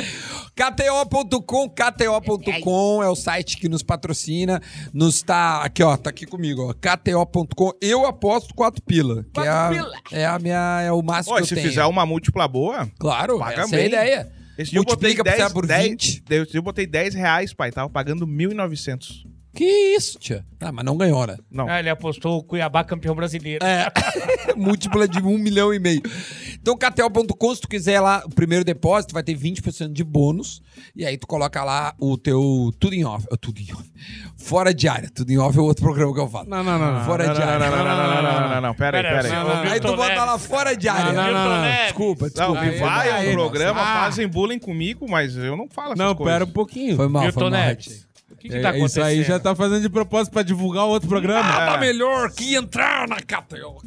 Speaker 4: KTO.com, KTO.com é o site que nos patrocina, nos tá aqui ó, tá aqui comigo, ó, KTO.com. Eu aposto quatro pila, que é a, é a minha é o máximo
Speaker 3: Ó, e
Speaker 4: que
Speaker 3: se
Speaker 4: eu tenho.
Speaker 3: fizer uma múltipla boa,
Speaker 4: Claro,
Speaker 3: Paga
Speaker 4: essa é a
Speaker 3: bem.
Speaker 4: ideia.
Speaker 3: esse dia eu botei
Speaker 4: Multiplica
Speaker 3: 10,
Speaker 4: por, por
Speaker 3: 10
Speaker 4: 20.
Speaker 3: Esse dia eu botei 10 reais, pai. Tava pagando 1.900.
Speaker 4: Que isso, tia? Ah, mas não ganhou, né?
Speaker 3: Não.
Speaker 2: Ah, ele apostou o Cuiabá campeão brasileiro.
Speaker 4: É, múltipla de um milhão e meio. Então, KTO.com, se tu quiser lá o primeiro depósito, vai ter 20% de bônus. E aí tu coloca lá o teu tudo em off. ah, Tudo em off. Fora de área. Tudo em off é outro programa que eu falo.
Speaker 1: Não, não, não. não.
Speaker 4: Fora
Speaker 3: Não,
Speaker 4: de
Speaker 3: não, não,
Speaker 4: área.
Speaker 3: não, não, não, não, não, não, não, não. Pera aí,
Speaker 2: Pera aí,
Speaker 3: pera aí.
Speaker 2: senhor.
Speaker 4: Aí tu
Speaker 2: Milton
Speaker 4: bota lá
Speaker 2: Neves,
Speaker 4: fora de
Speaker 1: Não,
Speaker 4: área.
Speaker 1: não, não, não.
Speaker 4: Desculpa,
Speaker 3: Não,
Speaker 4: desculpa.
Speaker 3: me vai
Speaker 4: Aí,
Speaker 3: ao
Speaker 4: nossa.
Speaker 3: programa,
Speaker 1: Ah.
Speaker 3: fazem bullying comigo, mas eu não falo essas
Speaker 1: Não,
Speaker 3: coisas.
Speaker 1: pera um pouquinho.
Speaker 4: Foi mal, foi
Speaker 2: Milton
Speaker 4: mal.
Speaker 2: Neves. O que, que tá
Speaker 1: É,
Speaker 2: acontecendo?
Speaker 1: isso aí já tá fazendo de propósito pra divulgar o outro programa.
Speaker 3: Ah,
Speaker 4: Nada tá melhor que entrar na KTO.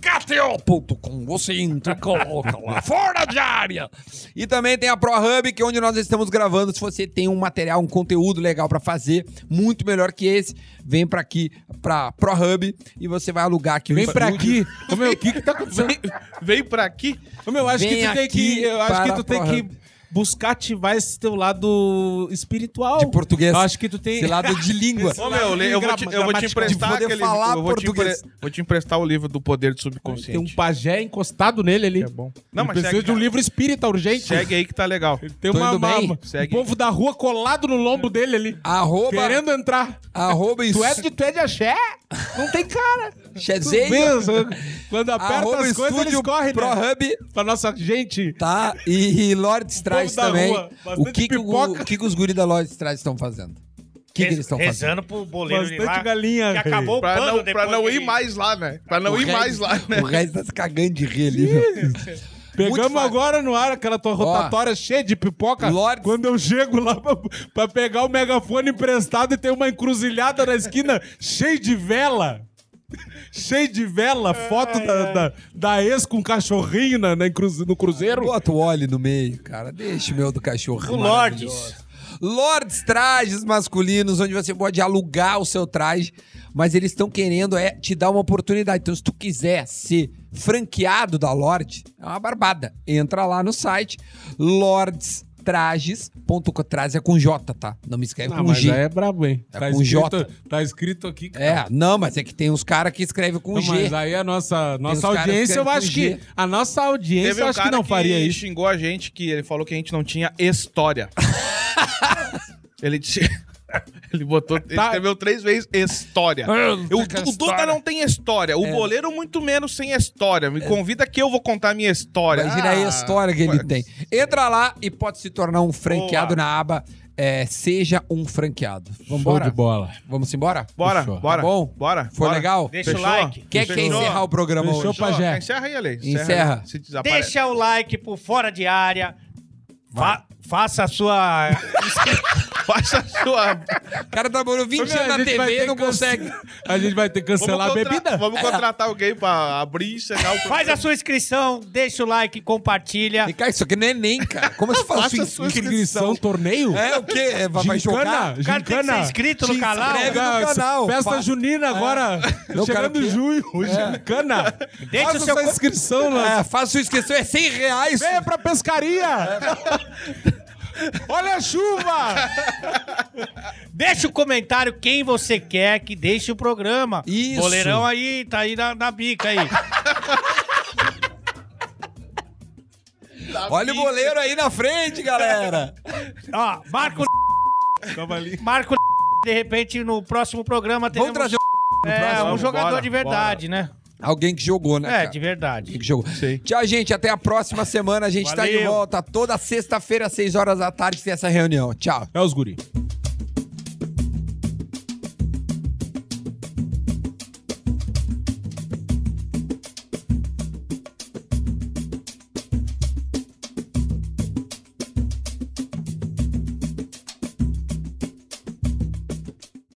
Speaker 4: KTO.com. Você entra e coloca lá. Fora de área! E também tem a ProHub, que é onde nós estamos gravando. Se você tem um material, um conteúdo legal pra fazer, muito melhor que esse, vem pra aqui, pra ProHub, e você vai alugar aqui. o
Speaker 1: Vem pra
Speaker 4: estúdio.
Speaker 1: aqui. Ô, meu, o que que tá acontecendo?
Speaker 3: Vem pra aqui.
Speaker 1: Ô, meu, acho
Speaker 4: Vem
Speaker 1: que tu tem
Speaker 4: aqui
Speaker 1: que. Eu acho
Speaker 4: para
Speaker 1: que tu tem
Speaker 4: a
Speaker 1: que buscar ativar esse teu lado espiritual.
Speaker 4: De português.
Speaker 1: Eu acho que tu tem.
Speaker 4: Esse lado de língua.
Speaker 3: Ô, meu, eu, le- eu vou te, eu vou te emprestar
Speaker 4: De poder
Speaker 3: aquele
Speaker 4: falar
Speaker 3: eu vou te, empre-
Speaker 4: português.
Speaker 3: vou te emprestar o livro do Poder do Subconsciente.
Speaker 1: Tem um pajé encostado nele ali.
Speaker 3: É bom. Não,
Speaker 1: Ele
Speaker 3: mas
Speaker 1: precisa
Speaker 3: segue,
Speaker 1: de um
Speaker 3: cara.
Speaker 1: livro espírita urgente.
Speaker 3: Segue aí que tá legal.
Speaker 1: Tem
Speaker 4: Tô
Speaker 1: uma,
Speaker 4: indo
Speaker 1: uma,
Speaker 4: bem?
Speaker 1: um
Speaker 3: Segue.
Speaker 1: povo da rua colado no lombo dele ali.
Speaker 4: Arroba.
Speaker 1: Querendo entrar.
Speaker 4: Arroba
Speaker 1: Tu é de tu é de axé? Não tem cara. Tu
Speaker 4: Chezeio.
Speaker 1: vê, só- Quando aperta
Speaker 4: Arroba
Speaker 1: as coisas, eles
Speaker 4: estúdio
Speaker 1: correm, né?
Speaker 4: ProHub.
Speaker 1: Pra nossa gente.
Speaker 4: Tá, e, e Lords traz
Speaker 1: da
Speaker 4: também.
Speaker 1: rua,
Speaker 4: o
Speaker 1: bastante
Speaker 4: que, que, o,
Speaker 1: pipoca.
Speaker 4: o que, que os guri da Lords traz estão fazendo? O que, que eles estão fazendo?
Speaker 2: Rezando pro boleiro de
Speaker 1: Bastante
Speaker 2: lá,
Speaker 1: galinha,
Speaker 2: Que
Speaker 1: velho.
Speaker 2: acabou o
Speaker 3: Pra
Speaker 2: pano
Speaker 3: não, pra
Speaker 2: depois
Speaker 3: não
Speaker 2: que-
Speaker 3: ir mais lá, né? Pra não
Speaker 4: O
Speaker 3: ir
Speaker 4: Regis-
Speaker 3: mais lá, né?
Speaker 4: O Regis tá se cagando de rir ali, meu. Muito
Speaker 1: Pegamos
Speaker 4: fácil.
Speaker 1: agora no ar aquela tua rotatória cheia de pipoca.
Speaker 4: Lords.
Speaker 1: Quando eu chego lá pra, pra pegar o megafone emprestado e tem uma encruzilhada na esquina cheia de vela. cheia de vela, foto da, da, da ex com um cachorrinho na, na encruz- no cruzeiro.
Speaker 4: Bota o óleo no meio, cara. Deixa o meu do cachorro.
Speaker 2: O
Speaker 4: maravilhoso.
Speaker 2: Lordes.
Speaker 4: Lords Trajes Masculinos, onde você pode alugar o seu traje, mas eles estão querendo é te dar uma oportunidade. Então, se tu quiser ser franqueado da Lorde, é uma barbada. Entra lá no site lordstrajes.com. Trajes é com J, tá? Não me escreve
Speaker 1: Ah,
Speaker 4: com
Speaker 1: mas
Speaker 4: G.
Speaker 1: aí é brabo, hein?
Speaker 4: É com J.
Speaker 1: tá escrito aqui. cara.
Speaker 4: É, não, mas é que tem uns caras que escrevem com
Speaker 1: Não,
Speaker 4: G.
Speaker 1: mas aí a nossa, nossa
Speaker 4: caras que
Speaker 1: audiência, eu
Speaker 4: escrevem
Speaker 1: acho
Speaker 4: com
Speaker 1: que.
Speaker 4: G.
Speaker 1: A nossa audiência, eu acho um que não faria isso.
Speaker 3: um xingou a gente que ele falou que a gente não tinha história. ele disse... Ele botou, ele
Speaker 1: Tá.
Speaker 3: escreveu três vezes história. Eu-
Speaker 4: é
Speaker 3: o Duda não tem história, o boleiro muito menos sem história. Me convida que eu vou contar minha história.
Speaker 4: É. Imagina aí a
Speaker 3: Ah,
Speaker 4: história que ele
Speaker 3: mas-
Speaker 4: tem. Entra lá e pode se tornar um franqueado
Speaker 3: Boa.
Speaker 4: na aba é, Seja um Franqueado.
Speaker 1: Show de
Speaker 4: Vambora?
Speaker 1: bola.
Speaker 4: Vamos embora?
Speaker 3: Bora,
Speaker 4: Fechou.
Speaker 3: bora.
Speaker 4: Tá bom?
Speaker 3: Bora.
Speaker 4: Foi
Speaker 3: bora.
Speaker 4: legal?
Speaker 2: Deixa
Speaker 3: Fechou?
Speaker 2: o like.
Speaker 4: Quer quer
Speaker 3: Fechou?
Speaker 4: encerrar o programa
Speaker 1: Fechou,
Speaker 4: hoje?
Speaker 1: pai. Pajé.
Speaker 3: Encerra aí, Ale.
Speaker 4: Encerra.
Speaker 3: aí. Se desaparece.
Speaker 2: Deixa o like pro Fora de Área. Fa- faça a sua...
Speaker 3: Baixa a sua.
Speaker 4: O cara trabalhou 20
Speaker 1: Meu, a
Speaker 4: anos na
Speaker 1: gente vai
Speaker 4: TV e
Speaker 1: ter
Speaker 4: não
Speaker 1: que
Speaker 4: consegue.
Speaker 1: A gente vai ter que cancelar a
Speaker 3: contra-
Speaker 1: bebida.
Speaker 4: É.
Speaker 3: Vamos contratar alguém pra abrir e chegar o.
Speaker 2: Faz a sua inscrição, deixa o like, compartilha.
Speaker 4: Vem cá, isso aqui não é nem, cara. Como se faço
Speaker 3: Faça a
Speaker 4: isso?
Speaker 3: sua
Speaker 1: Inscrição, torneio?
Speaker 4: É o quê? É, vai vai jogar?
Speaker 2: O cara tem que ser inscrito no
Speaker 4: Se
Speaker 2: canal.
Speaker 4: inscreve.
Speaker 1: Cara,
Speaker 4: no canal,
Speaker 1: Ah, Festa
Speaker 4: pá.
Speaker 1: junina agora.
Speaker 4: Não, cara,
Speaker 1: chegando
Speaker 4: que-
Speaker 1: em junho. Gincana.
Speaker 2: Deixa o
Speaker 1: é Faça
Speaker 2: seu...
Speaker 1: sua inscrição.
Speaker 4: É,
Speaker 1: lá.
Speaker 4: faço inscrição, é 100 reais.
Speaker 1: Venha pra pescaria. Olha a chuva!
Speaker 2: Deixa o comentário quem você quer que deixe o programa.
Speaker 4: Isso.
Speaker 2: Boleirão aí, tá aí na, na bica aí.
Speaker 4: Olha o goleiro aí na frente, galera.
Speaker 2: Ó, Marco,
Speaker 1: Tava ali.
Speaker 2: Marco, de repente, no próximo programa
Speaker 4: Vamos
Speaker 2: teremos
Speaker 4: trazer o
Speaker 2: é, um
Speaker 3: Vamos,
Speaker 2: jogador
Speaker 3: bora,
Speaker 2: de verdade, né?
Speaker 4: alguém que jogou, né?
Speaker 2: É,
Speaker 4: cara?
Speaker 2: de verdade.
Speaker 4: Que jogou. Tchau, gente. Até a próxima semana. A gente tá de
Speaker 2: Valeu.
Speaker 4: volta toda sexta-feira, às 6 horas da tarde, tem essa reunião. Tchau.
Speaker 1: É os guri.